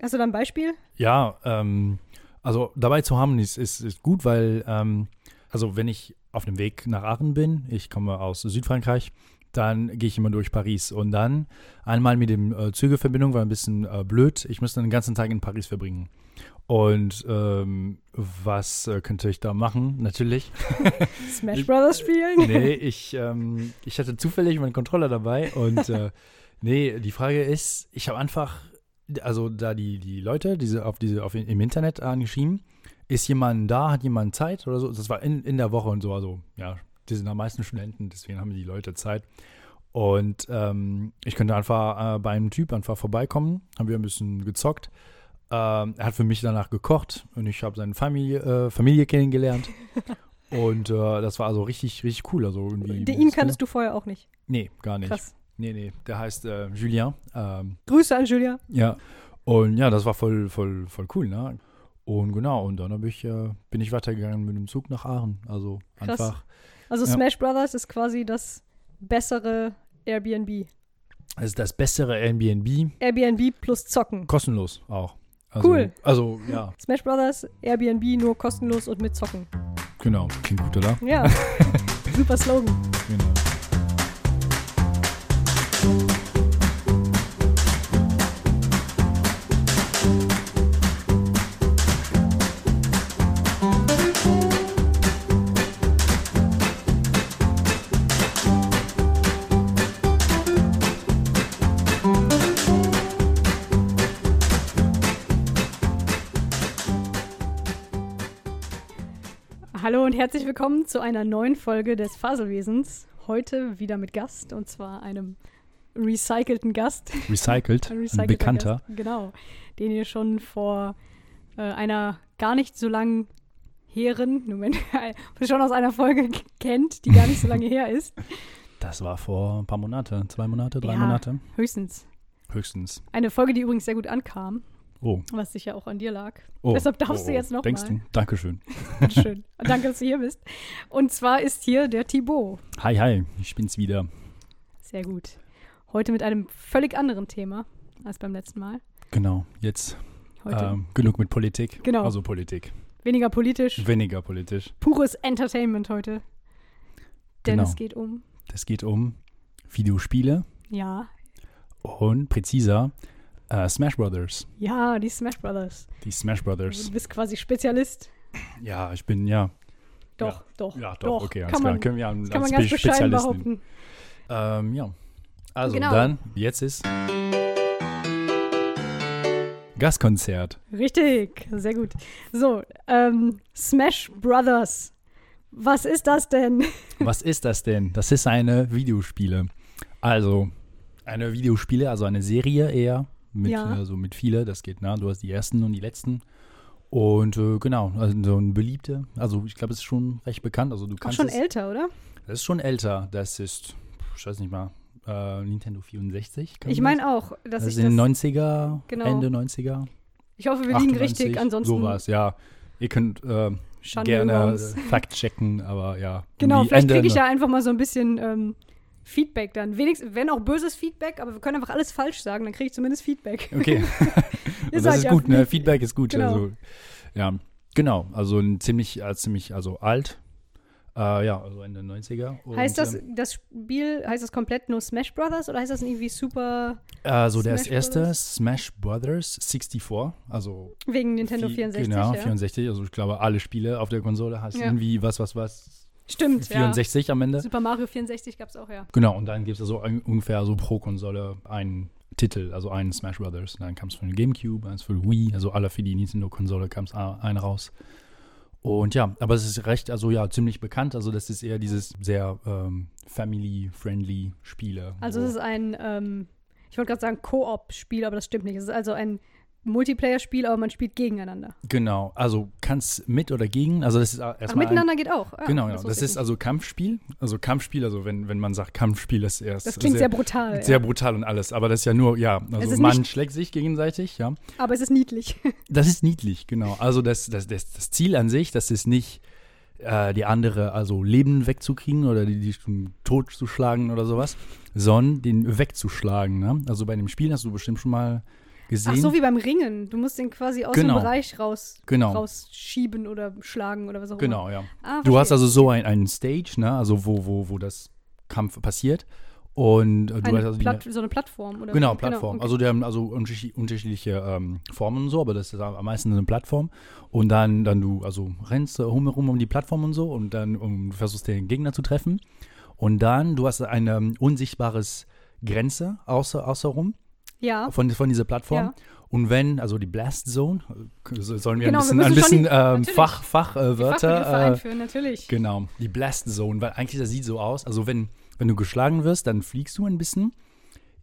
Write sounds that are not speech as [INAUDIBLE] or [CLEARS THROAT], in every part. Hast du da ein Beispiel? Ja, ähm, also dabei zu haben ist, ist, ist gut, weil, ähm, also wenn ich auf dem Weg nach Aachen bin, ich komme aus Südfrankreich, dann gehe ich immer durch Paris und dann einmal mit dem äh, Zügeverbindung war ein bisschen äh, blöd. Ich musste den ganzen Tag in Paris verbringen. Und ähm, was äh, könnte ich da machen? Natürlich. Smash Brothers spielen? nee, ich, ähm, ich hatte zufällig meinen Controller dabei und äh, nee, die Frage ist, ich habe einfach, also da die, die Leute diese, auf diese auf, im Internet angeschrieben, ist jemand da, hat jemand Zeit oder so? Das war in, in der Woche und so, also ja, die sind am meisten Studenten, deswegen haben die Leute Zeit. Und ähm, ich könnte einfach äh, bei einem Typ einfach vorbeikommen, haben wir ein bisschen gezockt. Ähm, er hat für mich danach gekocht und ich habe seine Familie, äh, [LAUGHS] Familie kennengelernt. und äh, das war also richtig, richtig cool. Also irgendwie Den Äh, ihn kanntest du vorher auch nicht. Nee, gar nicht. Krass. Nee, nee. Der heißt äh, Julien. Ähm, Grüße an Julia. ja. Und ja, das war voll, voll, voll cool, ne? Und genau, und dann hab ich, äh, bin ich weitergegangen mit dem Zug nach Aachen. Also Krass. einfach. Also Ja. Smash Brothers ist quasi das bessere Airbnb. Also das bessere Airbnb. Airbnb plus Zocken. Kostenlos auch. Also, Cool. Also, ja, Smash Brothers, Airbnb nur kostenlos und mit Zocken. genau. Klingt gut, oder? [LAUGHS] Ja, super Slogan. Genau. Hallo und herzlich willkommen zu einer neuen Folge des Faselwesens. Heute wieder mit Gast und zwar einem recycelten Gast. Recycelt. Ein Ein recycelter bekannter. Gast, genau, den ihr schon vor äh, einer gar nicht so langen heren, [LAUGHS] Moment, schon aus einer Folge k- kennt, die gar nicht so lange her [LAUGHS] ist. Das war vor ein paar Monate. Zwei Monate, drei Ja. Monate. Höchstens. Höchstens. Eine Folge, die übrigens sehr gut ankam, Oh. was sicher auch an dir lag. oh. Deshalb darfst oh, du oh. jetzt noch Denkst mal. du? Dankeschön. [LAUGHS] Schön. Und danke, dass du hier bist. Und zwar ist hier der Thibaut. Hi, hi. Ich bin's wieder. Sehr gut. Heute mit einem völlig anderen Thema als beim letzten Mal. Genau. Jetzt Heute ähm, genug mit Politik. Genau. Also Politik. weniger politisch, Weniger politisch. pures Entertainment heute. Denn Genau. es geht um, Es geht um Videospiele ja, und präziser äh, Smash Brothers. ja, die Smash Brothers. Die Smash Brothers. Du bist quasi Spezialist. Ja, ich bin, ja. Doch, Hm. Äh, doch. Ja, doch. okay, alles kann klar. man, Können wir an, kann als man ganz Spe- bescheiden Spezialist nehmen. behaupten. Ähm, ja. Also Genau. dann, jetzt ist Gastkonzert. Richtig, sehr gut. So, ähm, Smash Brothers. Was ist das denn? Was ist das denn? Das ist eine Videospiele. Also eine Videospiele, also eine Serie eher mit Ja. also mit viele. Das geht ne? Du hast die ersten und die letzten. Und äh, genau, also so ein beliebte. Also ich glaube, es ist schon recht bekannt. Also du Auch kannst schon es, älter, oder? Das ist schon älter. Das ist, ich weiß nicht mal, äh, Nintendo 64. kann Ich das? meine auch, dass das ist ich das. in den 90er, Genau. Ende 90er. Ich hoffe, wir liegen richtig, ansonsten. Sowas, ja. Ihr könnt ähm, Schande über gerne [LAUGHS] uns. äh, Fakt checken, aber ja. um Genau, die vielleicht Ende kriege ich noch- ja einfach mal so ein bisschen ähm, Feedback dann. Wenigstens, wenn auch böses Feedback, aber wir können einfach alles falsch sagen, dann kriege ich zumindest Feedback. [LAUGHS] Okay, Ihr das seid ist ja- gut, ne? Feedback ist gut. Genau. Also, ja, genau. Also ein ziemlich, äh, ziemlich, also alt. Äh, ja, also Ende 90er. [LAUGHS] Und, heißt das, ähm, das Spiel, heißt das komplett nur Smash Brothers oder heißt das irgendwie super Also das Smash erste Brothers? Smash Brothers 64, also wegen Nintendo vi- 64? Genau, ja. 64. Also ich glaube, alle Spiele auf der Konsole heißen Ja. irgendwie was, was, was. Stimmt, 64 am ja. Ende. Super Mario 64 gab es auch, ja. Genau, und dann gibt es so ein- ungefähr so pro Konsole einen Titel, also einen Smash Brothers. Und dann kam es für den Gamecube, eins für den Wii, also alle für die Nintendo-Konsole kam es a- ein raus. Und ja, aber es ist recht, also ja, ziemlich bekannt. Also das ist eher dieses sehr ähm, family-friendly Spiele. Also wo- es ist ein, ähm, ich wollte gerade sagen Koop-Spiel, aber das stimmt nicht. Es ist also ein Multiplayer-Spiel, aber man spielt gegeneinander. genau, also kannst mit oder gegen, also das ist a- Ach, erstmal ein- miteinander geht auch. Ah, Genau, genau. wusste Das ich ist nicht. also Kampfspiel. Also Kampfspiel, also wenn, wenn man sagt Kampfspiel, das ist erst das klingt sehr, brutal. ja. sehr brutal und alles. Aber das ist ja nur, ja, ist also man nicht- schlägt sich gegenseitig, ja. Aber es ist niedlich. Das ist niedlich, genau. Also das, das, das, das Ziel an sich, das ist nicht äh, die andere, also Leben wegzukriegen oder die, die zum Tod zu schlagen oder sowas, sondern den wegzuschlagen. Ne? Also bei dem Spiel hast du bestimmt schon mal gesehen. Ach so, wie beim Ringen. Du musst den quasi aus Genau. dem Bereich raus, Genau. rausschieben oder schlagen oder was auch immer. Genau, ja. Ah, Du hast verstehe. also so ein, einen Stage, ne? Also wo, wo, wo das Kampf passiert. Und äh, du hast eine also Platt, die, so eine Plattform oder genau, Plattform. okay. Also die haben also unterschiedliche, unterschiedliche ähm, Formen und so, aber das ist am am meisten eine Plattform. Und dann, dann du, also rennst äh, rum, rum um die Plattform und so und dann um, versuchst den Gegner zu treffen. Und dann, du hast eine ähm, unsichtbares Grenze außer, außer rum ja, von, von dieser Plattform. Ja. Und wenn, also die Blast Zone, äh, so- sollen wir Genau, wir ein bisschen, müssen schon ein bisschen die- ähm, natürlich. Fach, Fach, äh, die Fachbegriffe Wörter, äh, einführen, natürlich. Genau, die Blast Zone, weil eigentlich das sieht so aus. Also wenn, wenn du geschlagen wirst, dann fliegst du ein bisschen.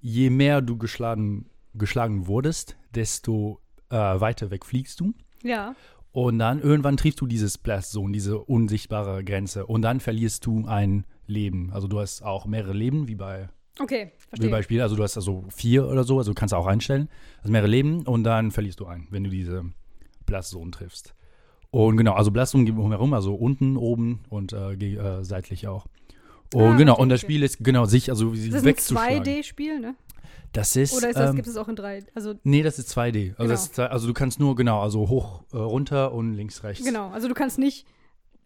Je mehr du geschlagen, geschlagen wurdest, desto äh, weiter weg fliegst du. Ja, Und dann irgendwann triffst du dieses Blast Zone, diese unsichtbare Grenze. Und dann verlierst du ein Leben. Also du hast auch mehrere Leben, wie bei, okay, wie bei verstehe. Spiel. Also du hast also vier oder so, also kannst du auch einstellen. Also mehrere Leben und dann verlierst du ein, wenn du diese Blast Zone triffst. Und genau, also Blast Zone geht herum, also unten, oben und äh, ge- äh, seitlich auch. Und Ah, genau, okay, und das okay. Spiel ist genau sich, also wie sie Das ist ein wegzuschlagen. 2D-Spiel, ne? Das ist, Oder ist das, ähm, gibt es auch in 3D? Also, nee, das ist 2D. Also, Genau. das ist, zwei- also du kannst nur genau, also hoch, äh, runter und links, rechts. genau, also du kannst nicht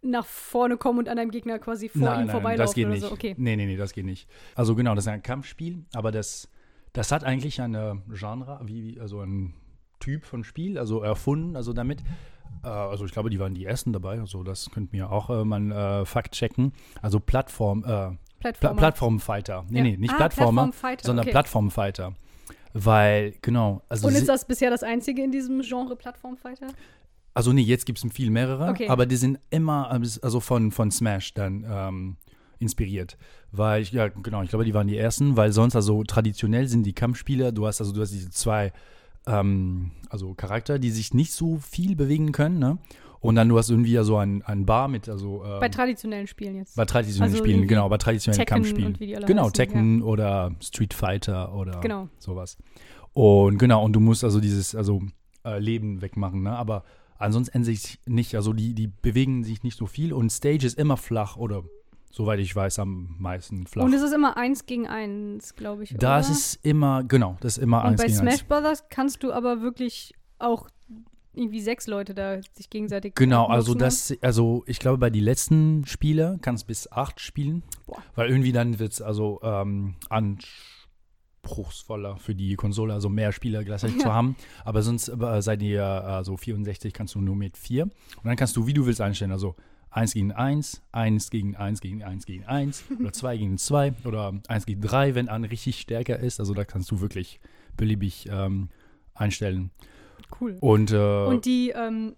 nach vorne kommen und an deinem Gegner quasi vor nein, ihm nein, nein, vorbeilaufen das geht oder nicht. so. Okay. Nee, nee, nee, das geht nicht. Also genau, das ist ein Kampfspiel, aber das, das hat eigentlich eine Genre, wie, wie- also ein Typ von Spiel, also erfunden, also damit. Äh, also ich glaube, die waren die ersten dabei, also das könnt mir auch äh, mal äh, Fakt checken. Also Plattform, äh, Pla Plattformer. Plattformfighter. Nee, Ja. nee, nicht Ah, Plattformer, Plattformfighter, sondern okay. Plattformfighter. Weil, genau, also, Und sie- ist das bisher das einzige in diesem Genre Plattformfighter? also nee, jetzt gibt es viel mehrere, Okay. aber die sind immer ähm, also von, von Smash dann ähm, inspiriert. Weil, ich- ja, genau, ich glaube, die waren die ersten, weil sonst, also traditionell sind die Kampfspieler, du hast also du hast diese zwei ähm, also Charakter, die sich nicht so viel bewegen können, ne? Und dann du hast irgendwie ja so ein, ein Bar mit, also ähm, Bei traditionellen Spielen jetzt. bei traditionellen also Spielen, irgendwie genau, bei traditionellen Tekken Kampfspielen. und wie die alle genau, heißen, Tekken oder Street Fighter oder Genau. sowas. Und genau, und du musst also dieses also äh, Leben wegmachen, ne? Aber ansonsten ändert sich nicht, also die, die bewegen sich nicht so viel und Stage ist immer flach oder soweit ich weiß am meisten flach. Und es ist immer eins gegen eins, glaube ich. das oder? ist immer, genau, das ist immer Und eins bei gegen Smash eins. Brothers kannst du aber wirklich auch irgendwie sechs Leute da sich gegenseitig. Genau, abnutzen, also ne? das, also ich glaube, bei die letzten Spiele kannst bis acht spielen, Boah. weil irgendwie dann wird es also ähm, anspruchsvoller für die Konsole, also mehr Spieler gleichzeitig zu Ja. haben. Aber sonst äh, seit ihr also 64 kannst du nur mit vier und dann kannst du, wie du willst, einstellen, also eins gegen eins, eins gegen eins gegen eins gegen [LAUGHS] eins oder zwei gegen zwei oder eins gegen drei, wenn ein richtig stärker ist. Also da kannst du wirklich beliebig ähm, einstellen. Cool. Und, äh, Und die ähm,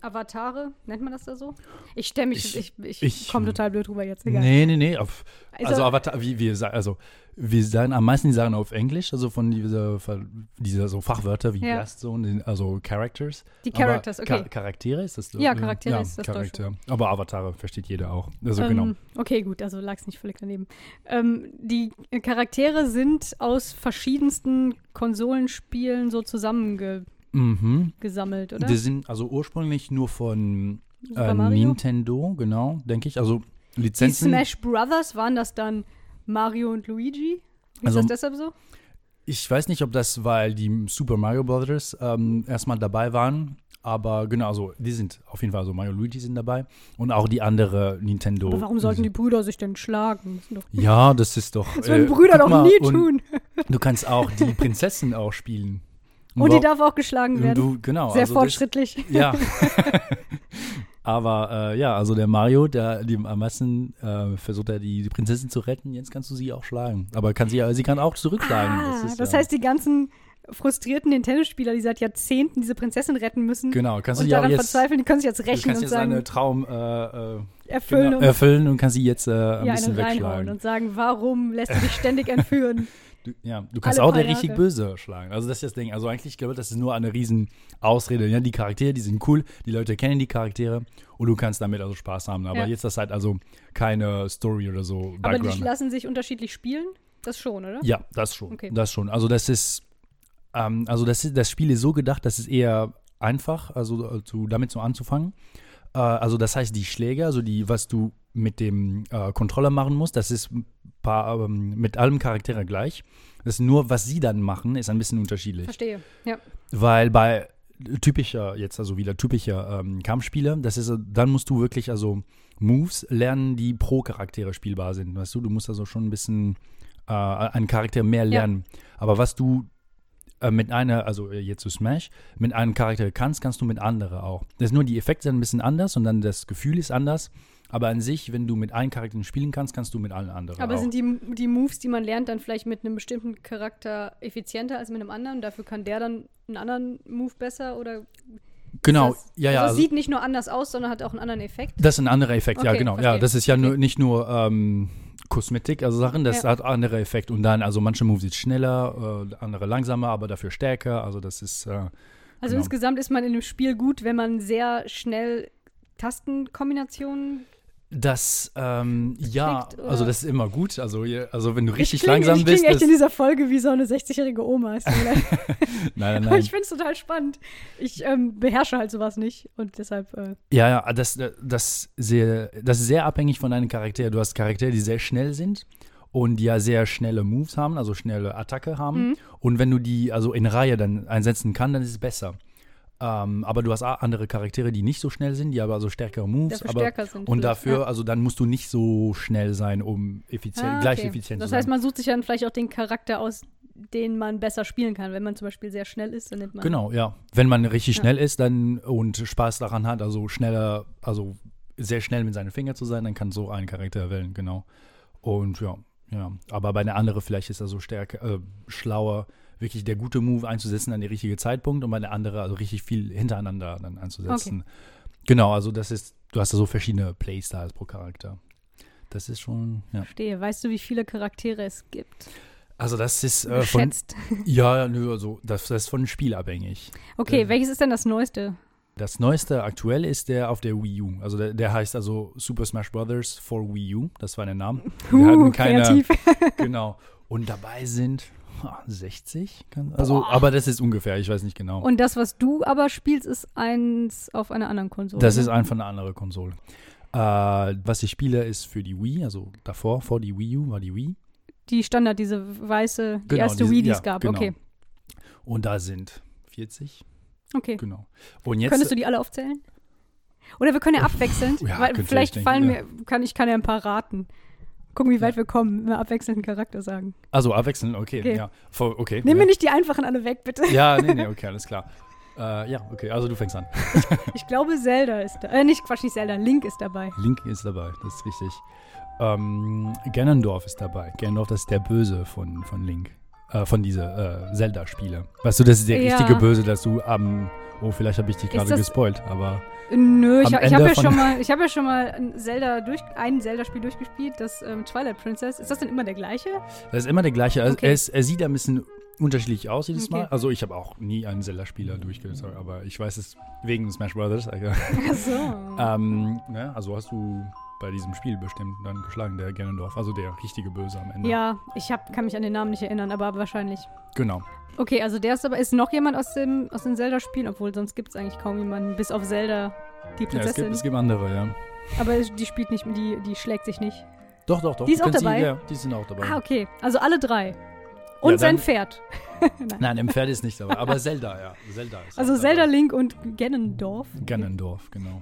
Avatare, nennt man das da so? Ich stelle mich, Ich- ich, ich, ich- komme total blöd rüber jetzt, egal. Nee, nee, nee. Auf, Also- also, Avatar, wie wir sagen, also wir sagen am meisten die Sachen auf Englisch, also von dieser, Ver- dieser so Fachwörter wie Ja. Blast Zone, den- also Characters. Die Characters, Aber Cha- okay. Charaktere ist das Ja, Charaktere ja, ist das Charakter. Aber Avatare versteht jeder auch. Also ähm, genau. Okay, gut, also lag es nicht völlig daneben. Ähm, die Charaktere sind aus verschiedensten Konsolenspielen so zusammengesammelt, Mhm. oder? Die sind also ursprünglich nur von ne? Super äh, Mario? Nintendo, genau, denke ich. Also die Lizenzen. Smash Brothers waren das dann Mario und Luigi? Ist Also- das deshalb so? Ich weiß nicht, ob das, weil die Super Mario Brothers ähm, erstmal dabei waren, aber genau, also die sind auf jeden Fall, also Mario und Luigi sind dabei und auch die andere Nintendo. Mhm. Aber warum sollten die Brüder sich denn schlagen? Das sind doch- Ja, das ist doch. Das würden äh, Brüder guck doch mal, nie und tun. Du kannst auch die Prinzessin auch spielen. [LAUGHS] Und die wa- darf auch geschlagen und werden. du, genau, Sehr also das- fortschrittlich. Ja. [LAUGHS] Aber äh, ja, also der Mario, der die, am meisten äh, versucht er, die, die Prinzessin zu retten. Jetzt kannst du sie auch schlagen. Aber kann sie, ja- sie kann auch zurückschlagen. Ah, das ist, ja- heißt, die ganzen frustrierten Nintendo-Spieler, die seit Jahrzehnten diese Prinzessin retten müssen Genau, kannst du und die auch daran jetzt. verzweifeln, die können sich jetzt Du rächen kannst und jetzt deine sagen, Traum äh, äh, erfüllen genau, und erfüllen und kannst sie jetzt äh, ein ja, bisschen einen reinhauen wegschlagen. und sagen, warum lässt du dich ständig [LAUGHS] entführen? du, ja, du kannst Alle auch paar der richtig Jahre. böse schlagen. Also das ist das Ding. Also eigentlich glaube ich, das ist nur eine riesen Ausrede. Ja, die Charaktere, die sind cool, die Leute kennen die Charaktere und du kannst damit also Spaß haben. Aber Ja. jetzt das halt also keine Story oder so. Aber die Background. lassen sich unterschiedlich spielen? Das schon, oder? Ja, das schon. Okay. Das schon. Also das ist, ähm, also das ist, das Spiel ist so gedacht, dass es eher einfach, also äh, zu, damit so anzufangen. Äh, also das heißt die Schläge, also die, was du mit dem äh, Controller machen muss. Das ist ein paar, ähm, mit allem Charaktere gleich. Das ist nur, was sie dann machen, ist ein bisschen unterschiedlich. Verstehe. Ja. Weil bei typischer, jetzt also wieder typischer ähm, Kampfspieler, das ist, äh, dann musst du wirklich also Moves lernen, die pro Charaktere spielbar sind. Weißt du, du musst also schon ein bisschen äh, einen Charakter mehr lernen. Aber was du äh, mit einer, also äh, jetzt zu Smash, mit einem Charakter kannst, kannst du mit anderen auch. Das ist nur die Effekte sind ein bisschen anders und dann das Gefühl ist anders. Aber an sich, wenn du mit einem Charakter spielen kannst, kannst du mit allen anderen Aber auch. sind die, die Moves, die man lernt, dann vielleicht mit einem bestimmten Charakter effizienter als mit einem anderen? Dafür kann der dann einen anderen Move besser oder genau, Das heißt, ja, ja. Also es also- sieht nicht nur anders aus, sondern hat auch einen anderen Effekt. Das ist ein anderer Effekt, ja, Okay, genau. Ja, verstehe. das ist ja nur, nicht nur ähm, Kosmetik, also Sachen, das Ja. hat andere Effekt. Und dann, also manche Moves sind schneller, äh, andere langsamer, aber dafür stärker. Also das ist, äh, Also genau. insgesamt ist man in dem Spiel gut, wenn man sehr schnell Tastenkombinationen. das, ähm, ja, Klickt, oder? also das ist immer gut. Also, je- also wenn du richtig äh, ich klinge, langsam ich klinge bist, echt das, in dieser Folge wie so eine 60-jährige Oma. Ist mir leid. [LAUGHS] nein, nein, Aber [LAUGHS] nein. ich finde es total spannend. Ich ähm, beherrsche halt sowas nicht und deshalb. Äh, Ja, ja, das, das, sehr, das ist sehr abhängig von deinem Charakter. Du hast Charaktere, die sehr schnell sind und die ja sehr schnelle Moves haben, also schnelle Attacke haben. Mhm. Und wenn du die also in Reihe dann einsetzen kann, dann ist es besser. Ähm, aber du hast a- andere Charaktere, die nicht so schnell sind, die aber also stärkere Moves. Dafür aber, stärker sind Und vielleicht, dafür, ja. also dann musst du nicht so schnell sein, um effizient, ah, gleich okay. effizient Das zu sein. heißt, man sucht sich dann vielleicht auch den Charakter aus, den man besser spielen kann. Wenn man zum Beispiel sehr schnell ist, dann nimmt man. Genau, ja. Wenn man richtig Ja. schnell ist dann und Spaß daran hat, also schneller, also sehr schnell mit seinen Fingern zu sein, dann kann so ein Charakter wählen, genau. Und ja, ja. Aber bei der anderen vielleicht ist er so stärker, äh, schlauer, wirklich der gute Move einzusetzen an den richtigen Zeitpunkt und bei der anderen also richtig viel hintereinander dann einzusetzen. Genau, also das ist, du hast da so verschiedene Playstyles pro Charakter. Das ist schon, ja. Verstehe. Weißt du, wie viele Charaktere es gibt? Also das ist äh, von, Geschätzt. ja, nö, also das, das ist von Spiel abhängig. Okay, äh, welches ist denn das Neueste? Das neueste aktuell ist der auf der Wii U. Also der, der heißt also Super Smash Bros. for Wii U. Das war der Name. Wir Uh, kreativ. [LAUGHS] [LAUGHS] Genau. Und dabei sind ha, 60. kann- Also, aber das ist ungefähr. Ich weiß nicht genau. Und das, was du aber spielst, ist eins auf einer anderen Konsole. Das ne? ist einfach eine andere Konsole. Äh, was ich spiele, ist für die Wii. Also davor, vor die Wii U war die Wii. die Standard, diese weiße, die Genau, erste diese- Wii, die ja, es gab. genau. Okay, Und da sind 40. okay. Genau. Und jetzt. Könntest du die alle aufzählen? Oder wir können ja abwechselnd, Ja, weil könnte vielleicht ich fallen denken, mir, kann ich kann ja ein paar raten. Gucken, wie weit wir kommen, wenn wir abwechselnden Charakter sagen. also abwechseln, okay. Okay. Ja. Vor, okay. Nehmen ja. wir nicht die einfachen alle weg, bitte. Ja, nee, nee, okay, alles klar. Äh, ja, okay, also du fängst an. Ich glaube, Zelda ist da. Äh, nicht Quatsch, nicht Zelda, Link ist dabei. Link ist dabei, das ist richtig. Ähm, Ganondorf ist dabei. Ganondorf, das ist der Böse von, von Link. Äh, von dieser äh, Zelda-Spiele. Weißt du, das ist der Ja. richtige Böse, dass du am. oh, vielleicht habe ich dich gerade das- gespoilt, aber. Nö, ich, Am ha- ich habe Ende ja von- schon mal, ich habe ja schon mal ein Zelda durch, ein Zelda-Spiel durchgespielt, das ähm, Twilight Princess. Ist das denn immer der [LAUGHS] gleiche? Das ist immer der gleiche. Also, Okay. er, ist, er sieht ein bisschen unterschiedlich aus jedes Okay. Mal. Also, ich habe auch nie einen Zelda-Spieler durchgezogen, aber ich weiß es wegen Smash Brothers. Ach so. ähm, ne? Also, hast du bei diesem Spiel bestimmt dann geschlagen, der Ganondorf. Also, der richtige Böse am Ende. Ja, ich hab, kann mich an den Namen nicht erinnern, aber wahrscheinlich. Genau. Okay, also der ist aber, ist noch jemand aus, dem, aus den Zelda-Spielen, obwohl sonst gibt es eigentlich kaum jemanden, bis auf Zelda, die Ja, es, gibt, Prinzessin. es gibt andere, ja. aber es- die spielt nicht, die, die schlägt sich nicht. Doch, doch, doch. Die ist Du auch kannst dabei? ja, die sind auch dabei. Ah, okay, also alle drei. Und Ja, sein dann- Pferd. Nein, im Pferd ist nicht dabei. [LAUGHS] Aber Zelda, ja. Zelda ist Also auch Zelda, dabei. Link und [LAUGHS] Ganondorf. Ganondorf, genau.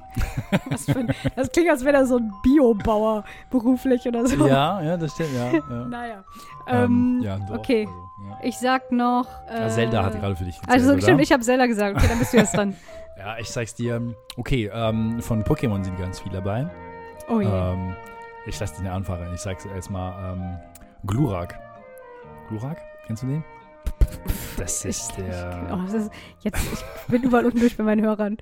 Was für ein, das klingt, als wäre da so ein Biobauer beruflich oder so. Ja, ja, das stimmt, ja. [LAUGHS] ja. Naja. Ähm, ja, ein Dorf, okay, also, ja. ich sag noch. Äh, Ja, Zelda hat gerade für dich gezählt, Also oder? stimmt, ich habe Zelda gesagt. Okay, dann bist du jetzt [LAUGHS] dran. Ja, ich zeig's dir. Okay, ähm, von Pokémon sind ganz viel dabei. Oh je. Ähm, ich lasse den anfangen. Ich sag's erstmal. Ähm, Glurak. Glurak? Kennst du den? Das Ich- ist ich- der, oh, das ist, jetzt, ich bin überall unten durch bei meinen Hörern.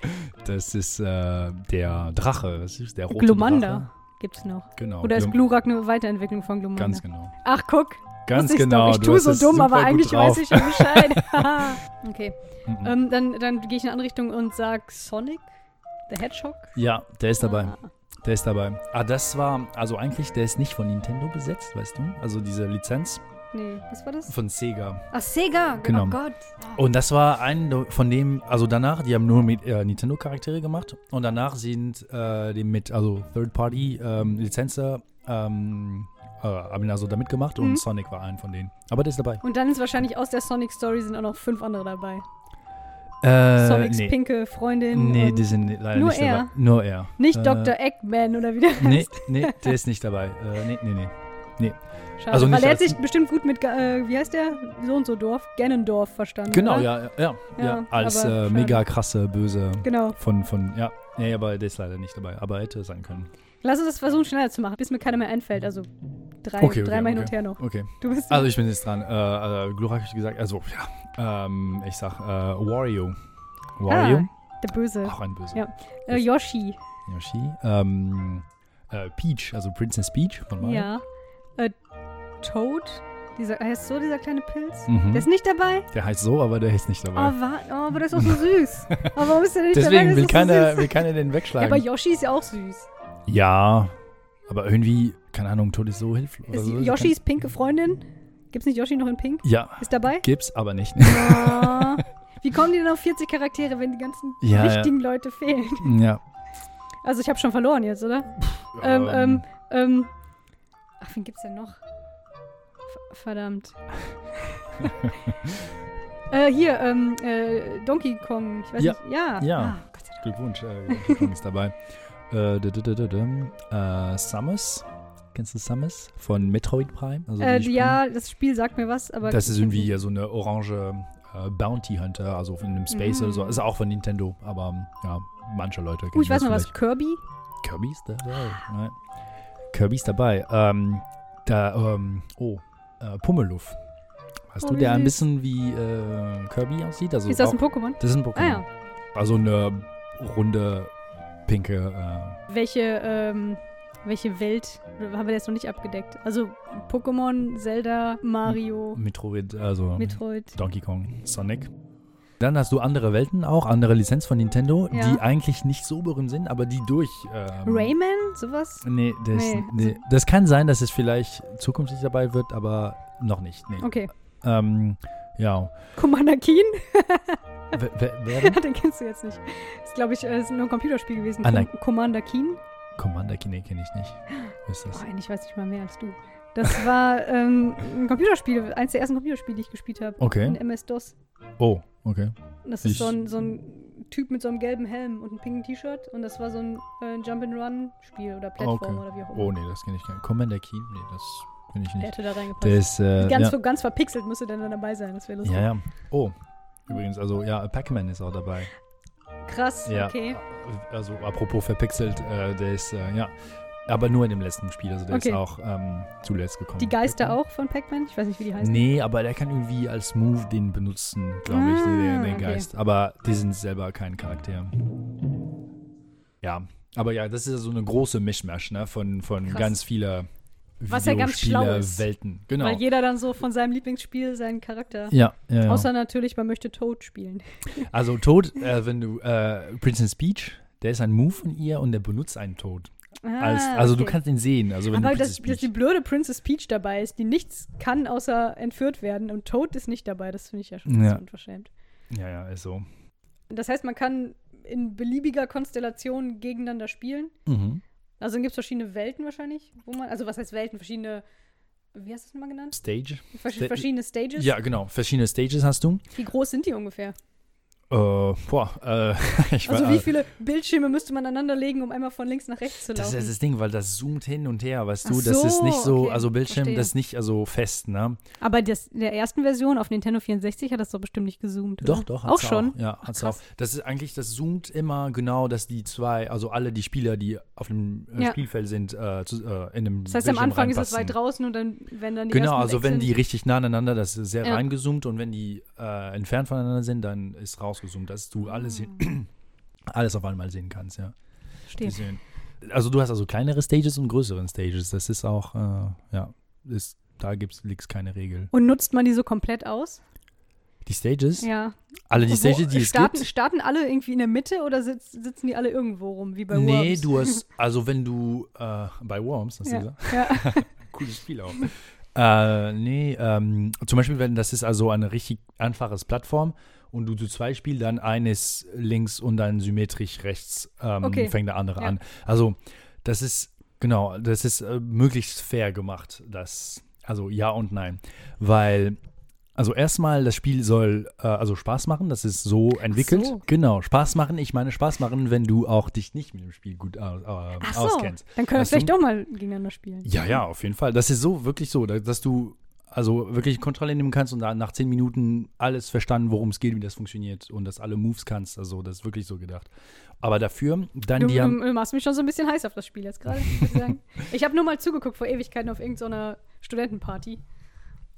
das ist äh, der Drache. Das ist der rote Glumanda Drache. gibt's noch. Genau. Oder ist Glum- Glurak eine Weiterentwicklung von Glumanda? Ganz genau. Ach, guck. Ganz wusste ich's genau. Doch. Ich du tue hast so es dumm, super aber gut eigentlich drauf. weiß ich schon Bescheid. [LAUGHS] Haha. [LAUGHS] okay. Mhm. Ähm, dann dann gehe ich in eine andere Richtung und sag Sonic, the Hedgehog. Ja, der ist dabei. Ah. Der ist dabei. Ah, das war, also eigentlich, der ist nicht von Nintendo besetzt, weißt du? Also diese Lizenz. Nee, was war das? von Sega. Ach, Sega. Genau. Oh Gott. Und das war ein von dem, also danach, die haben nur mit äh, Nintendo-Charaktere gemacht und danach sind äh, die mit, also Third-Party-Lizenzer ähm, äh, haben also da mitgemacht und Mhm. Sonic war ein von denen. Aber der ist dabei. Und dann ist wahrscheinlich aus der Sonic Story sind auch noch fünf andere dabei. Äh, Sonics nee. pinke Freundin. Nee, und die sind leider Nur nicht er. dabei. Nur er. nicht äh, Dr. Eggman oder wie der Nee, heißt. nee, der ist nicht dabei. Äh, nee, nee, nee. Schade, also weil nicht er hat als- sich bestimmt gut mit, äh, wie heißt der? So und so Dorf, Ganondorf verstanden. Genau, oder? ja, ja, ja. Ja, Als aber äh, schade. mega krasse, böse Genau. von, von, ja. Nee, aber der ist leider nicht dabei. Aber hätte sein können. Lass uns das versuchen, schneller zu machen, bis mir keiner mehr einfällt. Also drei, Okay, okay, dreimal hin und okay. her noch. Okay. Du bist. Also ich bin jetzt dran. Äh, also, Glurak habe ich gesagt, also ja. Ähm, ich sag äh, Wario. Wario. ah, der Böse. Auch ein böse. Ja. Äh, Yoshi. Yoshi. Ähm, äh, Peach, also Princess Peach von Mario. Ja. Äh, Toad. Dieser, heißt so dieser kleine Pilz? Mhm. Der ist nicht dabei? Der heißt so, aber der ist nicht Oh, dabei. wa oh, aber der ist auch so [LAUGHS] süß. Aber warum ist der nicht dabei? Der Deswegen ist will doch so keiner, süß. will keiner den Ja, aber wegschlagen. Yoshi ist ja auch süß. Ja, aber irgendwie, keine Ahnung, Tod ist so hilflos. Ist Also, sie kann- Yoshis pinke Freundin? Gibt's nicht Yoshi noch in Pink? Ja, Ist [LAUGHS] dabei? gibt's aber [LAUGHS] nicht. Ah. Wie kommen die denn auf 40 Charaktere, wenn die ganzen Ja, ja. richtigen Leute fehlen? ja. Also ich habe schon verloren jetzt, oder? Ähm, ähm, ähm. Ach, wen gibt's denn noch? V- [LAUGHS] Verdammt. äh, hier, ähm, äh, Donkey Kong. Ich weiß Ja. nicht. Ja. Ja. Also Ah, Gott sei Dank. Glückwunsch, äh, Donkey Kong ist dabei. Äh, dü- dü- dü- dü- dü- äh, Samus. Kennst du Samus? Von Metroid Prime? Also Äh, die ja, das Spiel sagt mir was, aber. Spiele. Das ich ist hab [LAUGHS] irgendwie nicht- ja so eine orange äh, Bounty Hunter, also in einem Space Mhm. oder so. Ist auch von Nintendo, aber ähm, ja, manche Leute kennen Oh, ich weiß das noch was. Kirby? vielleicht. Kirby ist dabei. Nein. Kirby ist dabei. Ähm, da, ähm, oh, äh, Pummeluff. Weißt Oh, du, wie der ein süß. bisschen wie äh, Kirby aussieht? Also Ist das auch- ein Pokémon? Das ist ein Pokémon. Ah ja. Also eine runde, pinke. äh, Welche, ähm, welche Welt haben wir jetzt noch nicht abgedeckt? Also Pokémon, Zelda, Äh, Mario, Metroid, also Metroid. Donkey Kong, Sonic. Dann hast du andere Welten auch, andere Lizenz von Nintendo, Ja. die eigentlich nicht so berühmt sind, aber die durch. Ähm, Rayman? Sowas? Nee das, Nee. nee, das kann sein, dass es vielleicht zukünftig dabei wird, aber noch nicht. Nee. Okay. Ähm, ja. Commander Keen? [LAUGHS] Wer, wer, wer denn? Den kennst du jetzt nicht. Ist, glaube ich, äh, ist nur ein Computerspiel gewesen. Hm? Ah, nein. Com Commander Keen? Commander Kine kenne ich nicht. Was ist Oh, das? ich weiß nicht mal mehr als du. Das war ähm, ein Computerspiel, eins der ersten Computerspiele, die ich gespielt habe. In Okay. MS-DOS. Oh, okay. Das ist Ich- so ein, so ein Typ mit so einem gelben Helm und einem pinken T-Shirt. Und das war so ein äh, Jump-and-Run-Spiel oder Plattform Okay. oder wie auch immer. Oh, nee, das kenne ich gar nicht. Commander Keen? Nee, das kenne ich Der nicht. hätte da reingepasst. Der ist, äh, ganz, ja. so, ganz verpixelt müsste der dann dabei sein. Das wäre lustig. Ja, ja. Oh, übrigens, also ja, Pac-Man ist auch dabei. Krass, Ja. okay. Also apropos verpixelt, äh, der ist, äh, ja, aber nur in dem letzten Spiel, also der Okay. ist auch ähm, zuletzt gekommen. Die Geister Pac-Man? auch von Pac-Man? Ich weiß nicht, wie die heißen. Nee, aber der kann irgendwie als Move den benutzen, glaube ich, Ah, den, den okay. Geist. Aber die sind selber kein Charakter. Ja, aber ja, das ist so eine große Mischmasch, ne, von, von Krass. ganz viele Was ja ganz schlau ist. Welten. Genau. Weil jeder dann so von seinem Lieblingsspiel seinen Charakter. ja, ja, ja. Außer natürlich, man möchte Toad spielen. Also Tod, äh, wenn du äh, Princess Peach, der ist ein Move von ihr und der benutzt einen Tod. Als, Ah, also du okay. kannst ihn sehen. Also wenn Aber du dass, Princess dass die Peach. blöde Princess Peach dabei ist, die nichts kann, außer entführt werden und Toad ist nicht dabei, das finde ich ja schon ein Ja. bisschen unverschämt. Ja, ja, ist so. Das heißt, man kann in beliebiger Konstellation gegeneinander spielen. Mhm. Also dann gibt es verschiedene Welten wahrscheinlich, wo man, also was heißt Welten, verschiedene, wie hast du es nochmal genannt? Stage. Versch Sta- verschiedene Stages. Ja, genau. Verschiedene Stages hast du. Wie groß sind die ungefähr? Äh, boah, äh, [LAUGHS] ich Also war, wie viele Bildschirme müsste man aneinander legen, um einmal von links nach rechts zu laufen? äh, Das ist das Ding, weil das zoomt hin und her, weißt Ach du? Das ist so, nicht so, okay, also Bildschirm, verstehe. das ist nicht also fest, ne? Aber das, der ersten Version auf Nintendo 64 hat das doch bestimmt nicht gezoomt. Doch, oder? doch, hat's Auch schon. Ja, Ach, hat's auch. krass. Das ist eigentlich, das zoomt immer genau, dass die zwei, also alle die Spieler, die auf dem äh, Ja. Spielfeld sind, äh, zu, äh, in einem Das heißt, am Bildschirm Anfang ist es reinpassen. weit draußen und dann, wenn dann die Genau, ersten weg also wenn sind, die richtig nah aneinander, das ist sehr Ja. reingezoomt und wenn die äh, entfernt voneinander sind, dann ist rausgezoomt, dass du Ah. alles, hin- [CLEARS THROAT] alles auf einmal sehen kannst, ja. stehen. Deswegen- Also du hast also kleinere Stages und größeren Stages. Das ist auch, äh, ja, ist, da gibt's liegt's keine Regel. Und nutzt man die so komplett aus? Die Stages, Ja. alle die Wo- Stages, die es starten, gibt. starten alle irgendwie in der Mitte oder sitz, sitzen die alle irgendwo rum, wie bei Nee, Worms? du hast, also wenn du äh, bei Worms, hast du Ja. [LAUGHS] gesagt, Ja. cooles Spiel auch. [LAUGHS] Äh, nee, ähm, zum Beispiel, wenn das ist also eine richtig einfaches Plattform und du zu zwei spielst, dann eines links und dann symmetrisch rechts ähm, Okay. fängt der andere Ja. an. Also das ist, genau, das ist äh, möglichst fair gemacht, das, also ja und nein. Weil, also erstmal, das Spiel soll äh, also Spaß machen, das ist so entwickelt. so. Genau, Spaß machen, ich meine Spaß machen, wenn du auch dich nicht mit dem Spiel gut äh, äh, Ach so, auskennst. dann können wir Weißt du? vielleicht auch mal gegeneinander spielen. Also Ja, ja, auf jeden Fall. Das ist so, wirklich so, da- dass du also wirklich Kontrolle nehmen kannst und dann nach zehn Minuten alles verstanden, worum es geht, wie das funktioniert und dass alle Moves kannst. Also, das ist wirklich so gedacht. Aber dafür, dann Du, die haben. du, du machst mich schon so ein bisschen heiß auf das Spiel jetzt gerade. muss ich [LAUGHS] sagen. ich habe nur mal zugeguckt vor Ewigkeiten auf irgendeiner Studentenparty.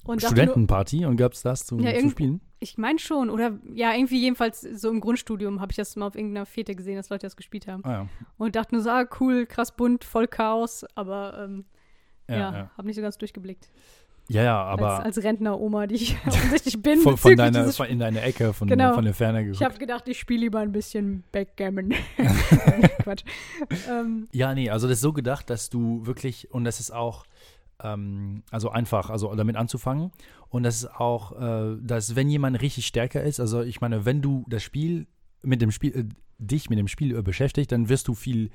Und dachte nur, Studentenparty und gab es das zu, Ja, zu irgend- spielen? ich meine schon, oder ja, irgendwie jedenfalls so im Grundstudium habe ich das mal auf irgendeiner Fete gesehen, dass Leute das gespielt haben. Ah, ja. Und dachte nur so, ah, cool, krass bunt, voll Chaos, aber ähm, ja, Ja, ja. habe nicht so ganz durchgeblickt. ja, ja aber als, als Rentner-Oma, die [LAUGHS] ich offensichtlich bin, von, von bezüglich deiner, dieses von, in deiner Ecke, von, Genau. von der Ferne Ich geguckt. habe gedacht, ich spiele lieber ein bisschen [LAUGHS] Backgammon. [LAUGHS] Quatsch. Ähm, Ja, nee, also das ist so gedacht, dass du wirklich, und das ist auch, ähm, also einfach, also damit anzufangen. Und das ist auch, äh, dass wenn jemand richtig stärker ist, also ich meine, wenn du das Spiel mit dem Spiel, äh, dich mit dem Spiel äh, beschäftigt, dann wirst du viel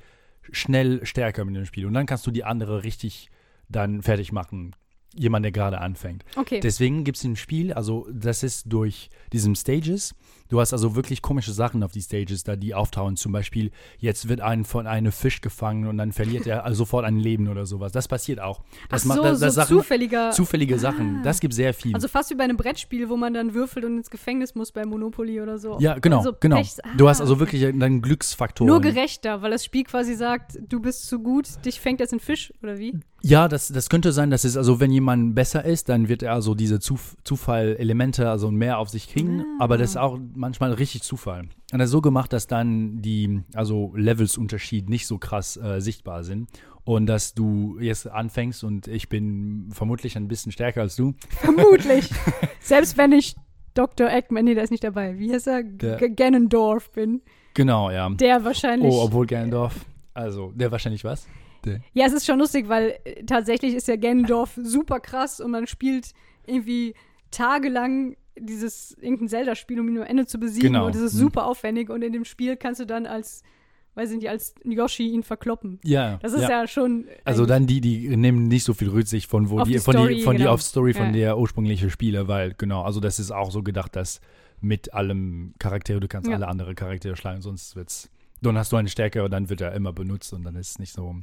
schnell stärker mit dem Spiel. Und dann kannst du die andere richtig dann fertig machen. Jemand, der gerade anfängt. okay. Deswegen gibt es im Spiel, also das ist durch diesen Stages, du hast also wirklich komische Sachen auf die Stages, da die auftauchen. Zum Beispiel, jetzt wird ein von einem Fisch gefangen und dann [LAUGHS] verliert er also sofort ein Leben oder sowas. Das passiert auch. Das Ach so, das, das so Sachen, zufälliger. zufällige Sachen. Das gibt sehr viel. also fast wie bei einem Brettspiel, wo man dann würfelt und ins Gefängnis muss bei Monopoly oder so. ja, genau, Also genau. Pechs- ah. Du hast also wirklich dann Glücksfaktoren. Nur gerechter, weil das Spiel quasi sagt, du bist zu gut, dich fängt jetzt ein Fisch, oder wie? Ja, das, das könnte sein, dass es also, wenn jemand besser ist, dann wird er also diese Zuf Zufall-Elemente also mehr auf sich kriegen, Ah. aber das ist auch manchmal richtig Zufall. Und das ist so gemacht, dass dann die also Levels-Unterschied nicht so krass äh, sichtbar sind und dass du jetzt anfängst und ich bin vermutlich ein bisschen stärker als du. [LAUGHS] Vermutlich. Selbst wenn ich Dr. Eggman, nee, der ist nicht dabei. Wie heißt er? Der- G Ganondorf bin. Genau, ja. Der wahrscheinlich. Oh, obwohl Gandalf, also der wahrscheinlich was? Der. Ja, es ist schon lustig, weil äh, tatsächlich ist ja [LAUGHS] Ganondorf super krass und man spielt irgendwie tagelang dieses irgendein Zelda-Spiel, um ihn am Ende zu besiegen. Genau. Und es ist Mhm. super aufwendig und in dem Spiel kannst du dann als, weiß ich nicht, als Yoshi ihn verkloppen. Ja. Das ist ja, schon. äh, Also dann die, die nehmen nicht so viel Rücksicht von wo Auf die, die von Story, die von die genau. auf Story von Ja. der ursprünglichen Spiele, weil genau, also das ist auch so gedacht, dass mit allem Charaktere du kannst Ja. alle andere Charaktere schlagen, sonst wird's dann hast du eine Stärke und dann wird er immer benutzt und dann ist es nicht so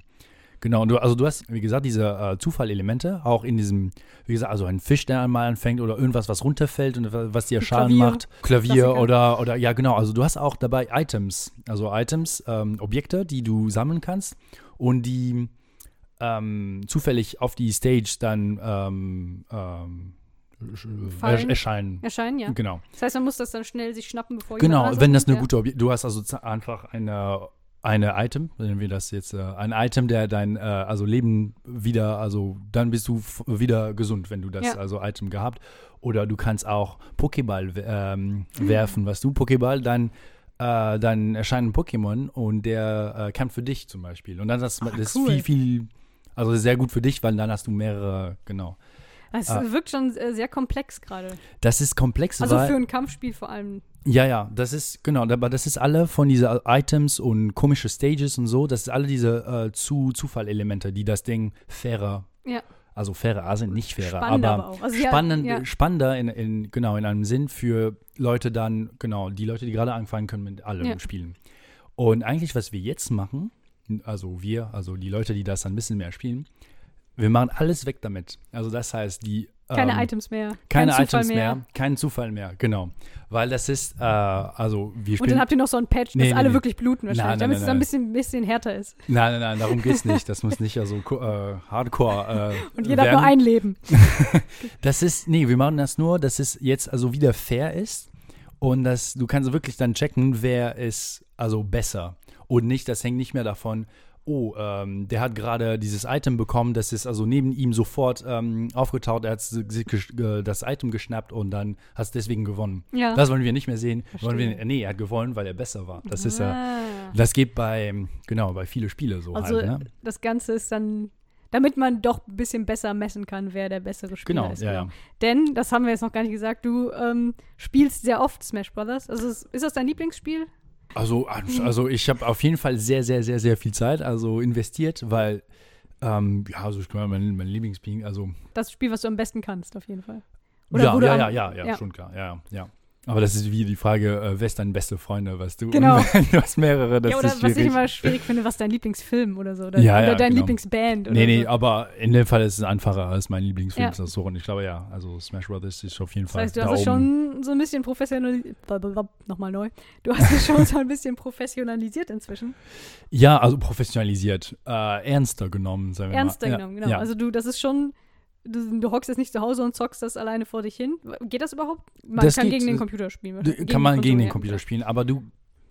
Genau, und du, also du hast, wie gesagt, diese äh, Zufallelemente, auch in diesem, wie gesagt, also ein Fisch, der einmal anfängt oder irgendwas, was runterfällt und wa- was dir Schaden Klavier. macht. Klavier Klassiker. oder, oder, ja genau, also du hast auch dabei Items, also Items, ähm, Objekte, die du sammeln kannst und die ähm, zufällig auf die Stage dann ähm, ähm, Fallen. sch- erscheinen. Erscheinen, ja. Genau, Das heißt, man muss das dann schnell sich schnappen, bevor genau, jemand anderes wenn das eine ja. gute Objekt, du hast also z- einfach eine eine Item, nennen wir das jetzt, äh, ein Item, der dein äh, also Leben wieder, also dann bist du f- wieder gesund, wenn du das Ja. also Item gehabt. Oder du kannst auch Pokéball w- ähm, Mhm. werfen, was du Pokéball, dann äh, dann erscheint ein Pokémon und der äh, kämpft für dich zum Beispiel. Und dann das, das ist cool. viel viel, also sehr gut für dich, weil dann hast du mehrere, genau. Es Ah. wirkt schon äh, sehr komplex gerade. Das ist komplex, Also weil für ein Kampfspiel vor allem. Ja, ja, das ist, genau, aber das ist alle von diese Items und komische Stages und so, das ist alle diese äh, zu Zufallelemente, die das Ding fairer, Ja. also fairer sind, nicht fairer, Spannender aber, aber auch. Also ja, spannend, ja. spannender in, in, genau, in einem Sinn für Leute dann, genau, die Leute, die gerade anfangen können mit allem Ja. Spielen. Und eigentlich, was wir jetzt machen, also wir, also die Leute, die das ein bisschen mehr spielen, wir machen alles weg damit. Also das heißt, die Keine ähm, Items mehr. keine kein Zufall Items mehr. kein Zufall mehr, genau. Weil das ist, äh, also wir Und dann spielen. habt ihr noch so ein Patch, dass Nee, nee, alle nee. wirklich bluten wahrscheinlich, nein, damit es nein, dann ein nein. bisschen, bisschen härter ist. Nein, nein, nein, darum geht's nicht. Das muss nicht also ko- äh, Hardcore. [LAUGHS] Äh, Und jeder hat nur werden. ein Leben. Das ist, nee, wir machen das nur, dass es jetzt also wieder fair ist und dass du kannst wirklich dann checken, wer ist also besser und nicht, das hängt nicht mehr davon, oh, ähm, der hat gerade dieses Item bekommen, das ist also neben ihm sofort ähm, aufgetaucht, er hat s- s- gesch- äh, das Item geschnappt und dann hast deswegen gewonnen. Ja. Das wollen wir nicht mehr sehen. Wollen wir, Verstehe. nee, er hat gewonnen, weil er besser war. Das ist ja, Ah. das geht bei, ähm, genau, bei viele Spiele so Also halt, ne? das Ganze ist dann, damit man doch ein bisschen besser messen kann, wer der bessere Spieler Genau, ist. ja, ja. Denn, das haben wir jetzt noch gar nicht gesagt, du ähm, spielst sehr oft Smash Brothers. Also ist, ist das dein Lieblingsspiel? Also, Mhm. also ich habe auf jeden Fall sehr, sehr, sehr, sehr viel Zeit also investiert, weil, ähm, ja, also ich glaube, mein, mein Lieblingsping, also Das Spiel, was du am besten kannst, auf jeden Fall. ja, wo du ja, am- ja, ja, ja, ja. schon klar, ja, ja, ja. Aber das ist wie die Frage, äh, wer ist dein beste Freunde, weißt du? Genau. Und wenn [LAUGHS] du hast mehrere, das ja, oder ist was schwierig. ich immer schwierig finde, was dein Lieblingsfilm oder so. Oder, Ja, oder ja, dein genau. Lieblingsband oder Nee, nee, so. aber in dem Fall ist es einfacher als mein Lieblingsfilm Ja. zu suchen. Ich glaube, ja, also Smash Brothers ist auf jeden Das Fall heißt, du da hast es oben. schon so ein bisschen professionalisiert. Nochmal neu. Du hast es schon so ein bisschen professionalisiert inzwischen. Ja, also professionalisiert, äh, ernster genommen, sagen wir Ernster mal. [LAUGHS] Ja, genommen, genau. Ja. Also du, das ist schon. Du, du hockst jetzt nicht zu Hause und zockst das alleine vor dich hin. Geht das überhaupt? Man Das kann geht, gegen den äh, Computer spielen. Du- kann man die gegen Konsole, den ja. Computer spielen, aber du,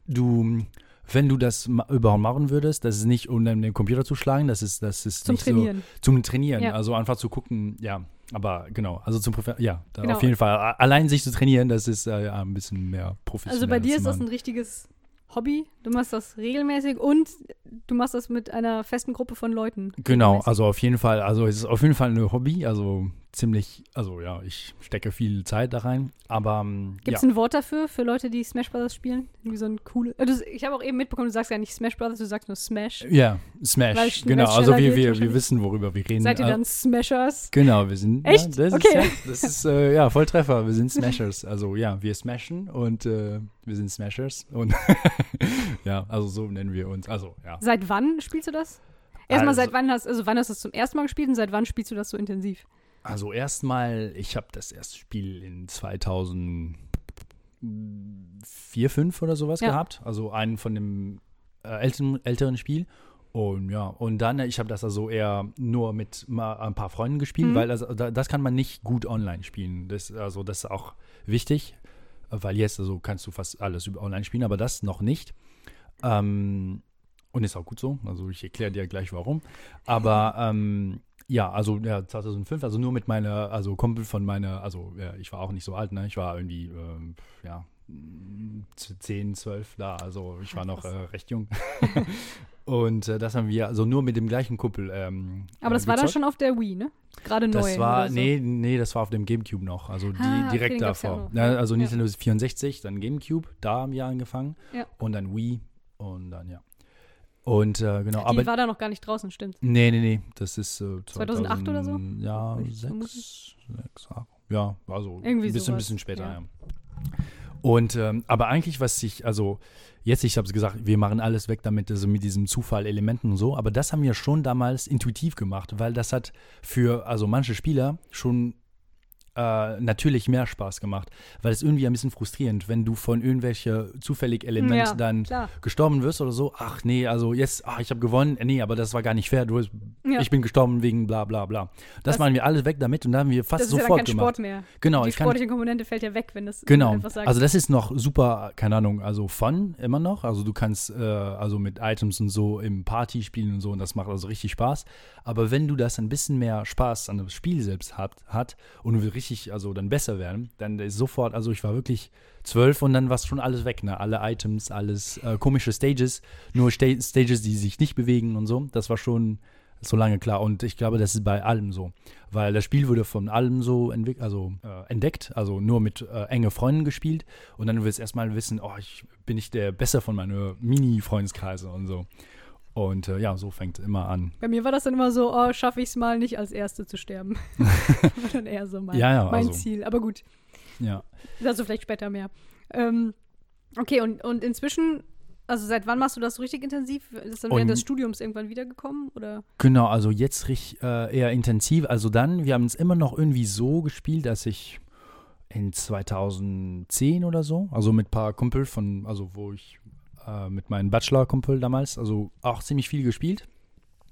du, wenn du das ma- überhaupt machen würdest, das ist nicht, um dann den Computer zu schlagen, das ist, das ist Zum nicht Trainieren. so. Zum Trainieren, Ja. also einfach zu gucken, ja. Aber genau, also zum Profi ja, da Genau. auf jeden Fall. A- Allein sich zu trainieren, das ist äh, ja, ein bisschen mehr professionell. Also bei dir als ist das man- ein richtiges Hobby. Du machst das regelmäßig und du machst das mit einer festen Gruppe von Leuten. Genau, regelmäßig. also auf jeden Fall, also es ist auf jeden Fall ein Hobby, also ziemlich, also ja, ich stecke viel Zeit da rein, aber ähm, Gibt ja. es ein Wort dafür, für Leute, die Smash Brothers spielen? Irgendwie so ein cooles. Äh, du- Ich habe auch eben mitbekommen, du sagst ja nicht Smash Brothers, du sagst nur Smash. Ja, Weil Smash, es genau, schneller also wir, geht wir, wir wahrscheinlich. wissen, worüber wir reden. Seid ihr Äh, dann Smashers? Genau, wir sind. Echt? Ja, das Okay. Ist, ja, das ist äh, ja Volltreffer. Wir sind Smashers. Also ja, wir smashen und äh, wir sind Smashers und [LAUGHS] ja, also so nennen wir uns. Also ja. Seit wann spielst du das? Erstmal, Also- seit wann hast, also wann hast du das zum ersten Mal gespielt und seit wann spielst du das so intensiv? Also erstmal, ich habe das erste Spiel in 2004, 5 oder sowas Ja. gehabt. Also einen von dem äh, älteren, älteren Spiel. Und ja, und dann, äh, ich habe das also eher nur mit mal ein paar Freunden gespielt, Mhm. weil das, da- das kann man nicht gut online spielen. Das, also das ist auch wichtig, äh, weil jetzt also kannst du fast alles über online spielen, aber das noch nicht. Ähm, und ist auch gut so. Also ich erkläre dir gleich warum. Aber ähm, ja, also ja, 2005, also nur mit meiner, also Kumpel von meiner, also ja, ich war auch nicht so alt, ne? Ich war irgendwie, ähm, ja, mm, 10, 12 da, also ich war noch äh, recht jung. [LAUGHS] Und äh, das haben wir also nur mit dem gleichen Kumpel. Ähm, Aber äh, das war dann gezockt. schon auf der Wii, ne? Gerade neu. Das war, oder so. nee, nee, das war auf dem Gamecube noch, also die, Ah, okay, direkt den gab's ja davor. auch noch. Ja, also Ja. Nintendo 64, dann Gamecube, da haben wir angefangen Ja. und dann Wii und dann ja. Und äh, genau, Die aber war da noch gar nicht draußen, stimmt. Nee, nee, nee. Das ist äh, 2008 oder so? Ja, Würde ich vermuten. sechs, sechs, acht. Ja, also Irgendwie ein bisschen, sowas, bisschen später, ja. ja. Und ähm, aber eigentlich, was ich, also jetzt, ich habe es gesagt, wir machen alles weg damit, also mit diesem Zufall-Elementen und so, aber das haben wir schon damals intuitiv gemacht, weil das hat für also manche Spieler schon äh, natürlich mehr Spaß gemacht, weil es irgendwie ein bisschen frustrierend, wenn du von irgendwelche zufällig Element Ja, dann Klar. gestorben wirst oder so, ach nee, also jetzt, ach, ich habe gewonnen, Äh, nee, aber das war gar nicht fair, du, hast- Ja. ich bin gestorben wegen bla bla bla. Das, Das- machen wir alles weg damit und da haben wir fast Das ist ja dann sofort kein gemacht. Sport mehr. Genau, Die ich kann, sportliche Komponente fällt ja weg, wenn das genau. etwas sagt. Also das ist noch super, keine Ahnung, also fun immer noch. Also du kannst äh, also mit Items und so im Party spielen und so und das macht also richtig Spaß. Aber wenn du das ein bisschen mehr Spaß an dem Spiel selbst hat, hat und du willst richtig, also dann besser werden, dann ist sofort, also ich war wirklich zwölf und dann war schon alles weg, ne? Alle Items, alles äh, komische Stages, nur Sta Stages, die sich nicht bewegen und so. Das war schon so lange klar und ich glaube, das ist bei allem so, weil das Spiel wurde von allem so entwick- also äh, entdeckt, also nur mit äh, enge Freunden gespielt und dann willst du erstmal wissen, oh, ich bin ich der besser von meiner Mini-Freundeskreise und so. Und äh, ja, so fängt es immer an. Bei mir war das dann immer so, oh, schaffe ich es mal nicht als Erste zu [LAUGHS] sterben. [LAUGHS] war dann eher so mein, Ja, ja, mein also. Ziel. Aber gut, Ja. dazu vielleicht später mehr. Ähm, okay, und, und inzwischen, also seit wann machst du das so richtig intensiv? Ist das dann Und- während des Studiums irgendwann wiedergekommen? Oder? Genau, also jetzt richtig äh, eher intensiv. Also dann, wir haben es immer noch irgendwie so gespielt, dass ich in 2010 oder so, also mit ein paar Kumpel von, also wo ich äh, mit meinem Bachelor-Kumpel damals, also auch ziemlich viel gespielt,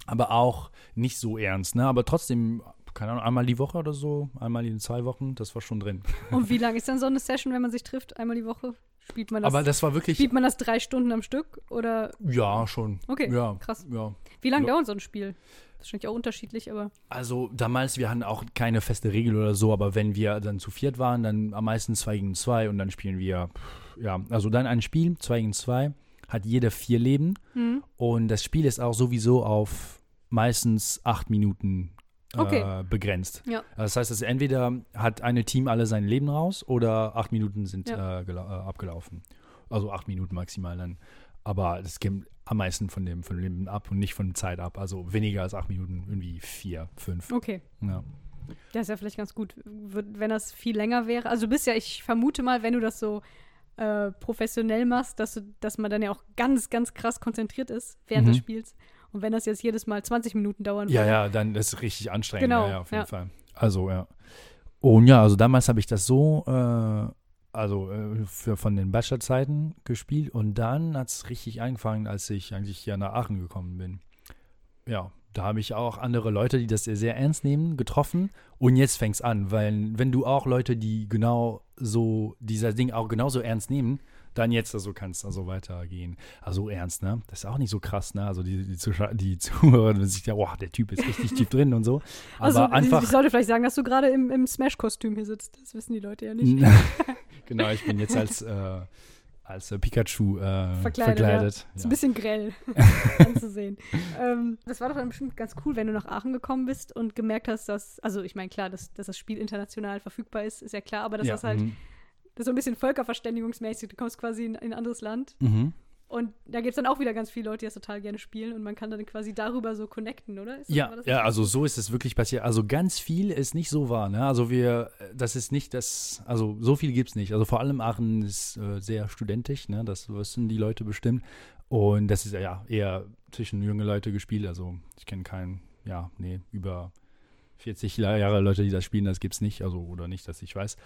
aber auch nicht so ernst, ne? Aber trotzdem, keine Ahnung, einmal die Woche oder so, einmal in zwei Wochen, das war schon drin. Und wie lang ist dann so eine Session, wenn man sich trifft? Einmal die Woche? Spielt man das, aber das war wirklich, spielt man das drei Stunden am Stück? Oder ja, schon. Okay, ja, krass. Ja, wie lange Ja. dauert so ein Spiel? Wahrscheinlich auch unterschiedlich, aber Also damals, wir hatten auch keine feste Regel oder so, aber wenn wir dann zu viert waren, dann am meisten zwei gegen zwei und dann spielen wir, pff, ja, also dann ein Spiel, zwei gegen zwei, hat jeder vier Leben Mhm. und das Spiel ist auch sowieso auf meistens acht Minuten äh, Okay. begrenzt. Also Ja. Das heißt, es entweder hat eine Team alle sein Leben raus oder acht Minuten sind Ja. äh, gela- äh, abgelaufen. Also acht Minuten maximal dann. Aber das geht am meisten von dem, von dem Leben ab und nicht von Zeit ab. Also weniger als acht Minuten, irgendwie vier, fünf. Okay. Ja. Das ist ja vielleicht ganz gut, würd- wenn das viel länger wäre. Also du bist ja, ich vermute mal, wenn du das so äh, professionell machst, dass, du, dass man dann ja auch ganz, ganz krass konzentriert ist während Mhm. des Spiels. Und wenn das jetzt jedes Mal 20 Minuten dauern Ja, würde. ja, dann ist es richtig anstrengend. Genau, ja, ja, auf jeden ja. Fall. Also, ja. Und ja, also damals habe ich das so, äh, also äh, für, von den Bachelor-Zeiten gespielt und dann hat es richtig angefangen, als ich eigentlich hier nach Aachen gekommen bin. Ja, da habe ich auch andere Leute, die das sehr, sehr ernst nehmen, getroffen und jetzt fängt es an, weil wenn du auch Leute, die genau so, dieser Ding auch genauso ernst nehmen, dann jetzt also kannst also weitergehen. Also ernst, ne? Das ist auch nicht so krass, ne? Also die, die, Zuschauer, die Zuhörer, wenn sich ja, boah, der Typ ist richtig tief drin und so. Aber also ich- einfach. ich sollte vielleicht sagen, dass du gerade im, im Smash-Kostüm hier sitzt. Das wissen die Leute ja nicht. [LAUGHS] genau, ich bin jetzt als, äh, als äh, Pikachu äh, Verkleidet, verkleidet. Ist Ja. ein bisschen [LAUGHS] grell anzusehen. ähm, das war doch dann bestimmt ganz cool, wenn du nach Aachen gekommen bist und gemerkt hast, dass, also ich meine, klar, dass, dass das Spiel international verfügbar ist, ist ja klar, aber dass ja. das halt mhm. das ist so ein bisschen völkerverständigungsmäßig. Du kommst quasi in in ein anderes Land Mhm. und da gibt es dann auch wieder ganz viele Leute, die das total gerne spielen und man kann dann quasi darüber so connecten, oder? Ist das- Ja, war das- ja, also so ist es wirklich passiert. Also ganz viel ist nicht so wahr. Ne? Also wir, das ist nicht das, also so viel gibt es nicht. Also vor allem Aachen ist äh, sehr studentisch, ne? das wissen die Leute bestimmt. Und das ist äh, ja eher zwischen junge Leute gespielt. Also ich kenne keinen, ja, nee, über 40 Jahre Leute, die das spielen, das gibt es nicht. Also oder nicht, dass ich weiß.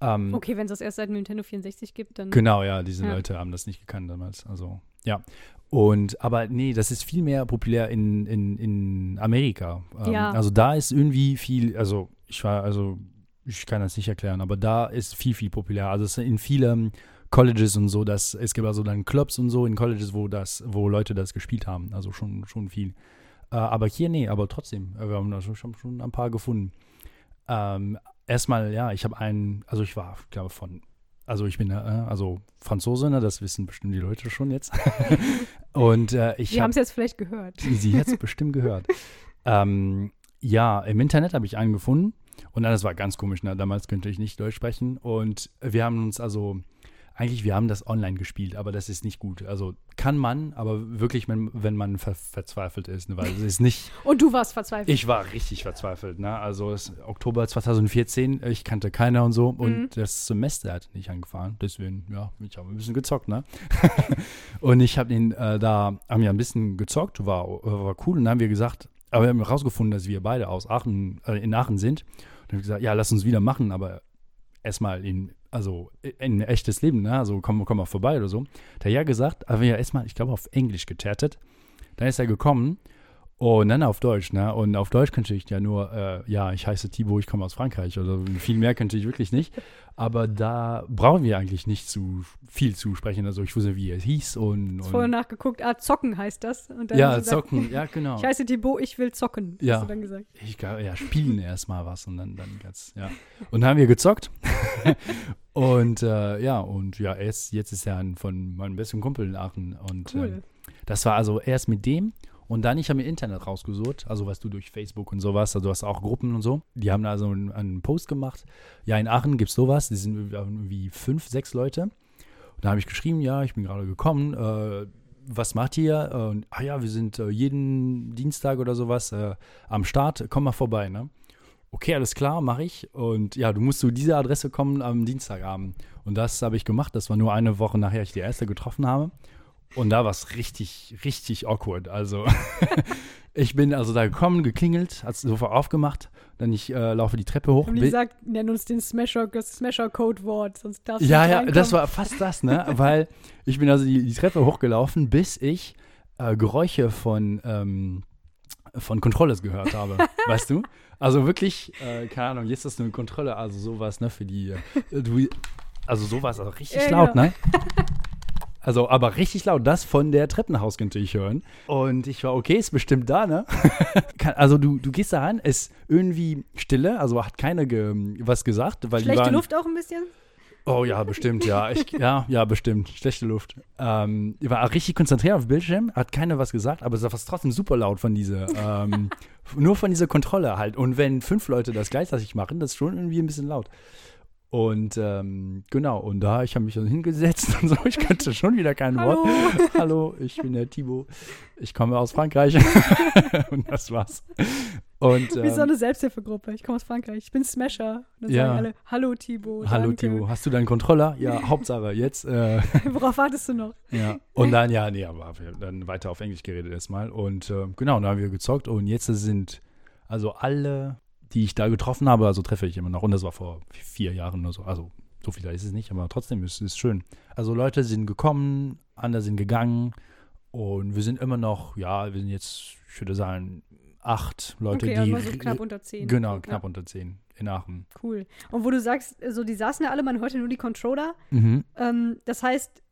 Ähm, Okay, wenn es das erst seit Nintendo 64 gibt, dann. Genau, ja, diese Ja. Leute haben das nicht gekannt damals. Also, ja. Und, aber nee, das ist viel mehr populär in, in, in Amerika. Ähm, Ja. Also da ist irgendwie viel, also ich war, also ich kann das nicht erklären, aber da ist viel, viel populär. Also es ist in vielen Colleges und so, dass es gibt also dann Clubs und so in Colleges, wo das, wo Leute das gespielt haben. Also schon, schon viel. Äh, aber hier, nee, aber trotzdem, äh, wir haben da schon, schon, schon ein paar gefunden. Ähm, erstmal, ja, ich habe einen, also ich war, ich glaube, von also ich bin äh, also Franzose, ne, das wissen bestimmt die Leute schon jetzt. Und äh, ich Die haben habe es jetzt vielleicht gehört. sie jetzt bestimmt gehört. ähm, ja, im Internet habe ich einen gefunden und dann, das war ganz komisch, ne? damals könnte ich nicht Deutsch sprechen und wir haben uns also eigentlich, wir haben das online gespielt, aber das ist nicht gut. Also kann man, aber wirklich, wenn, wenn man ver verzweifelt ist, ne? weil es ist nicht Und du warst verzweifelt. ich war richtig verzweifelt. Ne? Also es, Oktober 2014, ich kannte keiner und so. Und Mhm. das Semester hat nicht angefahren. Deswegen, ja, ich habe ein bisschen gezockt, ne? [LAUGHS] und ich habe den äh, da, haben wir ein bisschen gezockt, war, war cool. Und dann haben wir gesagt, aber wir haben rausgefunden, dass wir beide aus Aachen, äh, in Aachen sind. Und dann haben wir gesagt, ja, lass uns wieder machen, aber erstmal in, also in echtes Leben, ne? Also komm, komm mal vorbei oder so. Da hat ja gesagt, aber ja erstmal, ich glaube, auf Englisch gechattet. Dann ist er gekommen und dann auf Deutsch, ne? Und auf Deutsch könnte ich ja nur, äh, ja, ich heiße Thibaut, ich komme aus Frankreich. Also viel mehr könnte ich wirklich nicht. Aber da brauchen wir eigentlich nicht zu viel zu sprechen. Also ich wusste, wie er hieß und, Hast vorher und nachgeguckt, ah, zocken heißt das. Und dann hast du ja, gesagt, zocken, ja, genau. Ich heiße Thibaut, ich will zocken, Ja. hast du dann gesagt. Ich glaub, ja, spielen erstmal was und dann, dann ganz, ja. Und dann haben wir gezockt. [LAUGHS] und äh, ja, und ja, er ist, jetzt ist er ein von meinem besten Kumpel in Aachen. Und ähm, Cool. das war also erst mit dem und dann ich habe mir Internet rausgesucht, also was du durch Facebook und sowas, also du hast auch Gruppen und so. Die haben da so einen, einen Post gemacht. Ja, in Aachen gibt's sowas, die sind irgendwie fünf, sechs Leute. Und da habe ich geschrieben, ja, ich bin gerade gekommen. Äh, was macht ihr? Äh, und, ah ja, wir sind äh, jeden Dienstag oder sowas äh, am Start. Komm mal vorbei, ne? Okay, alles klar, mache ich. Und ja, du musst zu dieser Adresse kommen am Dienstagabend. Und das habe ich gemacht. Das war nur eine Woche nachher, ich die erste getroffen habe. Und da war es richtig, richtig awkward. Also [LAUGHS] ich bin also da gekommen, geklingelt, hat sofort aufgemacht, dann ich äh, laufe die Treppe hoch. Haben die bin- gesagt, nenn uns den Smasher, das Smasher-Code-Wort, sonst darfst du ja, nicht ja, reinkommen. das war fast [LAUGHS] das, ne? Weil ich bin also die, die Treppe hochgelaufen, bis ich äh, Geräusche von, ähm, von Controllers gehört [LAUGHS] habe, weißt du? Also wirklich, äh, keine Ahnung, jetzt ist eine Kontrolle, also sowas, ne, für die, äh, du, also sowas, also richtig Ja, laut, genau. ne? Also, aber richtig laut, das von der Treppenhaus könnte ich hören. Und ich war, okay, ist bestimmt da, ne? [LAUGHS] Kann, also, du, du gehst da rein, ist irgendwie Stille, also hat keiner ge, was gesagt, weil die Schlechte waren, Luft auch ein bisschen? Oh ja, bestimmt, ja. Ich, ja, ja, bestimmt. Schlechte Luft. Ähm, ich war richtig konzentriert auf dem Bildschirm, hat keiner was gesagt, aber es war fast trotzdem super laut von dieser, ähm, [LAUGHS] nur von dieser Kontrolle halt. Und wenn fünf Leute das gleichzeitig machen, das ist schon irgendwie ein bisschen laut. Und ähm, genau, und da, ich habe mich dann hingesetzt und so, ich könnte schon wieder kein Wort. Hallo. [LAUGHS] Hallo, ich bin der Thibaut. Ich komme aus Frankreich. [LAUGHS] und das war's. Und, Wie so ähm, eine Selbsthilfegruppe. Ich komme aus Frankreich. Ich bin Smasher. Und dann Ja. sagen alle, hallo Tibo. Hallo danke. Timo, hast du deinen Controller? Ja, Hauptsache, jetzt. Äh, [LAUGHS] Worauf wartest du noch? [LAUGHS] Ja, und dann, ja, nee, aber wir haben dann weiter auf Englisch geredet erstmal. Und äh, genau, dann haben wir gezockt und jetzt sind also alle, die ich da getroffen habe, also treffe ich immer noch. Und das war vor vier Jahren oder so. Also so viel da ist es nicht, aber trotzdem ist es schön. Also Leute sind gekommen, andere sind gegangen und wir sind immer noch, ja, wir sind jetzt, ich würde sagen, acht Leute, okay, die. also so knapp unter 10. genau, knapp unter zehn in Aachen. Ja, cool. Und wo du sagst, so die saßen ja alle, man hörte nur die Controller. Mhm. Ähm, das heißt,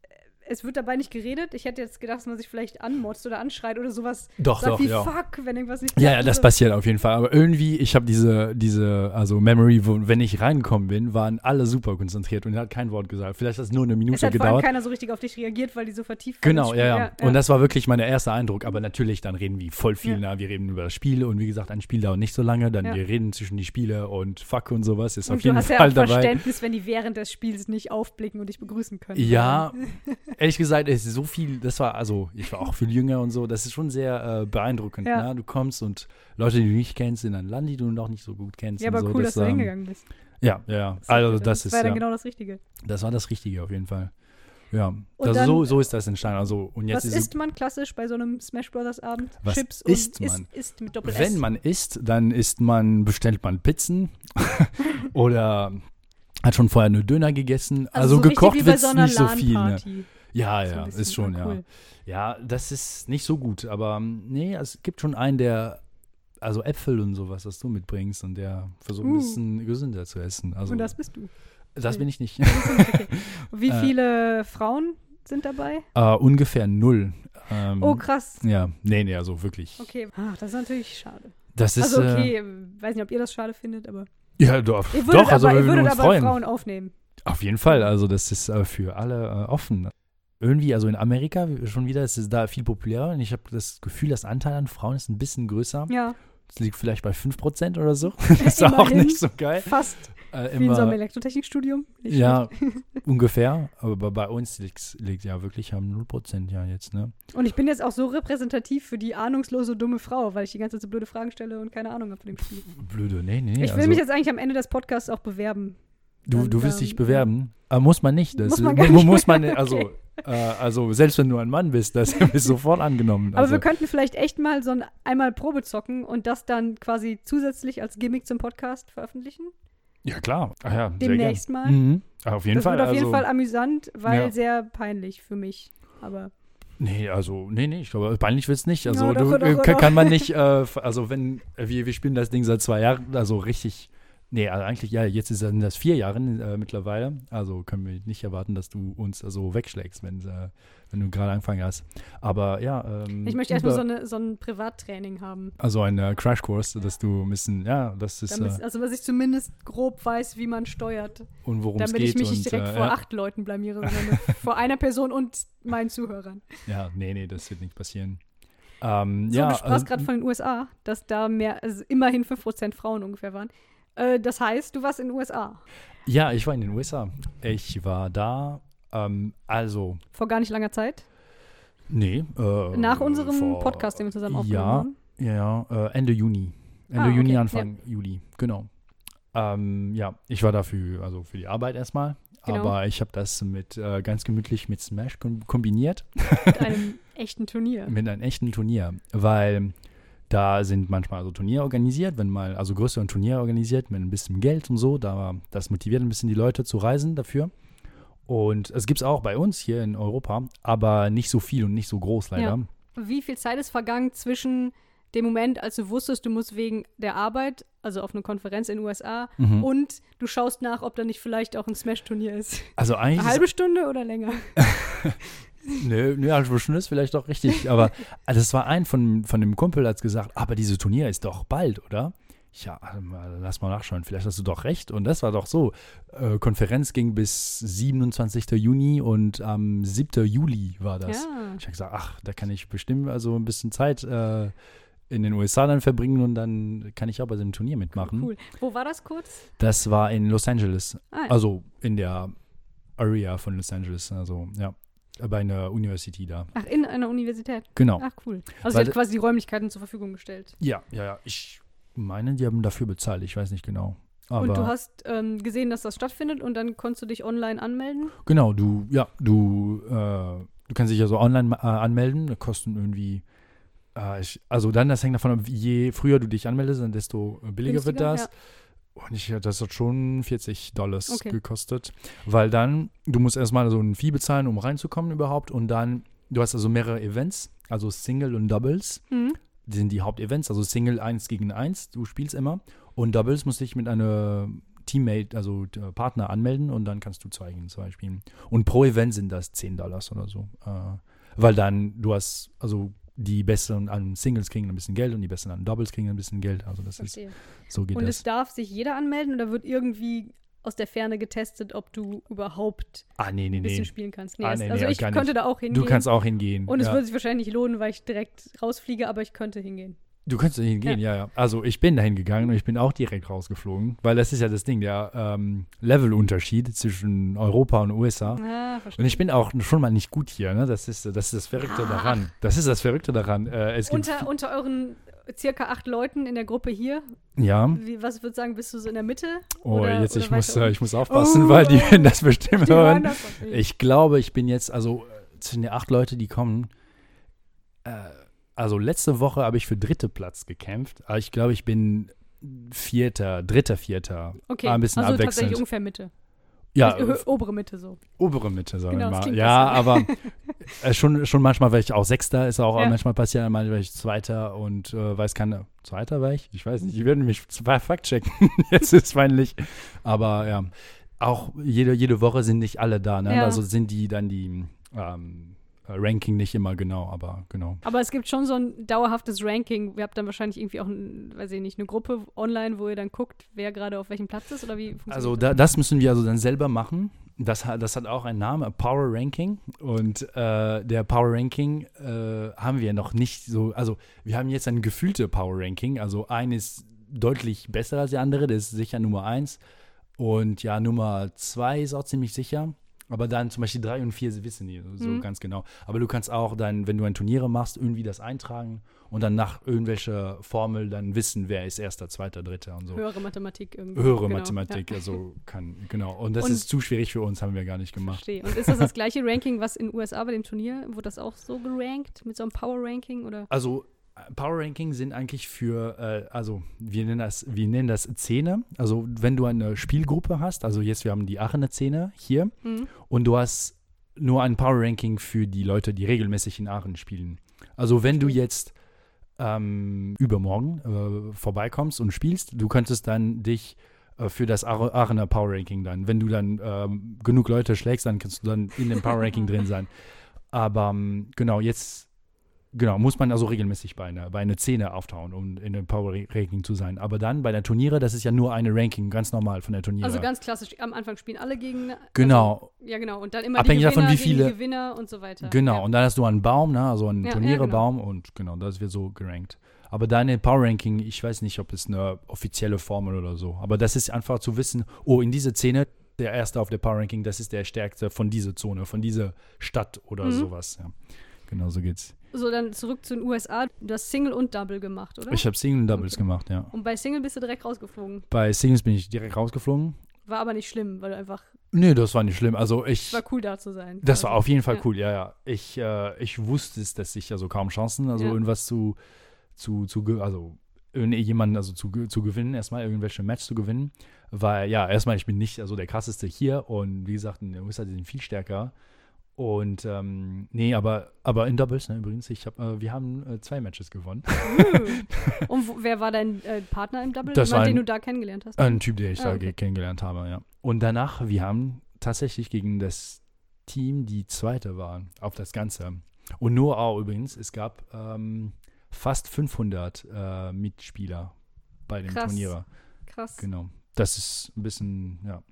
es wird dabei nicht geredet. Ich hätte jetzt gedacht, dass man sich vielleicht anmotzt oder anschreit oder sowas. Doch, Sagt doch, wie ja. fuck, wenn irgendwas nicht Ja, klappt ja, und das so. passiert auf jeden Fall. Aber irgendwie, ich habe diese, diese, also Memory, wo, wenn ich reingekommen bin, waren alle super konzentriert und er hat kein Wort gesagt. Vielleicht hat es nur eine Es Minute hat vor allem gedauert. keiner so richtig auf dich reagiert, weil die so vertieft waren Genau, ins ja, Spiel. ja, Und das war wirklich mein erster Eindruck. Aber natürlich, dann reden wir voll viel. Na, wir reden über das Spiel und wie gesagt, ein Spiel dauert nicht so lange. Dann Ja. wir reden zwischen die Spiele und fuck und sowas ist auf Und du jeden hast ja Fall auch dabei. Verständnis, wenn die während des Spiels nicht aufblicken und dich begrüßen können. Ja, [LAUGHS] ehrlich gesagt, es ist so viel, das war, also ich war auch viel jünger und so, das ist schon sehr äh, beeindruckend. Ja. Ne? Du kommst und Leute, die du nicht kennst, in ein Land, die du noch nicht so gut kennst. Ja, aber und so, cool, dass du ähm, hingegangen bist. Ja, ja, ja. Also das ist war dann ja, genau das Richtige. das war das Richtige auf jeden Fall. Ja, Und also dann- so, so ist das entstanden. Also und Was jetzt ist isst man klassisch bei so einem Smash Brothers Abend? Was Chips isst und man? Isst, isst mit Doppel es, wenn man isst, dann isst man bestellt [LAUGHS] man Pizzen oder hat schon vorher nur Döner gegessen. Also, so richtig wie gekocht bei wird so einer nicht so viel. Ne? LAN-Party. Ja, So ein ja, bisschen, ist schon ah, ja. cool. Ja, das ist nicht so gut, aber ähm, nee, es gibt schon einen, der also Äpfel und sowas, was du mitbringst und der versucht ein Uh. bisschen gesünder zu essen. Also Und das bist du. das bin ich nicht. [LAUGHS] Wie Äh. viele Frauen sind dabei? äh, ungefähr null. Ähm, Oh, krass. Ja, nee, nee, also wirklich. Okay. Ach, das ist natürlich schade. Das ist also okay, weiß nicht, ob ihr das schade findet, aber äh, ja doch, ihr würdet doch also aber, wir ihr würden würdet uns aber freuen. Frauen aufnehmen. Auf jeden Fall, also das ist äh, für alle äh, offen. Irgendwie, also in Amerika schon wieder, ist es da viel populärer und ich habe das Gefühl, das Anteil an Frauen ist ein bisschen größer. Ja, Das liegt vielleicht bei 5% [LAUGHS] oder so. Das ist auch Immerhin. nicht so geil. fast Äh, wie in so einem immer, Elektrotechnikstudium. Nicht ja, [LAUGHS] ungefähr, aber bei- bei uns liegt liegt ja wirklich am 0% ja jetzt, ne? schlecht. Und ich bin jetzt auch so repräsentativ für die ahnungslose dumme Frau, weil ich die ganze Zeit so blöde Fragen stelle und keine Ahnung habe von dem Spiel. Blöde, nee, nee. Ich will also, mich jetzt eigentlich am Ende des Podcasts auch bewerben. Du, Dann, du willst ähm, dich bewerben? Aber muss man nicht. Das Muss ist- [LAUGHS] man gar mu- nicht. Muss man, [LAUGHS] also, Okay. äh, also selbst wenn du ein Mann bist, das [LAUGHS] ist sofort angenommen. Aber Also, wir könnten vielleicht echt mal so ein einmal Probe zocken und das dann quasi zusätzlich als Gimmick zum Podcast veröffentlichen. ja, klar. Ah, ja, sehr Demnächst gern. mal. Mhm. Ah, Auf jeden das Fall. wird auf also, jeden Fall amüsant, weil Ja. sehr peinlich für mich. Aber Nee, also, nee, nee, ich glaube, peinlich wird es nicht. Also, Ja, doch, du, doch, äh, doch, kann, doch. kann [LAUGHS] man nicht, äh, f- also, wenn, äh, wir, wir spielen das Ding seit zwei Jahren, also richtig, nee, also eigentlich, ja, jetzt ist das vier Jahre äh, mittlerweile. Also, können wir nicht erwarten, dass du uns äh, so wegschlägst, wenn, äh, wenn du gerade angefangen hast. Aber ja. Ähm, ich möchte erstmal über- so, eine, so ein Privattraining haben. Also ein äh, Crashkurs, dass du ein bisschen, ja, das ist Damit, äh, also, dass ich zumindest grob weiß, wie man steuert. und worum es damit geht. ich mich und, nicht direkt äh, vor ja, acht Leuten blamiere, sondern [LAUGHS] nur vor einer Person und meinen Zuhörern. ja, nee, nee, das wird nicht passieren. Ähm, So, ja, du sprachst gerade äh, von den USA, dass da mehr, also immerhin 5% Frauen ungefähr waren. Äh, das heißt, du warst in den USA ja, ich war in den USA. Ich war da, ähm, also, vor gar nicht langer Zeit. nee. Äh, Nach unserem vor- Podcast, den wir zusammen aufgenommen Ja, haben. ja, ja, äh, Ende Juni. Ende Ah, okay, Juni, ja. Anfang Juli, genau. Ähm, ja, ich war dafür, also für die Arbeit erstmal. Genau. Aber ich habe das mit äh, ganz gemütlich mit Smash kom- kombiniert. Mit [LAUGHS] einem echten Turnier. mit einem echten Turnier, weil da sind manchmal also Turnier organisiert, wenn mal also größere Turnier organisiert mit ein bisschen Geld und so, da das motiviert ein bisschen die Leute zu reisen dafür. Und es gibt es auch bei uns hier in Europa, aber nicht so viel und nicht so groß leider. Wie viel Zeit ist vergangen zwischen dem Moment, als du wusstest, du musst wegen der Arbeit, also auf eine Konferenz in den USA, Mhm. und du schaust nach, ob da nicht vielleicht auch ein Smash-Turnier [LAUGHS] ist? Also eigentlich Eine halbe Stunde oder länger? Nö, nö, halbe Stunde ist vielleicht [LAUGHS] doch also richtig. Aber das war ein von, von dem Kumpel, hat gesagt, aber dieses Turnier ist doch bald, oder? Ja, also mal- lass mal nachschauen. Vielleicht hast du doch recht. Und das war doch so. Äh, Konferenz ging bis 27. Juni und am 7. Juli war das. Ja. Ich habe gesagt, ach, da kann ich bestimmt also ein bisschen Zeit äh, in den USA dann verbringen und dann kann ich auch bei dem Turnier mitmachen. Cool. Wo war das kurz? Das war in Los Angeles, Ah, ja. also in der Area von Los Angeles, also ja, bei einer University da. Ach, in einer Universität. Genau. Ach, cool. Also, sie Weil- hat quasi die Räumlichkeiten zur Verfügung gestellt. Ja, ja, ja. Ich meine, die haben dafür bezahlt. Ich weiß nicht genau. Aber und du hast ähm, gesehen, dass das stattfindet und dann konntest du dich online anmelden. Genau, du, ja, du, äh, du kannst dich ja so online ma- äh, anmelden, da kosten irgendwie, äh, ich, also dann, das hängt davon ab, wie- je früher du dich anmeldest, dann desto äh, billiger wird Günstiger, das. Und ich, das hat schon 40 Dollar Okay. gekostet, weil dann, du musst erstmal so ein Fee bezahlen, um reinzukommen überhaupt und dann, du hast also mehrere Events, also Single und Doubles, Ja. Mhm. die sind die Hauptevents, also Single 1 gegen 1, du spielst immer und Doubles musst dich mit einer Teammate, also äh, Partner anmelden und dann kannst du zwei gegen zwei spielen. Und pro Event sind das 10 Dollars oder so, äh, weil dann du hast, also die Besseren an Singles kriegen ein bisschen Geld und die Besseren an Doubles kriegen ein bisschen Geld, also das ist, Verstehe. so geht Und das. es darf sich jeder anmelden oder wird irgendwie aus der Ferne getestet, ob du überhaupt Ah, nee, nee, ein bisschen nee. spielen kannst. Ah, es- nee, also nee, ich gar nicht. konnte da auch hingehen. Du kannst auch hingehen. und es ja. würde sich wahrscheinlich nicht lohnen, weil ich direkt rausfliege, aber ich könnte hingehen. Du kannst da hingehen, ja. ja, Also ich bin da hingegangen und ich bin auch direkt rausgeflogen, weil das ist ja das Ding, der ähm, Levelunterschied zwischen Europa und USA. Ah, verstehe. Und ich bin auch schon mal nicht gut hier, ne? Das ist das, ist das Verrückte Ah. daran. Das ist das Verrückte daran. Äh, es gibt, Unter, unter euren circa acht Leuten in der Gruppe hier, ja. wie, was würde sagen, bist du so in der Mitte? Oh, Oder- jetzt oder ich muss, weiter äh, unten? ich muss aufpassen, Oh. weil die werden das bestimmt Die hören hören. das wahrscheinlich. Ich glaube, ich bin jetzt, also äh, zwischen den acht Leute, die kommen, äh, also letzte Woche habe ich für dritte Platz gekämpft, aber ich glaube, ich bin Vierter, dritter, vierter. Ah, okay. ein bisschen also abwechselnd. tatsächlich um- also, ungefähr Mitte. Ja, äh, Ö- ö- obere Mitte so. obere Mitte, sagen Genau, wir das mal. klingt Ja, besser. aber äh, schon, schon manchmal war ich auch Sechster, ist auch Ja. manchmal passiert, manchmal war ich Zweiter und äh, weiß keiner. Zweiter war ich? Ich weiß nicht, ich werde mich zwei Fakt checken. [LAUGHS] Jetzt ist peinlich. Aber ja, auch jede, jede Woche sind nicht alle da, ne? Ja. Also sind die dann die ähm, äh, Ranking nicht immer genau, aber genau. Aber es gibt schon so ein dauerhaftes Ranking. Ihr habt dann wahrscheinlich irgendwie auch, ein, weiß ich nicht, eine Gruppe online, wo ihr dann guckt, wer gerade auf welchem Platz ist oder wie funktioniert Also das? da, das müssen wir also dann selber machen. Das, hat- das hat auch einen Namen, Power Ranking. Und äh, der Power Ranking äh, haben wir noch nicht so. Also wir haben jetzt ein gefühlte Power Ranking. Also eines deutlich besser als der andere. Das ist sicher Nummer eins. Und ja, Nummer zwei ist auch ziemlich sicher. Aber dann zum Beispiel drei und vier wissen die so Mhm. ganz genau. Aber du kannst auch dann, wenn du ein Turniere machst, irgendwie das eintragen und dann nach irgendwelcher Formel dann wissen, wer ist erster, zweiter, dritter und so höhere Mathematik irgendwie. höhere Genau, Mathematik, Ja. also kann, genau. Und das Und- ist zu schwierig für uns, haben wir gar nicht gemacht. Verstehe. Und ist das das gleiche Ranking, was in USA bei dem Turnier, wurde das auch so gerankt mit so einem Power Ranking oder? Also äh, Power Rankings sind eigentlich für, äh, also wir nennen das, wir nennen das Szene. Also wenn du eine Spielgruppe hast, also jetzt wir haben die Aachener Szene hier Mhm. und du hast nur ein Power Ranking für die Leute, die regelmäßig in Aachen spielen. Also wenn du jetzt ähm, übermorgen äh, vorbeikommst und spielst, du könntest dann dich äh, für das Aare- Aachener Power Ranking dann, wenn du dann ähm, genug Leute schlägst, dann kannst du dann in dem Power Ranking drin sein. Aber ähm, genau, jetzt genau, muss man also regelmäßig bei einer, bei einer Szene auftauen, um in dem Power Ranking zu sein. Aber dann bei der Turniere, das ist ja nur eine Ranking, ganz normal von der Turniere. Also ganz klassisch, am Anfang spielen alle gegen also genau, Ja, genau. Und dann immer Abhängig die Gewinner davon, wie gegen viele- die Gewinner und so weiter. Genau, Ja. und dann hast du einen Baum, ne? also einen Ja, ja, Turnierebaum und genau, das wird so gerankt. Aber deine Power Ranking, ich weiß nicht, ob es eine offizielle Formel oder so, aber das ist einfach zu wissen, oh, in dieser Szene, der Erste auf der Power Ranking, das ist der Stärkste von dieser Zone, von dieser Stadt oder Mhm. sowas. Ja. Genau so geht's. So, dann zurück zu den USA. Du hast Single und Double gemacht, oder? Ich habe Single und Doubles Okay. gemacht, ja. und bei Single bist du direkt rausgeflogen. Bei Singles bin ich direkt rausgeflogen. War aber nicht schlimm, weil du einfach. Nee, das war nicht schlimm. Also ich. Es war cool, da zu sein. Also Das war quasi. auf jeden Fall Ja. cool, ja, ja. Ich, äh, ich wusste es, dass ich also kaum Chancen, also Ja. irgendwas zu, zu, zu, ge- also irgend- jemanden also zu, ge- zu gewinnen, erstmal irgendwelche Match zu gewinnen. Weil, ja, erstmal, ich bin nicht also der krasseste hier und wie gesagt, in den USA, die sind viel stärker. Und ähm, nee, aber, aber in Doubles, ne, übrigens, ich hab, äh, wir haben äh, zwei Matches gewonnen. Uh. Und wo, wer war dein äh, Partner im Double? Das Jemand, war den ein- du da kennengelernt hast? Ein Typ, den ich Ah, da okay. ge- kennengelernt habe, ja. Und danach, wir haben tatsächlich gegen das Team, die Zweite waren, auf das Ganze. Und nur auch übrigens, es gab ähm, fast 500 äh, Mitspieler bei dem Krass. Turnierer. Krass. Genau. Das ist ein bisschen, ja.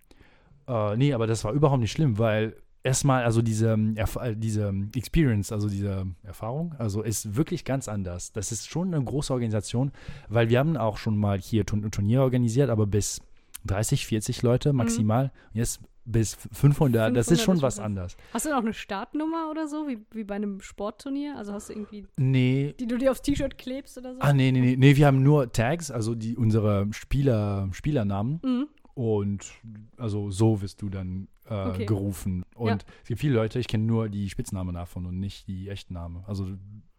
Äh, nee, aber das war überhaupt nicht schlimm, weil erstmal, also diese, ähm, Erf äh, diese ähm, Experience, also diese Erfahrung, also ist wirklich ganz anders. Das ist schon eine große Organisation, weil wir haben auch schon mal hier Turn Turniere organisiert, aber bis 30, 40 Leute Mhm. maximal. Jetzt bis 500, das 500 ist schon ist was schon krass. anderes. Hast du noch eine Startnummer oder so, wie, wie bei einem Sportturnier? Also hast du irgendwie, Nee, die du dir aufs T-Shirt klebst oder so? ah, nee, nee, nee, nee, wir haben nur Tags, also die, unsere Spieler, Spielernamen. Mhm. Und also so wirst du dann äh, Okay. gerufen. Und es gibt viele Leute, ich kenne nur die Spitznamen davon und nicht die echten Namen. Also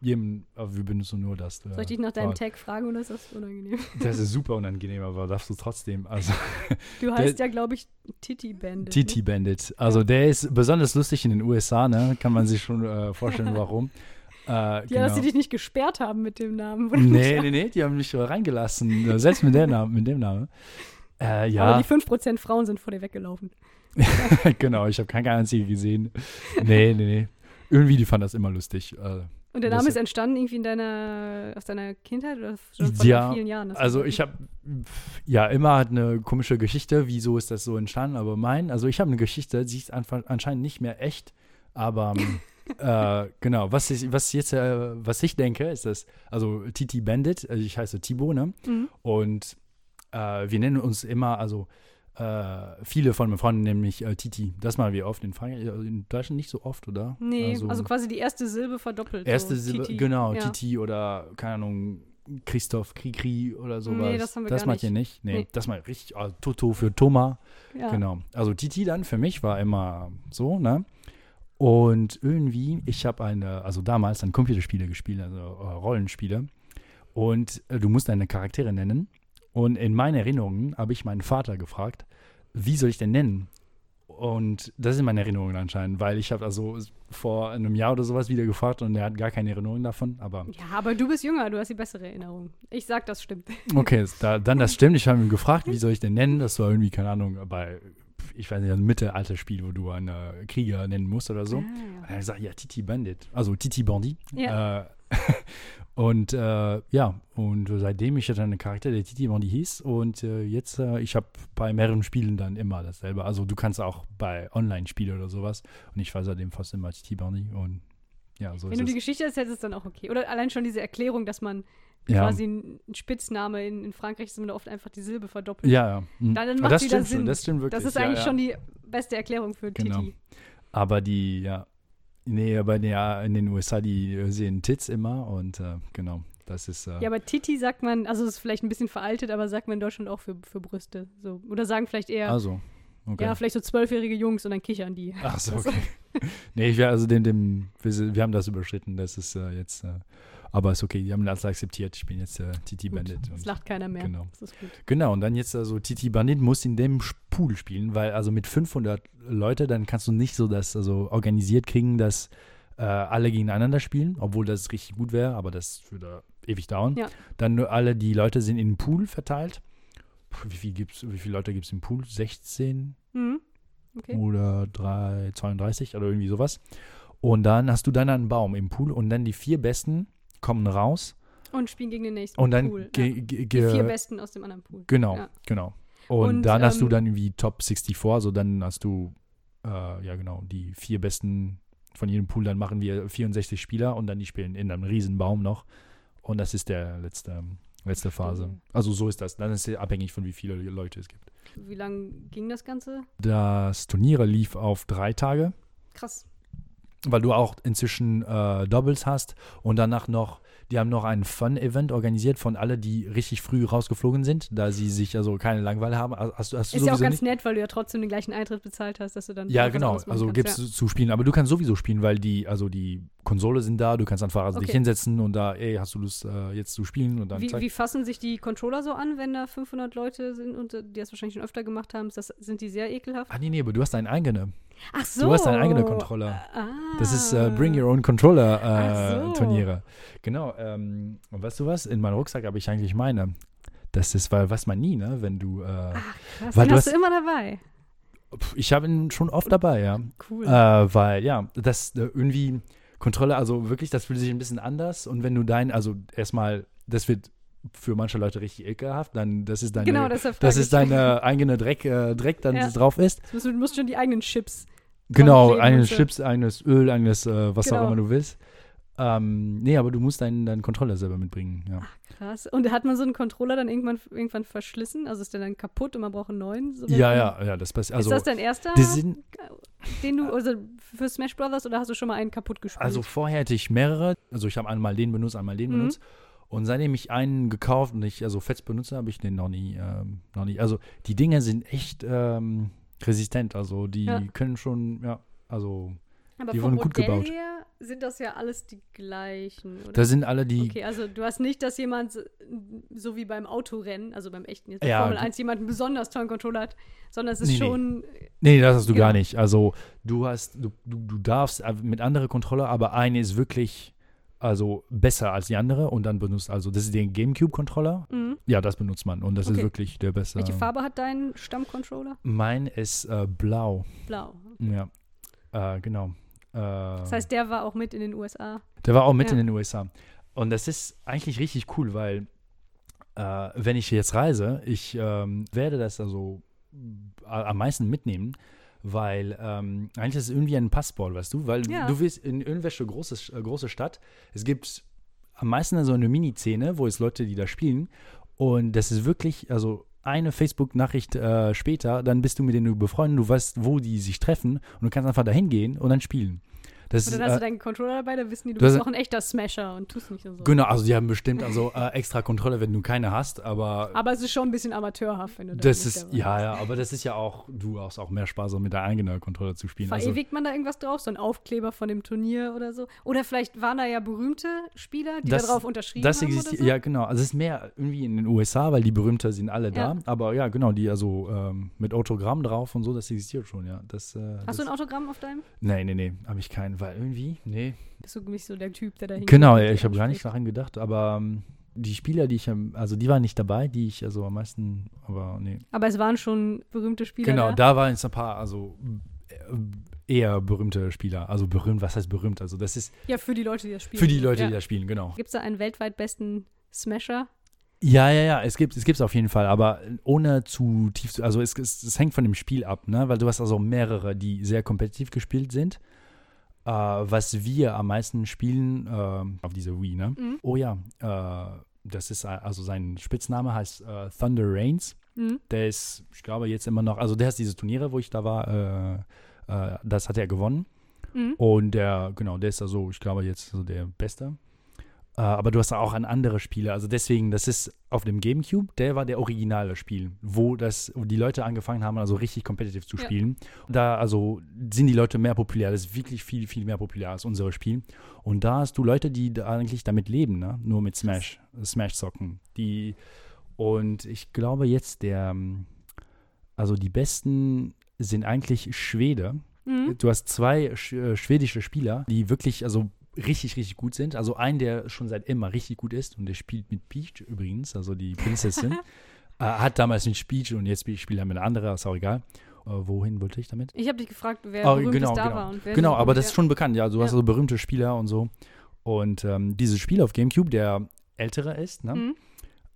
jedem, aber wir benutzen nur das. äh, Soll ich dich nach deinem Wort. Tag fragen oder ist das [LAUGHS] unangenehm? Das ist super unangenehm, aber darfst du trotzdem. [LAUGHS] Also Du heißt ja, glaube ich, Titty Bandit. ne? Titi Bandit. Also der ist besonders lustig in den USA, ne? Kann man sich schon [LAUGHS] äh, vorstellen, warum. Äh, Ja, dass sie dich nicht gesperrt haben mit dem Namen. wo du nicht- nee, nee, nee, die haben mich reingelassen. äh, Selbst mit, der Name, mit dem Namen. Äh, ja. Aber die 5% Frauen sind vor dir weggelaufen. [LAUGHS] genau, ich habe keine einzige gesehen. Nee, nee, nee. Irgendwie, die fanden das immer lustig. Äh, Und der Das Name ist ist- entstanden irgendwie in deiner, aus deiner Kindheit oder schon vor Ja, vielen Jahren? Das Also ich habe ja immer hat eine komische Geschichte, wieso ist das so entstanden, aber mein, also ich habe eine Geschichte, sie ist anfa- anscheinend nicht mehr echt, aber [LAUGHS] ähm, äh, genau, was ich, was jetzt, äh, was ich denke, ist das, also Titi Bandit, also ich heiße Tibo, ne? Mhm. Und äh, wir nennen uns immer, also äh, viele von meinen Freunden nennen mich äh, Titi. Das machen wir oft in Frankreich, also in Deutschland nicht so oft, oder? Nee, also, quasi die erste Silbe verdoppelt. Erste so. Silbe, Titi. genau, ja. Titi oder, keine Ahnung, Christoph, Krikri oder sowas. das haben wir Das gar macht ihr nicht. Nee, Nee. das mal richtig, ah, Toto für Thomas, Ja. genau. Also Titi dann für mich war immer so, ne? Und irgendwie, ich habe eine, also damals dann Computerspiele gespielt, also äh, Rollenspiele. Und äh, du musst deine Charaktere nennen. Und in meinen Erinnerungen habe ich meinen Vater gefragt, wie soll ich denn nennen? Und das sind meine Erinnerungen anscheinend, weil ich habe also vor einem Jahr oder sowas wieder gefragt und er hat gar keine Erinnerungen davon. Aber Ja, aber du bist jünger, du hast die bessere Erinnerung. Ich sag, das stimmt. okay, es- da, dann das stimmt. Ich habe ihn gefragt, wie soll ich denn nennen? Das war irgendwie, keine Ahnung, bei, ich weiß nicht, also ein Mittelalter-Spiel, wo du einen äh, Krieger nennen musst oder so. Ah, Und er hat gesagt, ja, Titi Bandit, also Titi Bandit. Ja. Äh, [LAUGHS] und äh, ja, und seitdem ich hatte einen Charakter, der Titi Bandit hieß. Und äh, jetzt, äh, ich habe bei mehreren Spielen dann immer dasselbe. Also du kannst auch bei Online-Spielen oder sowas. Und ich war seitdem fast immer Titi Bandit. Und ja, so Wenn du ist die es. Geschichte erzählst, ist dann auch okay. Oder allein schon diese Erklärung, dass man Ja. quasi ein ein Spitzname in, in Frankreich ist, man oft einfach die Silbe verdoppelt. Ja, ja. Mhm. Dann Aber macht das wieder stimmt Sinn. schon, das stimmt wirklich. das ist ja, eigentlich ja. schon die beste Erklärung für Genau. Titi. Aber die, ja, nee, aber in, der, in den USA, die äh, sehen Tits immer und äh, genau, das ist, äh, Ja, aber Titi sagt man, also ist vielleicht ein bisschen veraltet, aber sagt man in Deutschland auch für, für Brüste. So. Oder sagen vielleicht eher, also, okay. ja, vielleicht so zwölfjährige Jungs und dann kichern die. Ach so, [LAUGHS] das- okay. nee, ich wäre also dem, dem, wir, sind- wir haben das überschritten, das ist äh, jetzt, äh, aber ist okay, die haben das akzeptiert, ich bin jetzt äh, Titi Gut, Bandit. Es Und, lacht keiner mehr. Genau. Das ist gut. genau, und dann jetzt, also Titi Bandit muss in dem Sch- Pool spielen, weil also mit 500 Leute, dann kannst du nicht so das, also organisiert kriegen, dass äh, alle gegeneinander spielen, obwohl das richtig gut wäre, aber das würde ewig dauern. Ja. Dann nur alle die Leute sind in den Pool verteilt. Puh, Wie, viel gibt's, wie viele Leute gibt es im Pool? 16 Mhm. Okay. oder 3, 32 oder irgendwie sowas. Und dann hast du dann einen Baum im Pool und dann die vier Besten kommen raus Und spielen gegen den nächsten und dann Pool. ge- ja. ge- Die ge- vier Besten aus dem anderen Pool. Genau, Ja. genau. Und, Und, dann hast du ähm, dann irgendwie Top 64, also dann hast du, äh, ja genau, die vier besten von jedem Pool, dann machen wir 64 Spieler und dann die spielen in einem riesen Baum noch. Und das ist der letzte, letzte Phase. Verstehe. Also so ist das. Dann ist es abhängig von wie viele Leute es gibt. Wie lange ging das Ganze? Das Turnier lief auf drei Tage, Krass. weil du auch inzwischen äh, Doubles hast und danach noch, die haben noch ein Fun-Event organisiert von alle, die richtig früh rausgeflogen sind, da sie sich also keine Langeweile haben. Hast, du- hast du Ist ja auch sowieso ganz nicht? nett, weil du ja trotzdem den gleichen Eintritt bezahlt hast, dass du dann. Ja, noch was genau. anderes machen Also kannst, gibt's ja. zu spielen, aber du kannst sowieso spielen, weil die, also die Konsole sind da, du kannst dann Fahrrad dich Okay. hinsetzen und da, ey, hast du Lust äh, jetzt zu spielen und dann Wie, zack. wie fassen sich die Controller so an, wenn da 500 Leute sind und äh, die das wahrscheinlich schon öfter gemacht haben? Ist Das, sind die sehr ekelhaft? Ah nee, nee, aber du hast deinen eigenen. Ach so. Du hast deinen eigenen Controller. Ah. Das ist äh, Bring Your Own Controller äh, Ach so. Turniere. Genau. Ähm, und weißt du was? In meinem Rucksack habe ich eigentlich meine. Das ist, weil was man nie, ne? Wenn du, äh, Krass, weil den du hast du hast- immer dabei. pf, ich habe ihn schon oft dabei, ja. Cool. Äh, weil, ja, das äh, irgendwie Kontrolle, also wirklich, das fühlt sich ein bisschen anders. Und wenn du dein, also erstmal, das wird für manche Leute richtig ekelhaft, dann das ist deine, Genau, deshalb frage das ich. ist deine eigene Dreck, äh, Dreck dann Ja. drauf ist. Du musst, du musst schon die eigenen Chips. Genau, kleben eines und so. Chips, eines Öl, eines äh, was auch Genau. immer du willst. Ähm, nee, aber du musst deinen, deinen Controller selber mitbringen. Ja. Krass. Und hat man so einen Controller dann irgendwann, irgendwann verschlissen? Also ist der dann kaputt und man braucht einen neuen? So ja, ja, ja, das passiert. Also, ist das dein erster, die sind, den du, also für Smash Brothers oder hast du schon mal einen kaputt gespielt? also vorher hatte ich mehrere. Also ich habe einmal den benutzt, einmal den Mhm. benutzt. Und seitdem ich einen gekauft und ich also fest benutze, habe ich den noch nie, ähm, noch nie. Also die Dinger sind echt ähm, resistent. Also die Ja. können schon, ja, also Aber die vom wurden gut Modell gebaut. her sind das ja alles die gleichen, oder? da sind alle die Okay, also du hast nicht, dass jemand so- so wie beim Autorennen, also beim echten jetzt Ja, Formel die- 1 jemand einen besonders tollen Controller hat, sondern es ist Nee, nee. schon Nee, das hast du gar Genau. nicht. Also du hast, du, du, du darfst mit andere Controller, aber eine ist wirklich also besser als die andere und dann benutzt also das ist den GameCube Controller. Mhm. Ja, das benutzt man und das ist Okay. wirklich der beste. Welche Farbe hat dein Stammcontroller? Mein ist äh, blau. Blau. Ja, äh, genau. Äh, Das heißt, der war auch mit in den USA. Der war auch mit Ja. in den USA. Und das ist eigentlich richtig cool, weil äh, wenn ich jetzt reise, ich ähm, werde das also äh, am meisten mitnehmen, weil ähm, eigentlich ist es irgendwie ein Passport, weißt du, weil Ja. du willst in irgendwelche große, äh, große Stadt, es gibt am meisten so eine Mini-Szene, wo es Leute, die da spielen und das ist wirklich, also eine Facebook-Nachricht äh, später, dann bist du mit denen du befreundet, du weißt, wo die sich treffen und du kannst einfach dahin gehen und dann spielen. Das Und dann ist, hast äh, du deinen Controller dabei, da wissen die, du das- bist auch ein echter Smasher und tust nicht nur so. Genau, also die haben bestimmt also äh, extra Kontrolle, wenn du keine hast, aber Aber es ist schon ein bisschen amateurhaft, wenn du da das nicht ist dabei ja, ja, aber das ist ja auch du hast auch mehr Spaß auch mit der eigenen Kontrolle zu spielen. Also, Verewigt man da irgendwas drauf? So ein Aufkleber von dem Turnier oder so? Oder vielleicht waren da ja berühmte Spieler, die Das- darauf unterschrieben das haben existiert oder so? ja genau, also es ist mehr irgendwie in den USA, weil die berühmter sind alle Ja. da, aber ja, genau, die also ähm, mit Autogramm drauf und so, das existiert schon, ja. Das äh, das, Hast du ein Autogramm auf deinem? Nein, nee, nee, habe ich keinen, weil irgendwie nee. Bist du nicht so der Typ, der da hingeht Genau, und ja, die ich habe gar nicht anspricht? daran gedacht, aber ähm, die Spieler, die ich am- also die waren nicht dabei, die ich also am meisten, aber nee. Aber es waren schon berühmte Spieler. Genau, da. da waren jetzt ein paar, also äh, eher berühmte Spieler. Also berühmt, was heißt berühmt? Also das ist Ja, für die Leute, die das spielen. für die Leute, ja. die da spielen, genau. Gibt es da einen weltweit besten Smasher? Ja, ja, ja, es gibt es gibt's auf jeden Fall, aber ohne zu tief zu, also es, es, es hängt von dem Spiel ab, ne? weil du hast also mehrere, die sehr kompetitiv gespielt sind. Äh, was wir am meisten spielen äh, auf dieser Wii, ne? Mhm. Oh ja, äh, das ist äh, also sein Spitzname heißt äh, Thunder Rains. Mhm. Der ist, ich glaube, jetzt immer noch, also der hat diese Turniere, wo ich da war, äh, äh, das hat er gewonnen. Mhm. Und der, genau, der ist also, ich glaube, jetzt so der Beste. Äh, aber du hast da auch ein anderes Spieler. Also deswegen, das ist auf dem Gamecube, der war der originale Spiel, wo das, wo die Leute angefangen haben, also richtig competitive zu Ja. spielen. Da also sind die Leute mehr populär. Das ist wirklich viel, viel mehr populär als unsere Spiel. Und da hast du Leute, die da eigentlich damit leben, ne? Nur mit Smash, Smash-Socken. Die und ich glaube jetzt der, ähm, also die besten sind eigentlich Schwede. Mhm. Du hast zwei sch äh, schwedische Spieler, die wirklich, also richtig, richtig gut sind. Also einen, der schon seit immer richtig gut ist und der spielt mit Peach übrigens, also die Prinzessin. äh, hat damals mit Peach und jetzt spielt er mit einer anderen, ist auch egal. Äh, wohin wollte ich damit? Ich habe dich gefragt, wer Ah, berühmtes Äh, genau, da genau. war. Und wer genau, so aber berühmt das ist wär. schon bekannt, ja. Du hast Ja. also berühmte Spieler und so. Und ähm, dieses Spiel auf GameCube, der ältere ist, ne? Mhm.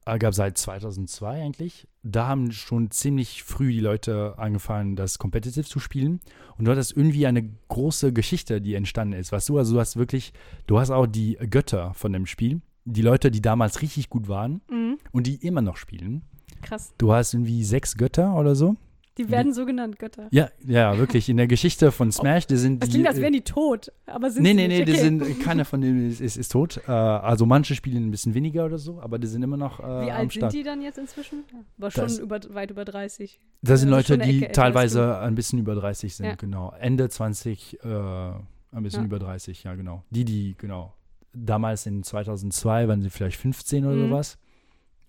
äh, gab seit 2002 eigentlich. Da haben schon ziemlich früh die Leute angefangen, das Competitive zu spielen. Und du hattest irgendwie eine große Geschichte, die entstanden ist. Weißt du, also du hast wirklich, du hast auch die Götter von dem Spiel. Die Leute, die damals richtig gut waren Mhm. und die immer noch spielen. Krass. Du hast irgendwie sechs Götter oder so. Die werden so genannt, Götter. Ja, ja, wirklich. In der Geschichte von Smash, die sind Es die. äh, klingt, als wären die tot, aber sind Nee, sie nee, nee, nicht. die okay. sind, keiner von denen ist, ist, ist tot. Äh, also manche spielen ein bisschen weniger oder so, aber die sind immer noch äh, Wie am alt Start. sind die dann jetzt inzwischen? War schon Das- über, weit über 30. Das sind Ja, Leute, Äh, schon eine die Ecke älter als teilweise ein bisschen über 30 sind, Ja. genau. Ende 20, äh, ein bisschen Ja. über 30, ja, genau. Die, die, genau. Damals in 2002 waren sie vielleicht 15 oder Mhm. sowas.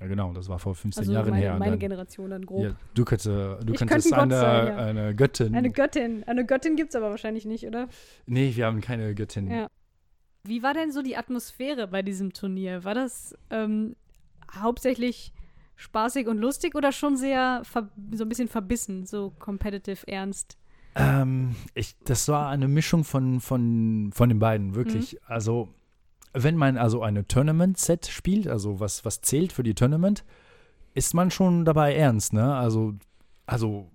Ja, genau, das war vor 15 Also Jahren meine, her. Und meine dann, Generation dann grob. ja, du könnte, du Ich könntest könnte ein eine, Gott sein, ja. eine Göttin. Eine Göttin. Eine Göttin gibt es aber wahrscheinlich nicht, oder? nee, wir haben keine Göttin. Ja. Wie war denn so die Atmosphäre bei diesem Turnier? War das ähm, hauptsächlich spaßig und lustig oder schon sehr ver so ein bisschen verbissen, so competitive ernst? Ähm, ich, das war eine Mischung von, von, von den beiden, wirklich. Also wenn man also eine Tournament-Set spielt, also was, was zählt für die Tournament, ist man schon dabei ernst, ne? Also, also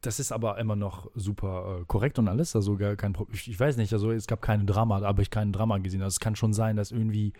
das ist aber immer noch super äh, korrekt und alles. Also gar kein Problem. Ich, ich weiß nicht, also es gab keine Drama, da habe ich keinen Drama gesehen. Also es kann schon sein, dass irgendwie,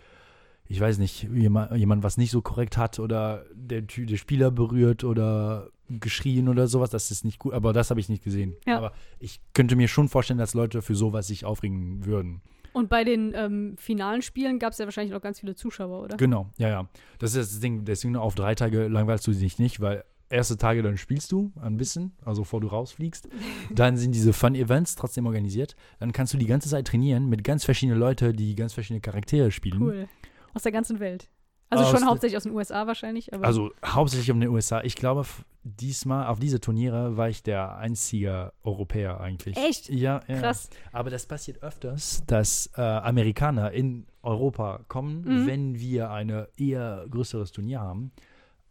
ich weiß nicht, jemand, jemand was nicht so korrekt hat oder der, Ty- der Spieler berührt oder geschrien oder sowas. Das ist nicht gut, aber das habe ich nicht gesehen. Ja. Aber ich könnte mir schon vorstellen, dass Leute für sowas sich aufregen würden. Und bei den ähm, finalen Spielen gab es ja wahrscheinlich noch ganz viele Zuschauer, oder? Genau, ja, ja. Das ist das Ding, deswegen auf drei Tage langweilst du dich nicht, weil erste Tage dann spielst du ein bisschen, also bevor [LAUGHS] du rausfliegst. Dann sind diese Fun-Events trotzdem organisiert. Dann kannst du die ganze Zeit trainieren mit ganz verschiedenen Leuten, die ganz verschiedene Charaktere spielen. Cool. Aus der ganzen Welt. Also Mhm. Aus schon der- hauptsächlich aus den USA wahrscheinlich, aber Also hauptsächlich um den USA. Ich glaube, f- diesmal auf diese Turniere war ich der einzige Europäer eigentlich. Echt? Ja, ja. krass. Aber das passiert öfters, dass äh, Amerikaner in Europa kommen, Mhm. wenn wir eine eher größeres Turnier haben.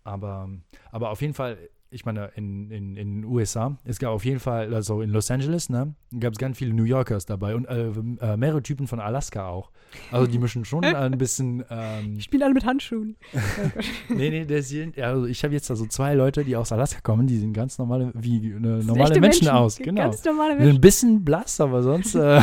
Aber, aber auf jeden Fall, ich meine, in, in, in den USA, es gab auf jeden Fall, also in Los Angeles, ne, gab es ganz viele New Yorkers dabei und äh, äh, mehrere Typen von Alaska auch. Also die [LAUGHS] müssen schon ein bisschen. Ähm, Ich spiele alle mit Handschuhen. Oh Gott. nee, nee, das sind, also ich habe jetzt da so zwei Leute, die aus Alaska kommen, die sehen ganz normale, wie äh, Das sind normale echte Menschen, aus. Genau. Ganz normale Sind Menschen. Ein bisschen blass, aber sonst. [LAUGHS] Äh,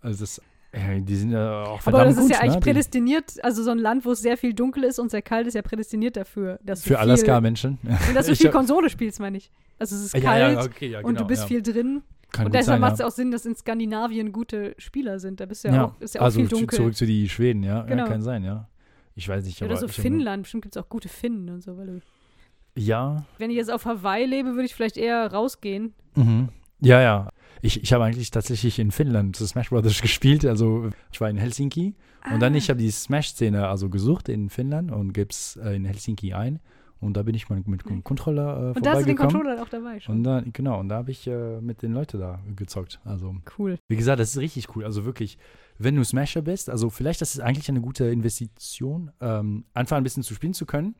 also das, äh, die sind ja auch verdammt Aber das ist gut, ja eigentlich ne? Die- prädestiniert, also so ein Land, wo es sehr viel dunkel ist und sehr kalt ist, ja prädestiniert dafür, dass du Für viel, Alaska-Menschen. und dass du Ich viel hab- Konsole spielst, meine ich. Also es ist kalt okay, ja, genau, und du bist ja. viel drin. Kann und gut deshalb sein, macht es ja. auch Sinn, dass in Skandinavien gute Spieler sind. Da bist du ja, ja. auch, ist ja auch Also viel zu- dunkel. zurück zu die Schweden, ja. Genau. ja kann sein, ja. Ich weiß nicht, aber. Oder so ich hab- Finnland, bestimmt gibt es auch gute Finnen und so. Weil du, Ja. wenn ich jetzt auf Hawaii lebe, würde ich vielleicht eher rausgehen. Mhm. Ja, ja. Ich, ich habe eigentlich tatsächlich in Finnland zu Smash Brothers [LAUGHS] gespielt. Also ich war in Helsinki und dann Ah. ich habe die Smash-Szene also gesucht in Finnland und gebe es äh, in Helsinki ein. Und da bin ich mal mit dem Controller äh, Mhm. Und da hast du den vorbeigekommen. Controller auch dabei Und schon. dann, genau, und da habe ich äh, mit den Leuten da gezockt. Also, Cool. wie gesagt, das ist richtig cool. Also wirklich, wenn du Smasher bist, also vielleicht das ist eigentlich eine gute Investition, ähm, einfach ein bisschen zu spielen zu können.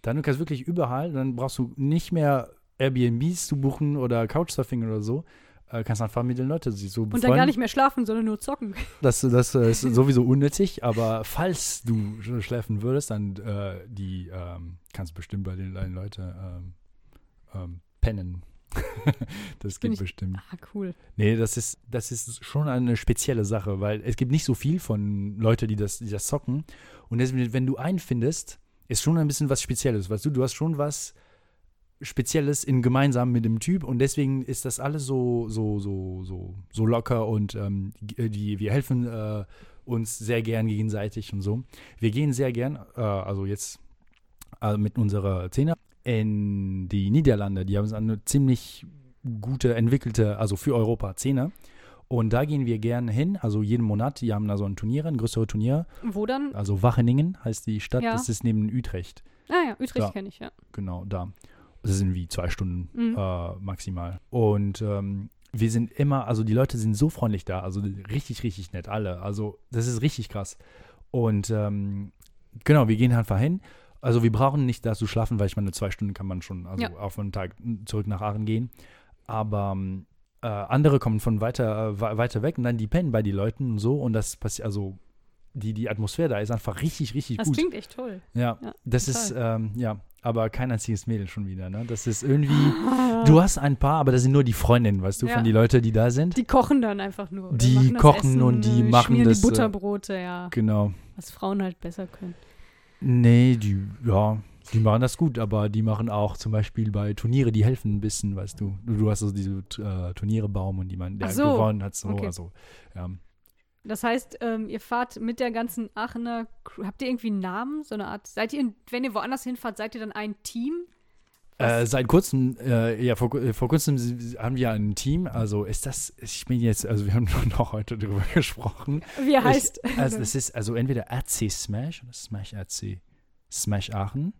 Dann du kannst wirklich überall, dann brauchst du nicht mehr Airbnbs zu buchen oder Couchsurfing oder so. Äh, kannst einfach mit den Leuten sich so Und dann befreunden. gar nicht mehr schlafen, sondern nur zocken. Das, das äh, ist sowieso unnötig, aber falls du sch- schläfen würdest, dann äh, die ähm, kannst bestimmt bei den kleinen Leuten ähm, ähm, pennen. [LAUGHS] das Bin geht ich- bestimmt. Ah, cool. Nee, das ist, das ist schon eine spezielle Sache, weil es gibt nicht so viel von Leuten, die das, die das zocken. Und deswegen, wenn du einen findest, ist schon ein bisschen was Spezielles. Weißt du, du hast schon was Spezielles in gemeinsam mit dem Typ und deswegen ist das alles so, so, so, so, so locker und ähm, die, wir helfen äh, uns sehr gern gegenseitig und so. Wir gehen sehr gern, äh, also jetzt äh, mit unserer Zehner in die Niederlande. Die haben eine ziemlich gute, entwickelte, also für Europa Szene. Und da gehen wir gerne hin, also jeden Monat. Die haben da so ein Turnier, ein größere Turnier. Wo dann? Also Wacheningen heißt die Stadt, Ja. das ist neben Utrecht. Ah ja, Utrecht Da. kenne ich, ja. Genau, da. Das sind wie zwei Stunden Mhm. äh, maximal. Und ähm, wir sind immer, also die Leute sind so freundlich da, also richtig, richtig nett, alle. Also das ist richtig krass. Und ähm, genau, wir gehen einfach hin. Also wir brauchen nicht da zu schlafen, weil ich meine, zwei Stunden kann man schon also Ja. auf einen Tag zurück nach Aachen gehen. Aber ähm, äh, andere kommen von weiter, äh, wei- weiter weg und dann die pennen bei den Leuten und so. Und das passiert, also die, die Atmosphäre da ist einfach richtig, richtig Das gut. klingt echt toll. Ja, Ja, das total. ist, ähm, ja, aber kein einziges Mädel schon wieder, ne? Das ist irgendwie, [LAUGHS] du hast ein paar, aber das sind nur die Freundinnen, weißt du, Ja. von die Leute, die da sind. Die kochen dann einfach nur. oder Die machen das kochen Essen, und die äh, machen schmieren das, die äh, Butterbrote, ja. Genau. Was Frauen halt besser können. Nee, die, ja, die machen das gut, aber die machen auch zum Beispiel bei Turniere, die helfen ein bisschen, weißt du. Du, du hast so diese äh, Turnierebaum und die man, der Ach so, gewonnen hat, so, okay. also, ja. Das heißt, ähm, ihr fahrt mit der ganzen Aachener Crew. Habt ihr irgendwie einen Namen? So eine Art. Seid ihr, in, wenn ihr woanders hinfahrt, seid ihr dann ein Team? Was- Äh, seit kurzem, äh, ja, vor, ku- vor kurzem s- haben wir ein Team, also ist das, ich bin jetzt, also wir haben [LAUGHS] nur noch heute drüber gesprochen. Wie heißt. Ich, also das ist also entweder AC Smash oder Smash AC. Smash Aachen.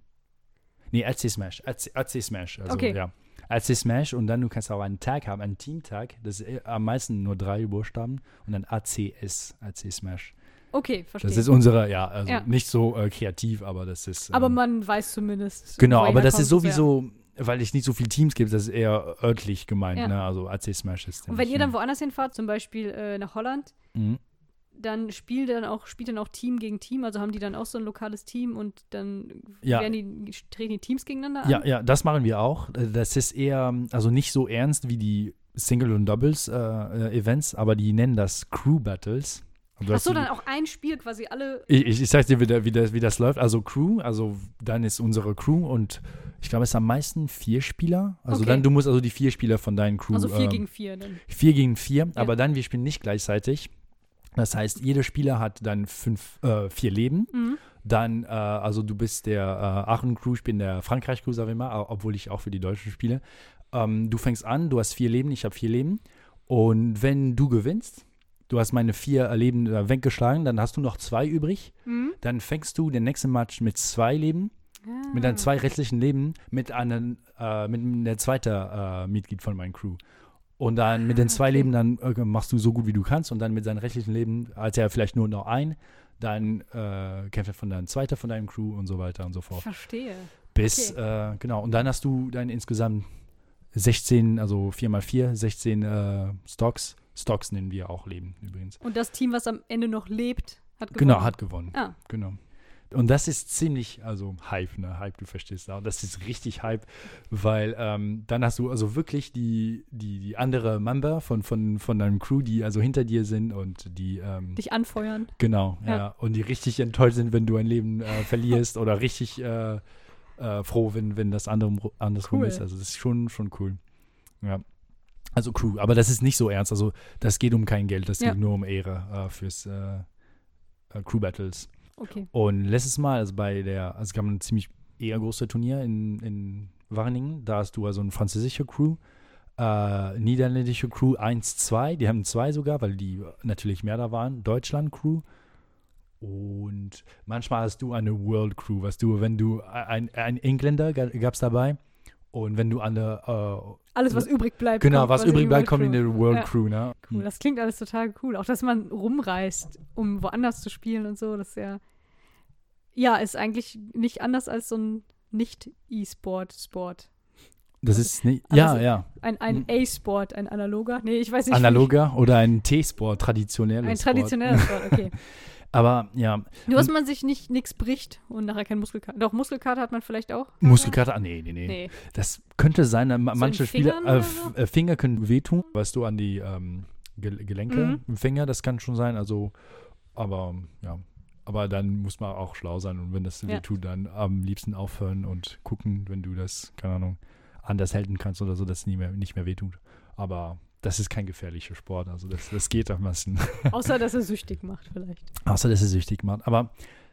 Nee, AC Smash. AC, AC Smash. Also, Okay. ja. AC Smash und dann du kannst auch einen Tag haben, einen Teamtag. Das ist äh, am meisten nur drei Buchstaben und dann ACS, AC Smash. okay, verstehe. Das ist unsere, ja, also Ja. nicht so äh, kreativ, aber das ist. aber ähm, man weiß zumindest. Genau, wo ihr aber das herkommt, ist sowieso, weil es nicht so viele Teams gibt, das ist eher örtlich gemeint, Ja. ne? Also AC Smash ist. ja. Und wenn nicht, ihr dann ne? woanders hinfahrt, zum Beispiel äh, nach Holland, Mhm. dann spielt dann auch, spielt dann auch Team gegen Team, also haben die dann auch so ein lokales Team und dann Ja. werden die, treten die Teams gegeneinander an. Ja, ja, das machen wir auch. Das ist eher, also nicht so ernst wie die Single- und Doubles-Events, aber die nennen das Crew-Battles. Also Ach das- so, dann auch ein Spiel quasi alle. Ich, ich, ich sag dir, wie, der, wie, das, wie das läuft. Also Crew, also dann ist unsere Crew und ich glaube, es sind am meisten vier Spieler. Also Okay. dann, du musst also die vier Spieler von deinen Crew. Also vier ähm, gegen vier. Dann. vier gegen vier, aber dann, wir spielen nicht gleichzeitig. Das heißt, jeder Spieler hat dann fünf, äh, vier Leben. Mhm. Dann, äh, also du bist der äh, Aachen-Crew, ich bin der Frankreich-Crew, sag ich mal, au- obwohl ich auch für die Deutschen spiele. Ähm, du fängst an, du hast vier Leben, ich habe vier Leben. Und wenn du gewinnst, du hast meine vier äh, Leben äh, weggeschlagen, dann hast du noch zwei übrig. Mhm. Dann fängst du den nächsten Match mit zwei Leben, Ah. mit deinen zwei restlichen Leben, mit einem, äh, mit einem zweiten äh, Mitglied von meinem Crew. Und dann Ah, mit den zwei Leben, dann äh, machst du so gut wie du kannst und dann mit seinem restlichen Leben, als er vielleicht nur noch ein, dann äh, kämpft er von deinem zweiter von deinem Crew und so weiter und so fort. Verstehe. Bis, äh, genau, und dann hast du dann insgesamt 16, also 4x4, 16 äh, Stocks. Stocks nennen wir auch Leben übrigens. Und das Team, was am Ende noch lebt, hat gewonnen. Genau, hat gewonnen. Ah, Genau. Und das ist ziemlich, also Hype, ne? Hype, du verstehst auch. Das ist richtig Hype, weil ähm, dann hast du also wirklich die, die, die andere Member von, von, von deinem Crew, die also hinter dir sind und die, ähm, dich anfeuern. genau, ja. Ja. und die richtig enttäuscht sind, wenn du ein [LAUGHS] Leben äh, verlierst oder richtig äh, äh, froh, wenn, wenn das andere, andersrum Cool. ist. Also das ist schon, schon cool. Ja. Also Crew, aber das ist nicht so ernst. Also das geht um kein Geld, das Ja. geht nur um Ehre äh, fürs äh, äh, Crew Battles. Okay. Und letztes Mal, also bei der, also es gab ein ziemlich eher großes Turnier in, in Warningen, da hast du also eine französische Crew, äh, niederländische Crew 1, 2, die haben zwei sogar, weil die natürlich mehr da waren, Deutschland Crew. Und manchmal hast du eine World Crew, was du, wenn du äh, ein, ein Engländer gab es dabei und wenn du eine, äh, Alles, was übrig bleibt. genau, kommt was quasi übrig in die bleibt, kommt in Weltcrew. die World Ja. Crew, ne? Cool, das klingt alles total cool. Auch, dass man rumreist, um woanders zu spielen und so, das ist ja. Ja, ist eigentlich nicht anders als so ein Nicht-E-Sport-Sport. Das ist nicht, also- ja, ja. Ein, ein Mhm. A-Sport, ein analoger. Nee, ich weiß nicht. wie- Analoger oder ein T-Sport, traditioneller Ein Sport. traditioneller Sport, [LAUGHS] okay. Aber ja, Nur, dass man sich nicht nichts bricht und nachher kein Muskelkater. Doch, Muskelkater hat man vielleicht auch. Muskelkater, ah, nee, nee, nee, Nee. Das könnte sein, ma- manche in Spieler, Fingern äh, oder F- so? äh, Finger können wehtun, weißt du, an die ähm, Ge- Gelenke Mhm. im Finger, das kann schon sein, also, aber ja. Aber dann muss man auch schlau sein und wenn das Ja. wehtut, dann am liebsten aufhören und gucken, wenn du das, keine Ahnung, anders halten kannst oder so, dass es nie mehr, nicht mehr wehtut. Aber das ist kein gefährlicher Sport, also das, das geht am besten. [LAUGHS] Außer, dass er süchtig macht, vielleicht. Außer, dass es süchtig macht. Aber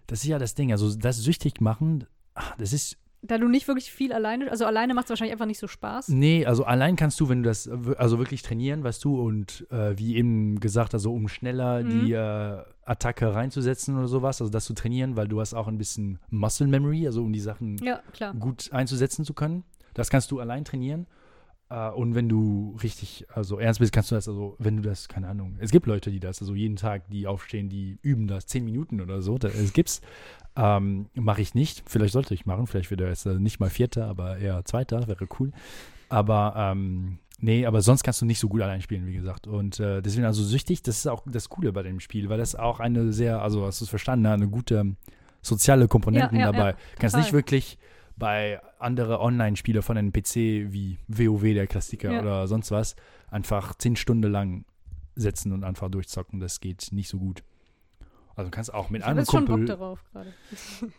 das ist ja das Ding. Also, das süchtig machen, ah, das ist. Da du nicht wirklich viel alleine, also alleine macht es wahrscheinlich einfach nicht so Spaß. Nee, also allein kannst du, wenn du das äh, wir- also wirklich trainieren, weißt du, und äh, wie eben gesagt, also um schneller Mhm. die äh, Attacke reinzusetzen oder sowas, also das zu trainieren, weil du hast auch ein bisschen Muscle Memory, also um die Sachen Ja, klar. gut einzusetzen zu können. Das kannst du allein trainieren. Äh, Und wenn du richtig, also ernst bist, kannst du das, also wenn du das, keine Ahnung, es gibt Leute, die das, also jeden Tag, die aufstehen, die üben das, zehn Minuten oder so, das, es gibt's. Ähm, Mache ich nicht, vielleicht sollte ich machen, vielleicht wäre es äh, nicht mal Vierter, aber eher Zweiter, wäre cool. Aber ähm, nee, aber sonst kannst du nicht so gut allein spielen, wie gesagt. Und äh, deswegen also süchtig, das ist auch das Coole bei dem Spiel, weil das auch eine sehr, also hast du es verstanden, eine gute soziale Komponenten Ja, ja, dabei. ja, kannst total. nicht wirklich bei andere Online-Spieler von einem PC wie WoW, der Klassiker Ja. oder sonst was, einfach zehn Stunden lang setzen und einfach durchzocken. Das geht nicht so gut. Also du kannst auch mit ich habe einem jetzt schon Bock Kumpel darauf gerade.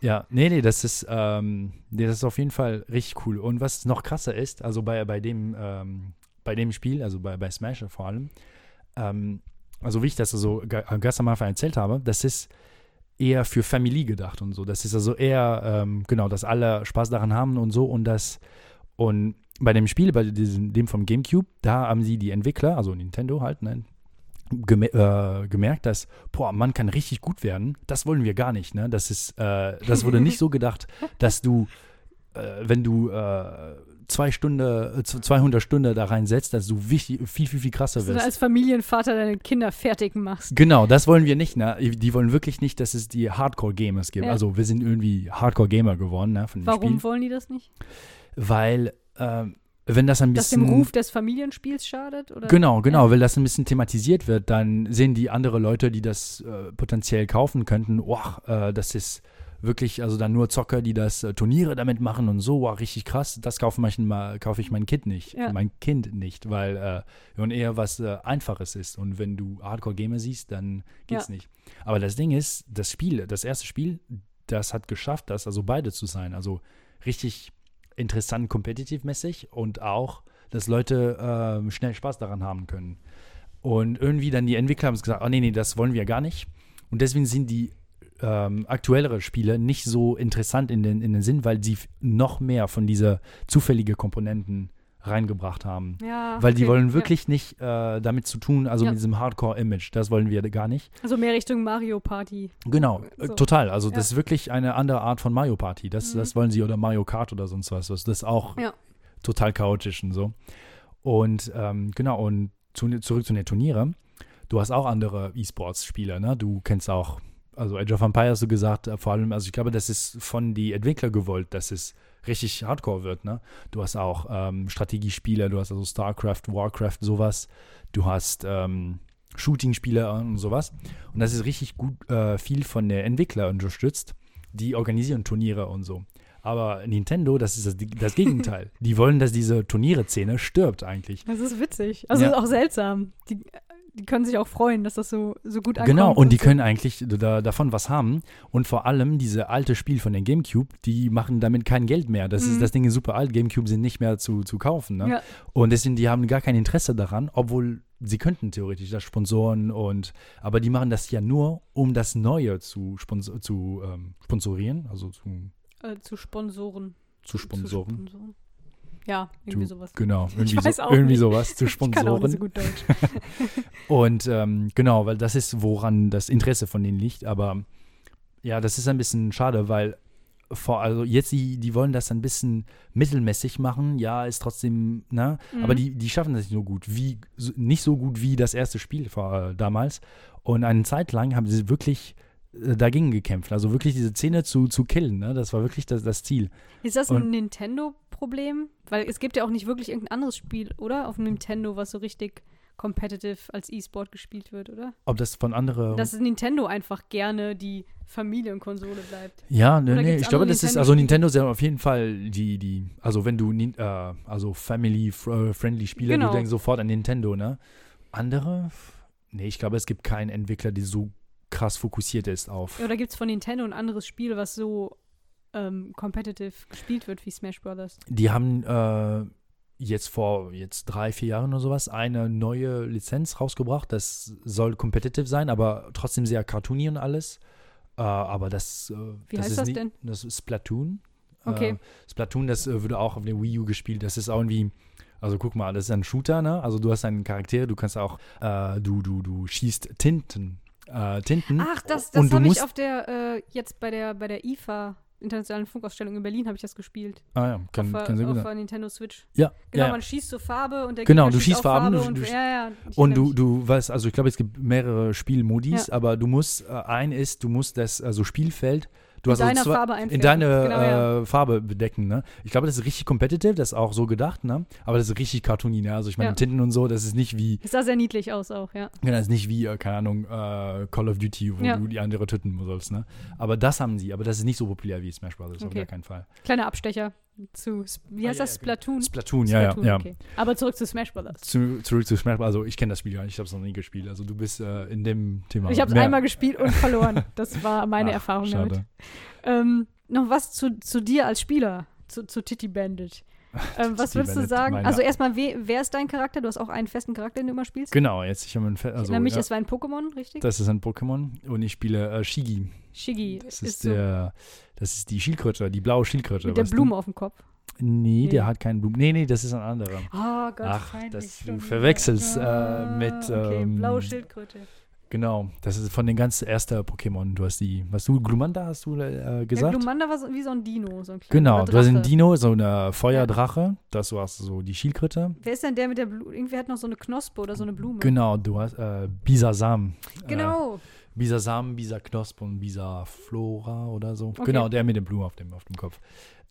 ja, nee, nee, das ist, ähm, nee, das ist auf jeden Fall richtig cool. Und was noch krasser ist, also bei, bei, dem, ähm, bei dem Spiel, also bei, bei Smash vor allem, ähm, also wie ich das so ge- äh, gestern am Anfang erzählt habe, das ist eher für Familie gedacht und so. Das ist also eher, ähm, genau, dass alle Spaß daran haben und so und das und bei dem Spiel, bei diesem, dem vom GameCube, da haben sie die Entwickler, also Nintendo halt, ne, geme äh, gemerkt, dass, boah, man kann richtig gut werden. Das wollen wir gar nicht, ne? Das ist, äh, das wurde nicht [LAUGHS] so gedacht, dass du, äh, wenn du äh, zwei Stunde, äh, z- 200 Stunden da reinsetzt, dass du wichtig, viel, viel, viel krasser Dass du da wirst. als Familienvater deine Kinder fertig machst. Genau, das wollen wir nicht, ne? Die wollen wirklich nicht, dass es die Hardcore-Gamers gibt. Ja. Also wir sind irgendwie Hardcore-Gamer geworden, ne? Von dem Warum Spiel. wollen die das nicht? Weil ähm, wenn das ein Das bisschen. dem Ruf des Familienspiels schadet? Oder? Genau, genau, weil das ein bisschen thematisiert wird, dann sehen die andere Leute, die das äh, potenziell kaufen könnten, wow, äh, das ist wirklich, also dann nur Zocker, die das äh, Turniere damit machen und so, wow, richtig krass, das kaufe mal, kaufe ich mein Kind nicht, Ja. mein Kind nicht, weil äh, und eher was äh, Einfaches ist und wenn du Hardcore-Gamer siehst, dann geht's nicht. Aber das Ding ist, das Spiel, das erste Spiel, das hat geschafft, das also beide zu sein, also richtig interessant competitive-mäßig und auch, dass Leute ähm, schnell Spaß daran haben können. Und irgendwie dann die Entwickler haben es gesagt, oh nee, nee, das wollen wir gar nicht. Und deswegen sind die ähm, aktuellere Spiele nicht so interessant in den, in den Sinn, weil sie f- noch mehr von dieser zufällige Komponenten reingebracht haben. Ja, Weil die okay, wollen ja. wirklich nicht äh, damit zu tun, also Ja. mit diesem Hardcore-Image, das wollen wir gar nicht. Also mehr Richtung Mario Party. Genau, äh, So. total. Also Ja. das ist wirklich eine andere Art von Mario Party. Das, Mhm. das wollen sie oder Mario Kart oder sonst was. Das ist auch Ja. total chaotisch und so. Und ähm, genau, und zu, zurück zu den Turnieren. Du hast auch andere E-Sports-Spieler, ne? Du kennst auch, also Age of Empires hast du gesagt, äh, vor allem, also ich glaube, das ist von die Entwickler gewollt, dass es richtig hardcore wird, ne? Du hast auch ähm, Strategiespiele, du hast also StarCraft, Warcraft, sowas. Du hast ähm, Shooting-Spiele und sowas. Und das ist richtig gut äh, viel von der Entwickler unterstützt. Die organisieren Turniere und so. Aber Nintendo, das ist das, das Gegenteil. die wollen, dass diese Turniere-Szene stirbt eigentlich. Das ist witzig. Also Ja. ist auch seltsam. Die, die können sich auch freuen, dass das so, so gut ankommt. genau, und die so. können eigentlich da, davon was haben. Und vor allem diese alte Spiel von den Gamecube, die machen damit kein Geld mehr. Das, Mhm. ist, das Ding ist super alt. Gamecube sind nicht mehr zu, zu kaufen. Ne? Ja. Und deswegen, die haben gar kein Interesse daran, obwohl sie könnten theoretisch das Sponsoren und aber die machen das ja nur, um das Neue zu, sponsor, zu ähm, sponsorieren, also zu, Äh, zu Sponsoren. zu sponsoren. Zu Sponsoren. Ja, irgendwie Zu- sowas. Genau, irgendwie, weiß so, auch irgendwie nicht. sowas [LAUGHS] zu Ich kann auch nicht so sponsoren. gut Deutsch. Und ähm, genau, weil das ist, woran das Interesse von denen liegt. Aber ja, das ist ein bisschen schade, weil vor, also jetzt, die, die wollen das ein bisschen mittelmäßig machen. Ja, ist trotzdem, ne? Aber Mhm. die, die schaffen das nicht so gut, wie, so- nicht so gut wie das erste Spiel vor, äh, damals. Und eine Zeit lang haben sie wirklich äh, dagegen gekämpft. Also wirklich diese Szene zu, zu killen, ne? Das war wirklich das, das Ziel. Ist das ein Und- Nintendo-Problem? Weil es gibt ja auch nicht wirklich irgendein anderes Spiel, oder? Auf dem Nintendo, was so richtig competitive als E-Sport gespielt wird, oder? Ob das von anderen. Dass Nintendo einfach gerne die Familienkonsole bleibt. Ja, nee, Oder nee, gibt's ich glaube, andere das ist, Nintendo-Spiele? also Nintendo sind auf jeden Fall die, die, also wenn du, nin- äh, also family-friendly Spieler, Genau. du denkst sofort an Nintendo, ne? Andere? Nee, ich glaube, es gibt keinen Entwickler, der so krass fokussiert ist auf. Oder gibt es von Nintendo ein anderes Spiel, was so ähm, competitive gespielt wird wie Smash Brothers? Die haben äh, jetzt vor jetzt drei, vier Jahren oder sowas eine neue Lizenz rausgebracht. Das soll competitive sein, aber trotzdem sehr cartoony und alles. Äh, aber das, äh, Wie das heißt ist das nie- denn? Das ist Splatoon. Okay. Äh, Splatoon, das äh, würde auch auf der Wii U gespielt. Das ist auch irgendwie, also guck mal, das ist ein Shooter, ne? Also du hast einen Charakter, du kannst auch, äh, du, du, du schießt Tinten. Äh, Tinten. Ach, das, Und das du habe musst- ich auf der, äh, jetzt bei der, bei der IFA, Internationalen Funkausstellung in Berlin, habe ich das gespielt. Ah ja, kann, auf, äh, kann sehr gut auf sein. der Nintendo Switch. Ja, Genau, ja, ja. man schießt zur Farbe und der Genau, Gegner du schießt schießt auf Farben, Farbe du- und, du- ja, ja, ich Und erinnere du, mich. du weißt, also ich glaube, es gibt mehrere Spielmodis, aber du musst, äh, ein ist, du musst das, also Spielfeld, du in hast also deiner zwei, Farbe einfärben. in deine genau, ja. äh, Farbe bedecken, ne? Ich glaube, das ist richtig competitive, das ist auch so gedacht, ne? Aber das ist richtig cartoony, ne? Also ich meine, Ja. Tinten und so, das ist nicht wie, Es sah sehr niedlich aus auch, ja. ja, das ist nicht wie, äh, keine Ahnung, äh, Call of Duty, wo Ja. du die andere töten sollst, ne? Aber das haben sie, aber das ist nicht so populär wie Smash Bros. auf Okay. gar keinen Fall. Kleiner Abstecher zu, Sp- wie Ah, heißt ja, das, ja, genau. Splatoon? Splatoon, ja, Splatoon, ja, ja. Okay. Aber zurück zu Smash Brothers. Zu, zurück zu Smash Bros. Also ich kenne das Spiel gar nicht, ich habe es noch nie gespielt. Also du bist äh, in dem Thema. Ich habe es mehr- einmal gespielt und verloren. Das [LAUGHS] war meine Ach, Erfahrung schade. damit. Ähm, noch was zu, zu dir als Spieler, zu, zu Titty [LAUGHS] Bandit. Ähm, was würdest Titty du Bandit, sagen? meine- Also erstmal, we, wer ist dein Charakter? Du hast auch einen festen Charakter, den du immer spielst. Genau, jetzt ich habe ein Fe Also, also, Nämlich, ja, es war ein Pokémon, richtig? das ist ein Pokémon und ich spiele äh, Shigi. Shiggy Das ist, so der, das ist die Schildkröte, die blaue Schildkröte. mit der weißt du? Blume auf dem Kopf. Nee, der Nee. hat keinen Blumen. Nee, nee, das ist ein anderer. Ah, Gott, Ach, peinlich das- du schon verwechselst, wieder. äh, mit, Okay, ähm, blaue Schildkröte. Genau, das ist von den ganz ersten Pokémon. Du hast die, was du, Glumanda hast du äh, Ja, gesagt? Glumanda war so, wie so ein Dino, so ein kleiner genau, du hast einen Drache. Dino, so eine Feuerdrache. Das war so die Schildkröte. Wer ist denn der mit der Blume? Irgendwer hat noch so eine Knospe oder so eine Blume. Genau, du hast äh, Bisasam. Genau. Äh, Bisa Samen, Bisa Knosp und Bisa Flora oder so. Okay. Genau, der mit den Blumen auf dem, auf dem Kopf.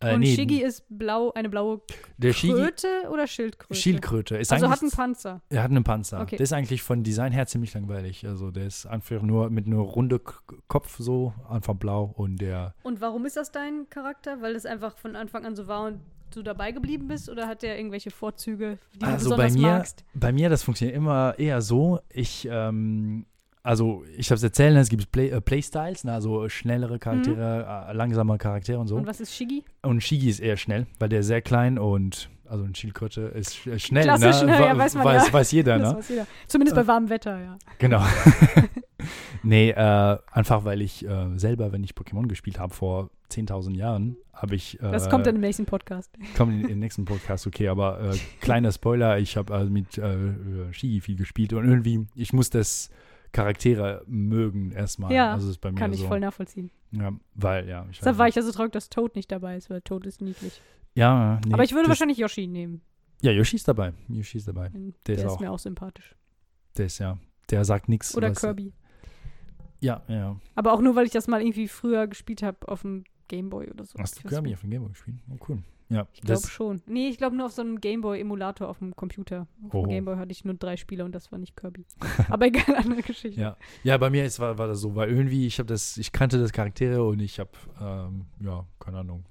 Äh, Und nee, Shiggy ist blau, eine blaue der Shigi, Kröte oder Schildkröte? Schildkröte. Ist Also eigentlich, hat einen Panzer. er hat einen Panzer. Okay. Der ist eigentlich von Design her ziemlich langweilig. Also der ist einfach nur mit einer runde K Kopf so, einfach blau und der Und warum ist das dein Charakter? Weil das einfach von Anfang an so war und du dabei geblieben bist? Oder hat der irgendwelche Vorzüge, die du also bei besonders mir, magst? bei mir, das funktioniert immer eher so. Ich, ähm, also ich habe es erzählt, es gibt Play, äh, Playstyles, ne, also schnellere Charaktere, äh, langsame Charaktere und so. Mhm. Und was ist [LAUGHS] Shiggy? Und Shigi ist eher schnell, weil der ist sehr klein und also ein Schildkröte ist sch- äh, schnell. Klassisch, ne? ne? Wa- Ja, weiß man weiß, ja. [LAUGHS] weiß jeder, Das ne? weiß jeder. Zumindest bei warmem Wetter, ja. [LAUGHS] Genau. nee, äh, einfach weil ich äh, selber, wenn ich Pokémon gespielt habe vor 10.000 Jahren, habe ich. Äh, Das kommt dann im nächsten Podcast. kommt in den nächsten Podcast, okay, aber äh, kleiner Spoiler, ich habe äh, mit äh, äh, Shigi viel gespielt und irgendwie, ich muss das Charaktere mögen erstmal. Ja, also das ist bei mir Kann so. ich voll nachvollziehen. ja, weil, ja. Ich Deshalb war ich ja so traurig, dass Toad nicht dabei ist, weil Toad ist niedlich. Ja, nee, Aber ich würde das, wahrscheinlich Yoshi nehmen. Ja, Yoshi ist dabei. Yoshi ist dabei. denn der Der, ist ist auch- mir auch sympathisch. Der ist ja, der sagt nichts. Oder was- Kirby. Ja, ja. Aber auch nur, weil ich das mal irgendwie früher gespielt habe auf dem Gameboy oder so. Hast du Ich weiß Kirby nicht. auf dem Gameboy gespielt? Oh, cool. Ja, Ich glaube schon. Nee, ich glaube nur auf so einem Gameboy-Emulator auf dem Computer. Auf Oh. dem Gameboy hatte ich nur drei Spiele und das war nicht [LAUGHS] Kirby. Aber egal, andere Geschichte. Ja. Ja, bei mir ist, war, war das so, weil irgendwie ich habe das, ich kannte das Charaktere und ich habe, ähm, ja, keine Ahnung.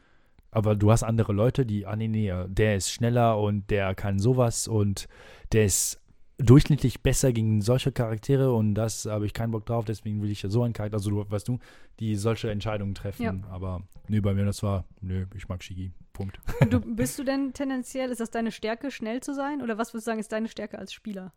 Aber du hast andere Leute, die, ah nee, nee, äh, der ist schneller und der kann sowas und der ist durchschnittlich besser gegen solche Charaktere und das habe ich keinen Bock drauf, deswegen will ich ja so einen Charakter, also du, weißt du, die solche Entscheidungen treffen. Ja. Aber nee, bei mir das war, nö, ich mag Shigi. Punkt. Du, bist du denn tendenziell, ist das deine Stärke, schnell zu sein? Oder was würdest du sagen, ist deine Stärke als Spieler?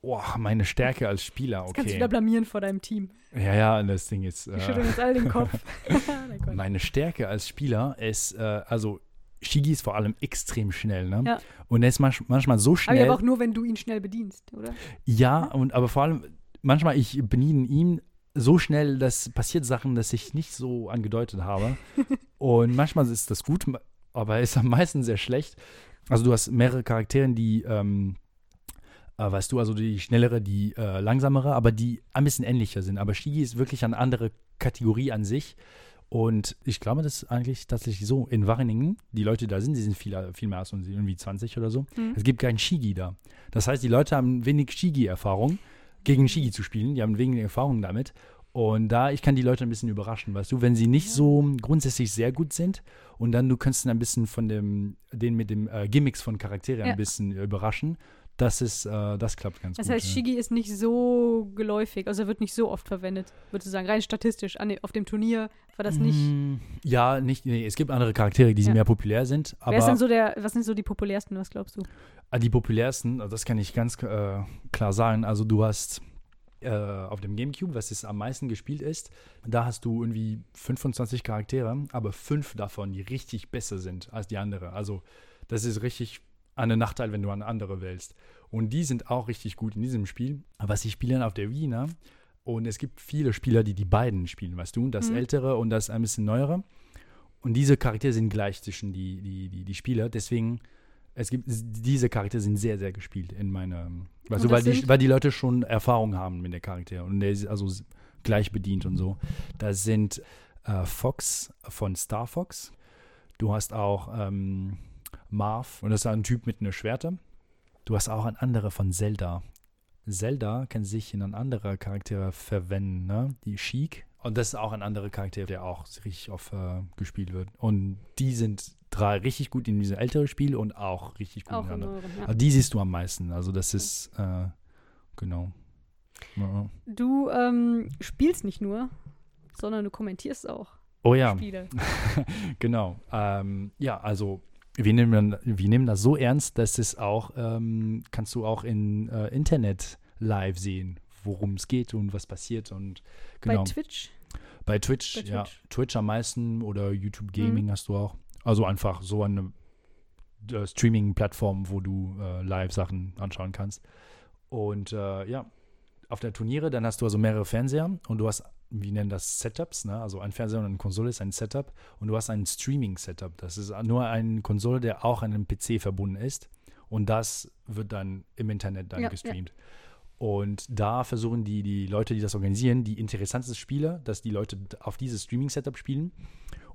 Boah, Oh, meine Stärke als Spieler, Das kannst du okay. wieder blamieren vor deinem Team. Ja, ja, und das Ding ist. Die Äh, schütteln uns alle den [LAUGHS] Kopf. [LAUGHS] Nein, Quatsch. Meine Stärke als Spieler ist, äh, also Shigi ist vor allem extrem schnell, ne? Ja. Und er ist manch, manchmal so aber ja, schnell. aber auch nur, wenn du ihn schnell bedienst, oder? ja, und aber vor allem manchmal ich bediene ihn so schnell, dass passiert Sachen, dass ich nicht so angedeutet [LAUGHS] habe. und manchmal ist das gut, aber ist am meisten sehr schlecht. Also du hast mehrere Charaktere, die ähm, äh, weißt du, also die schnellere, die äh, langsamere, aber die ein bisschen ähnlicher sind. Aber Shigi ist wirklich eine andere Kategorie an sich. Und ich glaube, das ist eigentlich tatsächlich so. In Wageningen, die Leute die da sind, die sind viel, viel mehr als uns, irgendwie 20 oder so. Mhm. Es gibt keinen Shigi da. Das heißt, die Leute haben wenig Shigi-Erfahrung, gegen Shigi zu spielen. Die haben wenig Erfahrung damit. Und da, ich kann die Leute ein bisschen überraschen, weißt du, wenn sie nicht so grundsätzlich sehr gut sind und dann du kannst dann ein bisschen von dem, den mit dem äh, Gimmicks von Charaktere Ja. ein bisschen äh, überraschen. Das ist, äh, das klappt ganz Das gut. heißt, ja. Shigi ist nicht so geläufig, also er wird nicht so oft verwendet, würde ich sagen. Rein statistisch. An, auf dem Turnier war das nicht. Mm, Ja, nicht, nee, es gibt andere Charaktere, die Ja. mehr populär sind, Wer ist aber denn so der, was sind so die populärsten, was glaubst du? äh, die populärsten, also das kann ich ganz äh, klar sagen, also du hast äh, auf dem Gamecube, was es am meisten gespielt ist, da hast du irgendwie 25 Charaktere, aber fünf davon, die richtig besser sind als die andere. Also das ist richtig eine Nachteil, wenn du an andere wählst. Und die sind auch richtig gut in diesem Spiel. Aber sie spielen auf der Wii, ne? Und es gibt viele Spieler, die die beiden spielen, weißt du? Das Mhm. ältere und das ein bisschen neuere. Und diese Charaktere sind gleich zwischen die, die, die, die Spieler. Deswegen, es gibt, diese Charaktere sind sehr, sehr gespielt in meiner, ähm, weißt Und du, weil das die, sind- weil die Leute schon Erfahrung haben mit der Charakter. Und der ist also s- gleich bedient und so. Das sind äh, Fox von Star Fox. Du hast auch ähm, Marv und das ist ein Typ mit einer Schwerte. Du hast auch ein anderer von Zelda. Zelda kann sich in einen anderen Charakter verwenden, ne? Die Sheik. Und das ist auch ein anderer Charakter, der auch richtig oft äh, gespielt wird. Und die sind drei richtig gut in diesem älteren Spiel und auch richtig gut Auch in in anderen. eurem, ja. Aber die siehst du am meisten. Also das ist, äh, genau. Ja. Du ähm, spielst nicht nur, sondern du kommentierst auch Oh ja. Spiele. Genau. Ähm, ja, also wir nehmen, wir nehmen das so ernst, dass es auch, ähm, kannst du auch in äh, Internet live sehen, worum es geht und was passiert und genau. Bei Twitch. Bei Twitch, Bei ja. Twitch. Mhm. Twitch am meisten oder YouTube Gaming hast du auch. Also einfach so eine äh, Streaming-Plattform, wo du äh, Live-Sachen anschauen kannst. Und äh, ja, auf der Turniere, dann hast du also mehrere Fernseher und du hast, wie nennen das, Setups, ne? Also ein Fernseher und eine Konsole ist ein Setup und du hast ein Streaming-Setup. Das ist nur eine Konsole, der auch an einem PC verbunden ist. Und das wird dann im Internet dann Ja, ja. gestreamt. Und da versuchen die, die Leute, die das organisieren, die interessantesten Spiele, dass die Leute auf dieses Streaming-Setup spielen.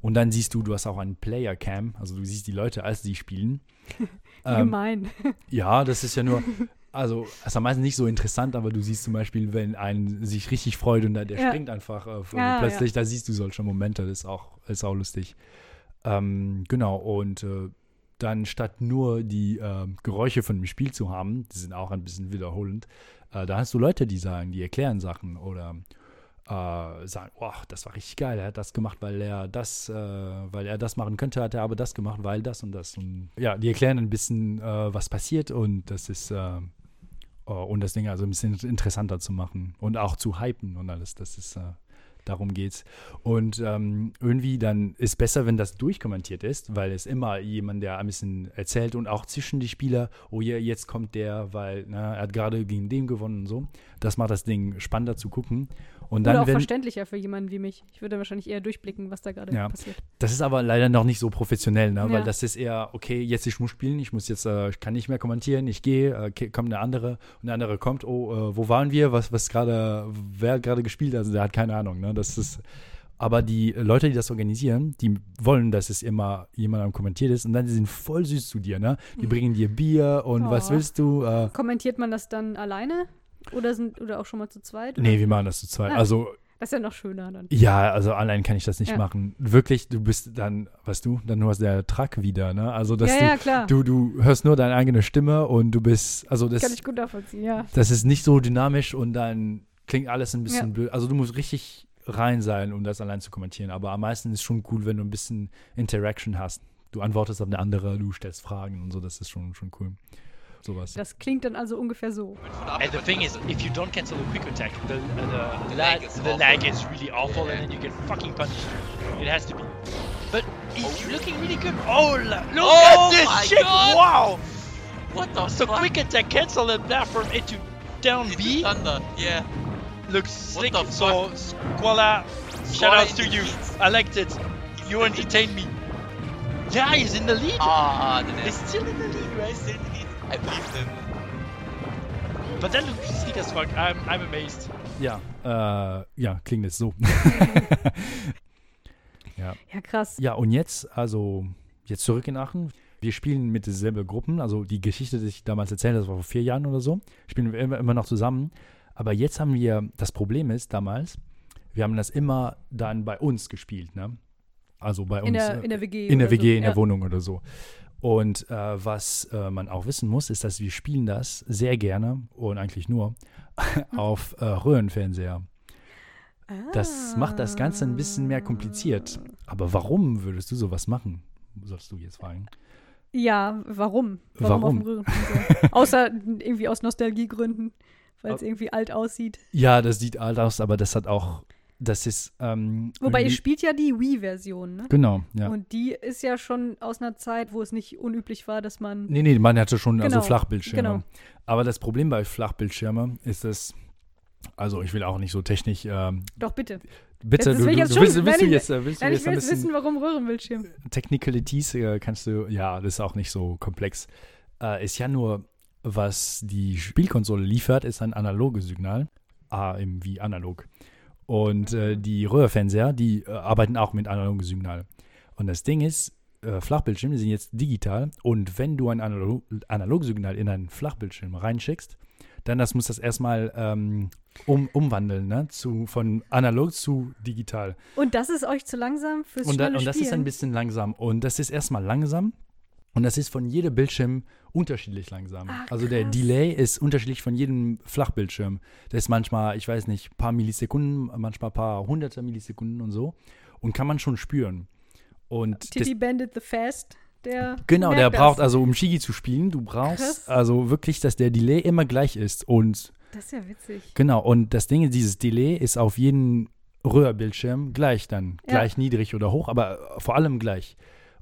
Und dann siehst du, du hast auch einen Player-Cam, also du siehst die Leute, als [LAUGHS] sie spielen. Ähm, Wie gemein. Ja, das ist ja nur, also ist am meisten nicht so interessant, aber du siehst zum Beispiel, wenn ein sich richtig freut und der, der Ja. springt einfach äh, von- Ja, plötzlich, da siehst du solche Momente, das ist auch, ist auch lustig. Ähm, genau, und äh, dann statt nur die ähm, Geräusche von dem Spiel zu haben, die sind auch ein bisschen wiederholend, äh, da hast du Leute, die sagen, die erklären Sachen oder äh, sagen, boah, das war richtig geil, er hat das gemacht, weil er das, äh, weil er das machen könnte, hat er aber das gemacht, weil das und das. Und ja, die erklären ein bisschen, äh, was passiert und das ist, äh, äh, und das Ding also ein bisschen interessanter zu machen und auch zu hypen und alles, das ist, äh, darum geht's. Und ähm, irgendwie dann ist besser, wenn das durchkommentiert ist, weil es immer jemand, der ein bisschen erzählt und auch zwischen die Spieler, oh ja, jetzt kommt der, weil na, er hat gerade gegen den gewonnen und so. Das macht das Ding spannender zu gucken. Und dann, Oder auch wenn, verständlicher für jemanden wie mich. Ich würde wahrscheinlich eher durchblicken, was da gerade Ja. passiert. Das ist aber leider noch nicht so professionell, ne? Ja. weil das ist eher, okay, jetzt ich muss spielen, ich muss jetzt, äh, ich kann nicht mehr kommentieren, ich gehe, äh, ke- kommt eine andere und der andere kommt, oh, äh, wo waren wir, was, was gerade, wer hat gerade gespielt, also der hat keine Ahnung, ne? das ist, aber die Leute, die das organisieren, die wollen, dass es immer jemand am kommentiert ist und dann die sind voll süß zu dir, ne? die bringen dir Bier und Mhm. was Oh. willst du, äh, Kommentiert man das dann alleine? Oder, sind, oder auch schon mal zu zweit? nee, wir machen das zu zweit, Ah. also Das ist ja noch schöner dann. Ja, also allein kann ich das nicht Ja. machen. Wirklich, du bist dann, weißt du, dann nur aus der Track wieder, ne? Also dass ja, du, ja, klar. du, du hörst nur deine eigene Stimme und du bist, also Kann das, ich gut nachvollziehen, ja. das ist nicht so dynamisch und dann klingt alles ein bisschen Ja. blöd. Also du musst richtig rein sein, um das allein zu kommentieren. Aber am meisten ist schon cool, wenn du ein bisschen Interaction hast. Du antwortest auf eine andere, du stellst Fragen und so, das ist schon, schon cool. Sowas. Das klingt dann also ungefähr so. And the thing is, if you don't cancel the quick attack, the, uh, the, the, lag lag, is the awful. lag is really awful, and then you get fucking punished. It has to be. But he's looking really good. Oh, la- look Oh at my this shit! God. Wow! What the So fuck? quick attack cancel and platform into down Into B Thunder. Yeah. looks sick. the So Squala, shout Squala outs in to the you. lead. I liked it. You in the lead. entertained me. Yeah, he's in the lead. Ah, the He's nest. still in the lead, right? Still need. I believe them. But that looks sick as fuck. I'm, I'm amazed. Ja, äh, ja, klingt jetzt so. ja. Ja, krass. Ja, und jetzt, also jetzt zurück in Aachen. Wir spielen mit dieselben Gruppen. Also die Geschichte, die ich damals erzählt habe, das war vor vier Jahren oder so, spielen wir immer, immer noch zusammen. Aber jetzt haben wir, das Problem ist damals, wir haben das immer dann bei uns gespielt, ne? Also bei uns. In der, äh, in der WG. in der oder so. WG, in ja. der Wohnung oder so. Und äh, was äh, man auch wissen muss, ist, dass wir spielen das sehr gerne und eigentlich nur [LAUGHS] auf äh, Röhrenfernseher. Das macht das Ganze ein bisschen mehr kompliziert. Aber warum würdest du sowas machen? Sollst du jetzt fragen. Ja, warum? auf Warum? dem Röhrenfernseher? Außer irgendwie aus Nostalgiegründen, weil es irgendwie alt aussieht. Ja, das sieht alt aus, aber das hat auch, das ist. Ähm, Wobei ihr irgendwie- spielt ja die Wii-Version, ne? Genau, ja. Und die ist ja schon aus einer Zeit, wo es nicht unüblich war, dass man. Nee, nee, man hatte schon also Genau, Flachbildschirme. genau. Aber das Problem bei Flachbildschirmen ist es, also ich will auch nicht so technisch ähm, Doch bitte. Bitte, Jetzt- das du, will ich du, jetzt du schon- willst, willst du nein, ich- jetzt, äh, willst du Nein, ich jetzt will ein jetzt wissen, bisschen Äh. warum Röhrenbildschirm. Technicalities äh, kannst du, ja, das ist auch nicht so komplex. Äh, ist ja nur, was die Spielkonsole liefert, ist ein analoges Signal. A im wie analog. Und äh, Mhm. die Röhrenfernseher, die äh, arbeiten auch mit analogem Signal. Und das Ding ist, äh, Flachbildschirme sind jetzt digital und wenn du ein Analog Analogsignal in einen Flachbildschirm reinschickst, dann das muss das erstmal ähm, um, umwandeln, ne? Zu, von analog zu digital. Und das ist euch zu langsam fürs Und, da, schnelle und das ist Spielen? ein bisschen langsam. Und das ist erstmal langsam. Und das ist von jedem Bildschirm unterschiedlich langsam. Ah, also der krass. Delay ist unterschiedlich von jedem Flachbildschirm. Das ist manchmal, ich weiß nicht, paar Millisekunden, manchmal paar hunderte Millisekunden und so. Und kann man schon spüren. Und das, Titty Bandit the Fast, der. Genau, der merkt das. braucht, also um Shigi zu spielen, du brauchst Krass. also wirklich, dass der Delay immer gleich ist. Und Das ist ja witzig. genau, und das Ding ist, dieses Delay ist auf jeden Röhrbildschirm gleich dann. Ja. Gleich niedrig oder hoch, aber vor allem gleich.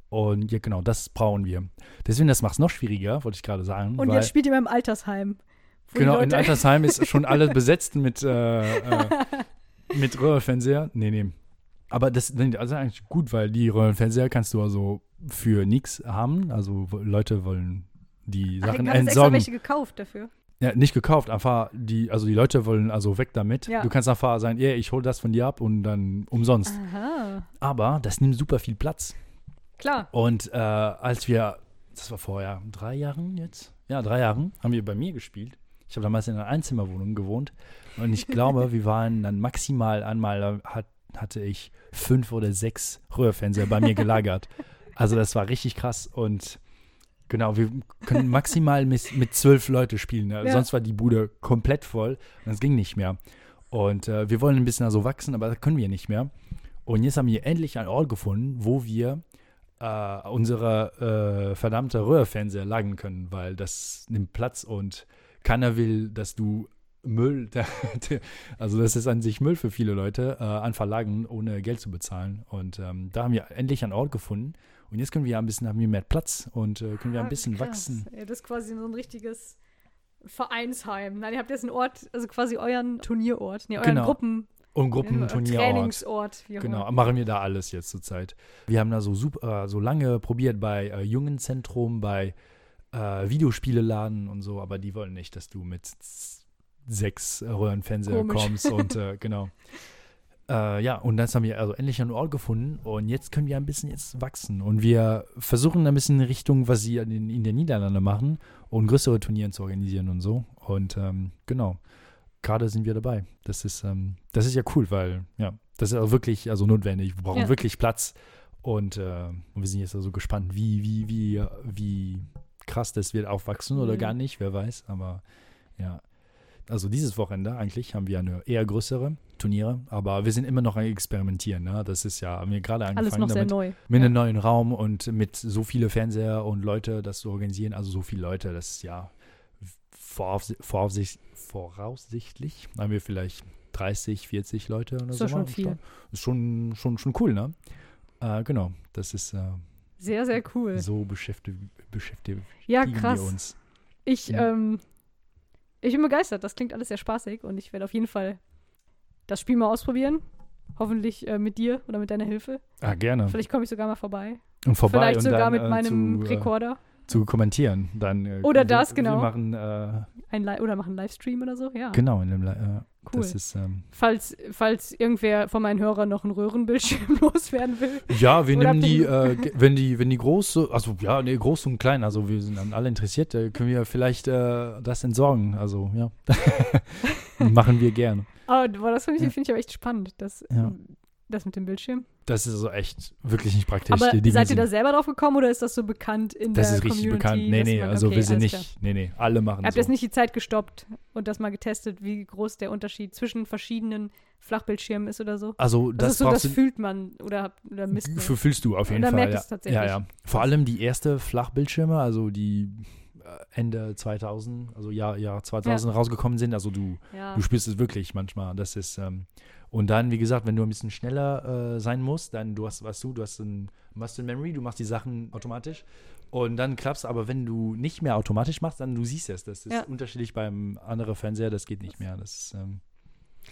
Und ja, genau, das brauchen wir. Deswegen, das macht es noch schwieriger, wollte ich gerade sagen. Und weil, jetzt spielt ihr beim Altersheim. wo die genau, in Leute- [LAUGHS] Altersheim ist schon alles besetzt mit, äh, äh, mit Röhrenfernseher. Nee, nee. Aber das, nee, das ist eigentlich gut, weil die Röhrenfernseher kannst du also für nichts haben. Also wo- Leute wollen die Ach, Sachen ich habe extra entsorgen. welche gekauft dafür. Ja, nicht gekauft, einfach die, also die Leute wollen also weg damit. Ja. Du kannst einfach sagen, yeah, ich hole das von dir ab und dann umsonst. Aha. Aber das nimmt super viel Platz. Klar. Und äh, als wir, das war vorher drei Jahren jetzt, ja, drei Jahren, haben wir bei mir gespielt. Ich habe damals in einer Einzimmerwohnung gewohnt und ich glaube, wir waren dann maximal einmal, da hat, hatte ich fünf oder sechs Röhrfernseher bei mir gelagert. Also das war richtig krass und genau, wir können maximal mit, mit zwölf Leute spielen. Ne? Ja. Sonst war die Bude komplett voll und das ging nicht mehr. Und äh, wir wollen ein bisschen so also wachsen, aber das können wir nicht mehr. Und jetzt haben wir endlich einen Ort gefunden, wo wir äh, unsere äh, verdammte Röhrfernseher lagern können, weil das nimmt Platz und keiner will, dass du Müll, [LAUGHS] der, der, also das ist an sich Müll für viele Leute, äh, an Verlagen ohne Geld zu bezahlen. Und ähm, da haben wir endlich einen Ort gefunden. Und jetzt können wir ein bisschen, haben wir mehr Platz und äh, können wir ein Ah, bisschen krass. wachsen. Ja, das ist quasi so ein richtiges Vereinsheim. Nein, ihr habt jetzt einen Ort, also quasi euren Turnierort, nee, euren Genau. Gruppen, äh, Und Gruppenturnier. Trainingsort. Wie auch Genau, immer. machen wir da alles jetzt zurzeit. Wir haben da so super, äh, so lange probiert bei äh, Jungenzentrum, bei äh, Videospieleladen und so, aber die wollen nicht, dass du mit s- sechs äh, Röhrenfernseher Komisch. kommst und äh, genau. Äh, ja, und das haben wir also endlich einen Ort gefunden und jetzt können wir ein bisschen jetzt wachsen und wir versuchen ein bisschen in Richtung, was sie in, in den Niederlanden machen und größere Turnieren zu organisieren und so und ähm, genau gerade sind wir dabei. Das ist, ähm, das ist ja cool, weil, ja, das ist auch wirklich also notwendig. Wir brauchen Ja. wirklich Platz. Und äh, und wir sind jetzt also gespannt, wie, wie, wie, äh, wie krass das wird aufwachsen oder Cool. gar nicht, wer weiß. Aber ja. Also dieses Wochenende eigentlich haben wir eine eher größere Turniere, aber wir sind immer noch am Experimentieren. Ne? Das ist ja, haben wir gerade angefangen Alles noch sehr damit neu. mit einem neuen Raum und mit so viele Fernseher und Leute das zu organisieren, also so viele Leute, das ist ja voraus, voraus, voraussichtlich, haben wir vielleicht 30, 40 Leute oder Ist so. doch schon mal am viel. Start. Ist schon, schon, schon cool, ne? Äh, genau, das ist äh, Sehr, sehr cool. so beschäftigt, beschäftigt ja, wir krass. uns. Ich, Ja. ähm, ich bin begeistert. Das klingt alles sehr spaßig und ich werde auf jeden Fall das Spiel mal ausprobieren. Hoffentlich äh, mit dir oder mit deiner Hilfe. Ah, gerne. Vielleicht komme ich sogar mal vorbei. Und vorbei Vielleicht und sogar dann, mit äh, meinem zu, äh, Rekorder. zu kommentieren. Dann, äh, Oder wir- das, genau. Wir machen, äh, Ein Li oder machen einen Livestream oder so. Ja, genau, in dem, Li- äh, cool. das ist, ähm, falls, falls irgendwer von meinen Hörern noch einen Röhrenbildschirm [LAUGHS] loswerden will. Ja, wir Oder nehmen die, Ping. äh, ge- wenn die, wenn die große, also ja, nee, groß und klein, also wir sind an alle interessiert, äh, können wir vielleicht äh, das entsorgen. Also ja, [LAUGHS] machen wir gerne. Aber das finde ich, Ja. finde ich aber echt spannend, das, ähm, Ja. das mit dem Bildschirm. Das ist also echt wirklich nicht praktisch. Aber die- die seid ihr sind- da selber drauf gekommen oder ist das so bekannt in Das der ist richtig Community? bekannt. Nee, dass nee, man- also okay, wir sind alles nicht, klar. nee, nee, alle machen Ihr habt so. jetzt nicht die Zeit gestoppt und das mal getestet, wie groß der Unterschied zwischen verschiedenen Flachbildschirmen ist oder so? also Das, das, ist so, das brauchst du, fühlt man oder, hab- oder misst man. f- fühlst du auf jeden Oder Fall. merkt Ja. es tatsächlich. ja, ja. Vor allem die erste Flachbildschirme, also die äh, Ende 2000, also Jahr, Jahr 2000 rausgekommen sind, also du Ja. Du spürst es wirklich manchmal. Das ist, ähm, und dann, wie gesagt, wenn du ein bisschen schneller äh, sein musst, dann du hast, weißt du, du hast ein Muscle Memory, du machst die Sachen automatisch. Und dann klappt's, aber wenn du nicht mehr automatisch machst, dann du siehst es. Das ist Ja. unterschiedlich beim anderen Fernseher, das geht nicht mehr. Das ist, ähm,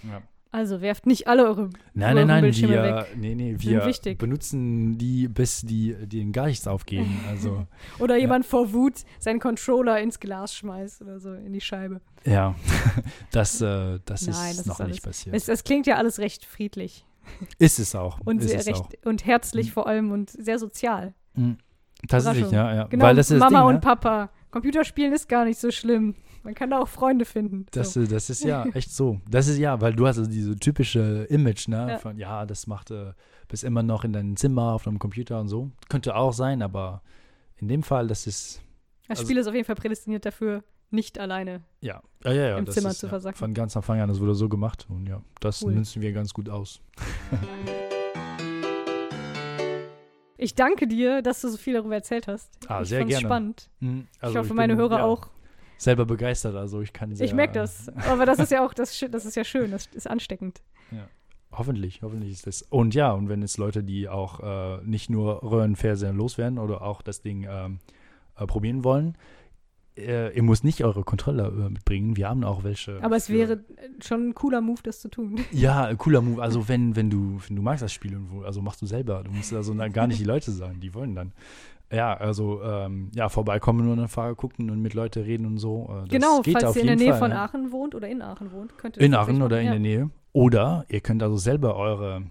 ja. Also werft nicht alle eure Nein, nein, nein, Röhrenbildschirme wir, weg. nee, nee, Sind wir wichtig. benutzen die, bis die, denen gar nichts [LAUGHS] aufgehen. Also, Oder jemand vor Wut seinen Controller ins Glas schmeißt oder so, in die Scheibe. ja, [LAUGHS] das, äh, das Nein, ist das ist noch alles- nicht passiert. Es, es klingt ja alles recht friedlich ist es auch. und ist sehr es auch. recht und herzlich vor allem und sehr sozial. Mhm. Tatsächlich, Überraschung. ja, ja. Genau, Weil das ist Mama das Ding, und ne? Papa. Computerspielen ist gar nicht so schlimm. Man kann da auch Freunde finden. Das, so. äh, das [LAUGHS] ist ja echt so. Das ist ja, weil du hast also diese typische Image, ne? Ja. Von ja, das macht, äh, bist immer noch in deinem Zimmer auf deinem Computer und so. Könnte auch sein, aber in dem Fall, das ist Das also- Spiel ist auf jeden Fall prädestiniert dafür, nicht alleine. ja, ja, ja, ja Im das Zimmer ist, zu ja, versacken. Von ganz Anfang an, das wurde so gemacht und ja, das Cool. nutzen wir ganz gut aus. Ich danke dir, dass du so viel darüber erzählt hast. Ah, ich sehr fand's gerne. spannend. Mhm, ich also hoffe, meine bin, Hörer ja, auch. Selber begeistert, also ich kann sehr, Ich merke das. Aber das ist ja auch, das, Schö- das ist ja schön, das ist ansteckend. Hoffentlich, hoffentlich ist das. Und ja, und wenn es Leute, die auch äh, nicht nur Röhrenfernseher loswerden oder auch das Ding ähm, äh, probieren wollen, äh, ihr müsst nicht eure Kontrolle äh, mitbringen. Wir haben auch welche. Aber es für- wäre schon ein cooler Move, das zu tun. Ja, cooler Move. Also, wenn, wenn, du, wenn du magst das Spiel, und wo- also machst du selber. Du musst also na- gar nicht die Leute sagen, die wollen dann. Ja, also ähm, ja, vorbeikommen und eine Frage gucken und mit Leuten reden und so. Äh, das genau, geht falls auf ihr in der jeden Nähe Fall, von ne? Aachen wohnt oder in Aachen wohnt, könnt ihr In das Aachen natürlich oder in machen. der Nähe. Oder ihr könnt also selber eure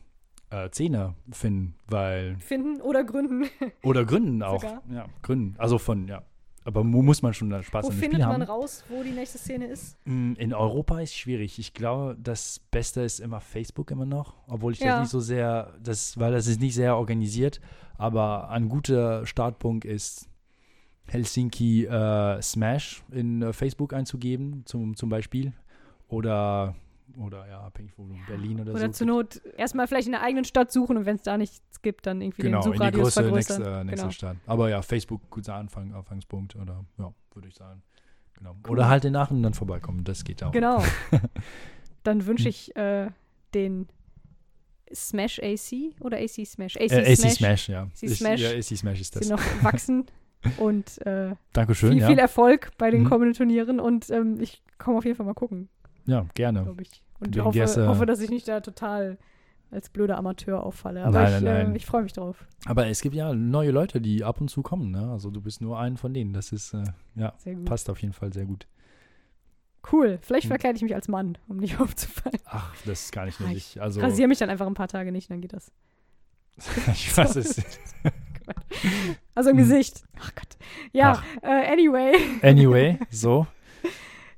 äh, Zähne finden, weil. ja. Finden oder gründen. Oder gründen auch. Sogar. Ja, gründen. Also von, ja. Aber mu- muss man schon da Spaß Wo an dem findet Spiel man haben. raus, wo die nächste Szene ist? Mm, In Europa ist schwierig. Ich glaube, das Beste ist immer Facebook immer noch, obwohl ich Ja. das nicht so sehr, das, weil das ist nicht sehr organisiert. Aber ein guter Startpunkt ist Helsinki äh, Smash in äh, Facebook einzugeben, zum, zum Beispiel. Oder, oder ja, abhängig von Berlin oder, Oder so. zur Not erstmal vielleicht in der eigenen Stadt suchen und wenn es da nichts gibt, dann irgendwie genau, den in die Suchradius größte vergrößern. nächste, äh, nächste genau. Stadt. Aber ja, Facebook, guter Anfang, Anfangspunkt oder ja, würde ich sagen. Genau. Oder halt in Aachen dann vorbeikommen, das geht auch. Genau. [LAUGHS] Dann wünsche ich äh, den Smash AC oder AC Smash? AC, Äh, AC Smash, Smash. ja. AC Smash. Ja, AC Smash ist Sie das. noch [LAUGHS] wachsen und äh, Dankeschön, viel, ja. viel Erfolg bei den Mhm. kommenden Turnieren und ähm, ich komme auf jeden Fall mal gucken, Ja, gerne. glaube ich. Und Wegen hoffe, des, äh, hoffe, dass ich nicht da total als blöder Amateur auffalle. Aber Nein, ich, nein, nein. Äh, ich freue mich drauf. Aber es gibt ja neue Leute, die ab und zu kommen, ne? Also du bist nur einen von denen. Das ist, äh, Mhm. ja, Sehr gut. passt auf jeden Fall sehr gut. Cool. Vielleicht Mhm. verkleide ich mich als Mann, um nicht [LAUGHS] aufzufallen. Ach, das ist gar nicht Ah, nötig. Also, Rasiere mich dann einfach ein paar Tage nicht, dann geht das. [LAUGHS] ich weiß es. Also im Mhm. Gesicht. Ach Gott. Ja, Ach. äh, anyway. [LAUGHS] Anyway, so.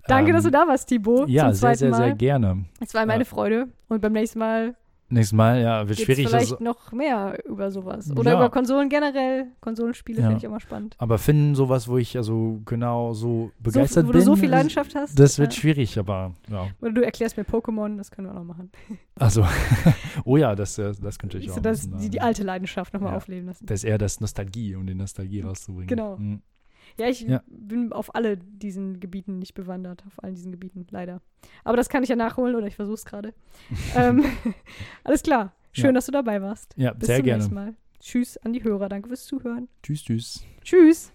Danke, Ähm, dass du da warst, Thibaut. Ja, zum sehr, zweiten sehr, Mal. sehr gerne. Es war meine Freude. Und beim nächsten Mal Nächstes Mal, ja, wird geht schwierig. vielleicht Das, noch mehr über sowas. Oder Ja. über Konsolen generell. Konsolenspiele Ja. finde ich immer spannend. aber finden sowas, wo ich also genau so, so begeistert wo bin. du so viel das- Leidenschaft hast. Das wird ja. schwierig, aber ja. Oder du erklärst mir Pokémon, das können wir auch noch machen. Also, [LAUGHS] oh ja, das, äh, das könnte ich auch. So, dass ein bisschen, die, die äh, alte Leidenschaft nochmal Ja. aufleben lassen. Das ist eher das Nostalgie, um die Nostalgie rauszubringen. Genau. Mhm. Ja, ich Ja. bin auf alle diesen Gebieten nicht bewandert, auf allen diesen Gebieten, leider. Aber das kann ich ja nachholen oder ich versuche es [LAUGHS] gerade. ähm, [LAUGHS] alles klar. Schön, Ja. dass du dabei warst. Ja, Bis sehr zum gerne. nächsten Mal. Tschüss an die Hörer. Danke fürs Zuhören. Tschüss, tschüss. Tschüss.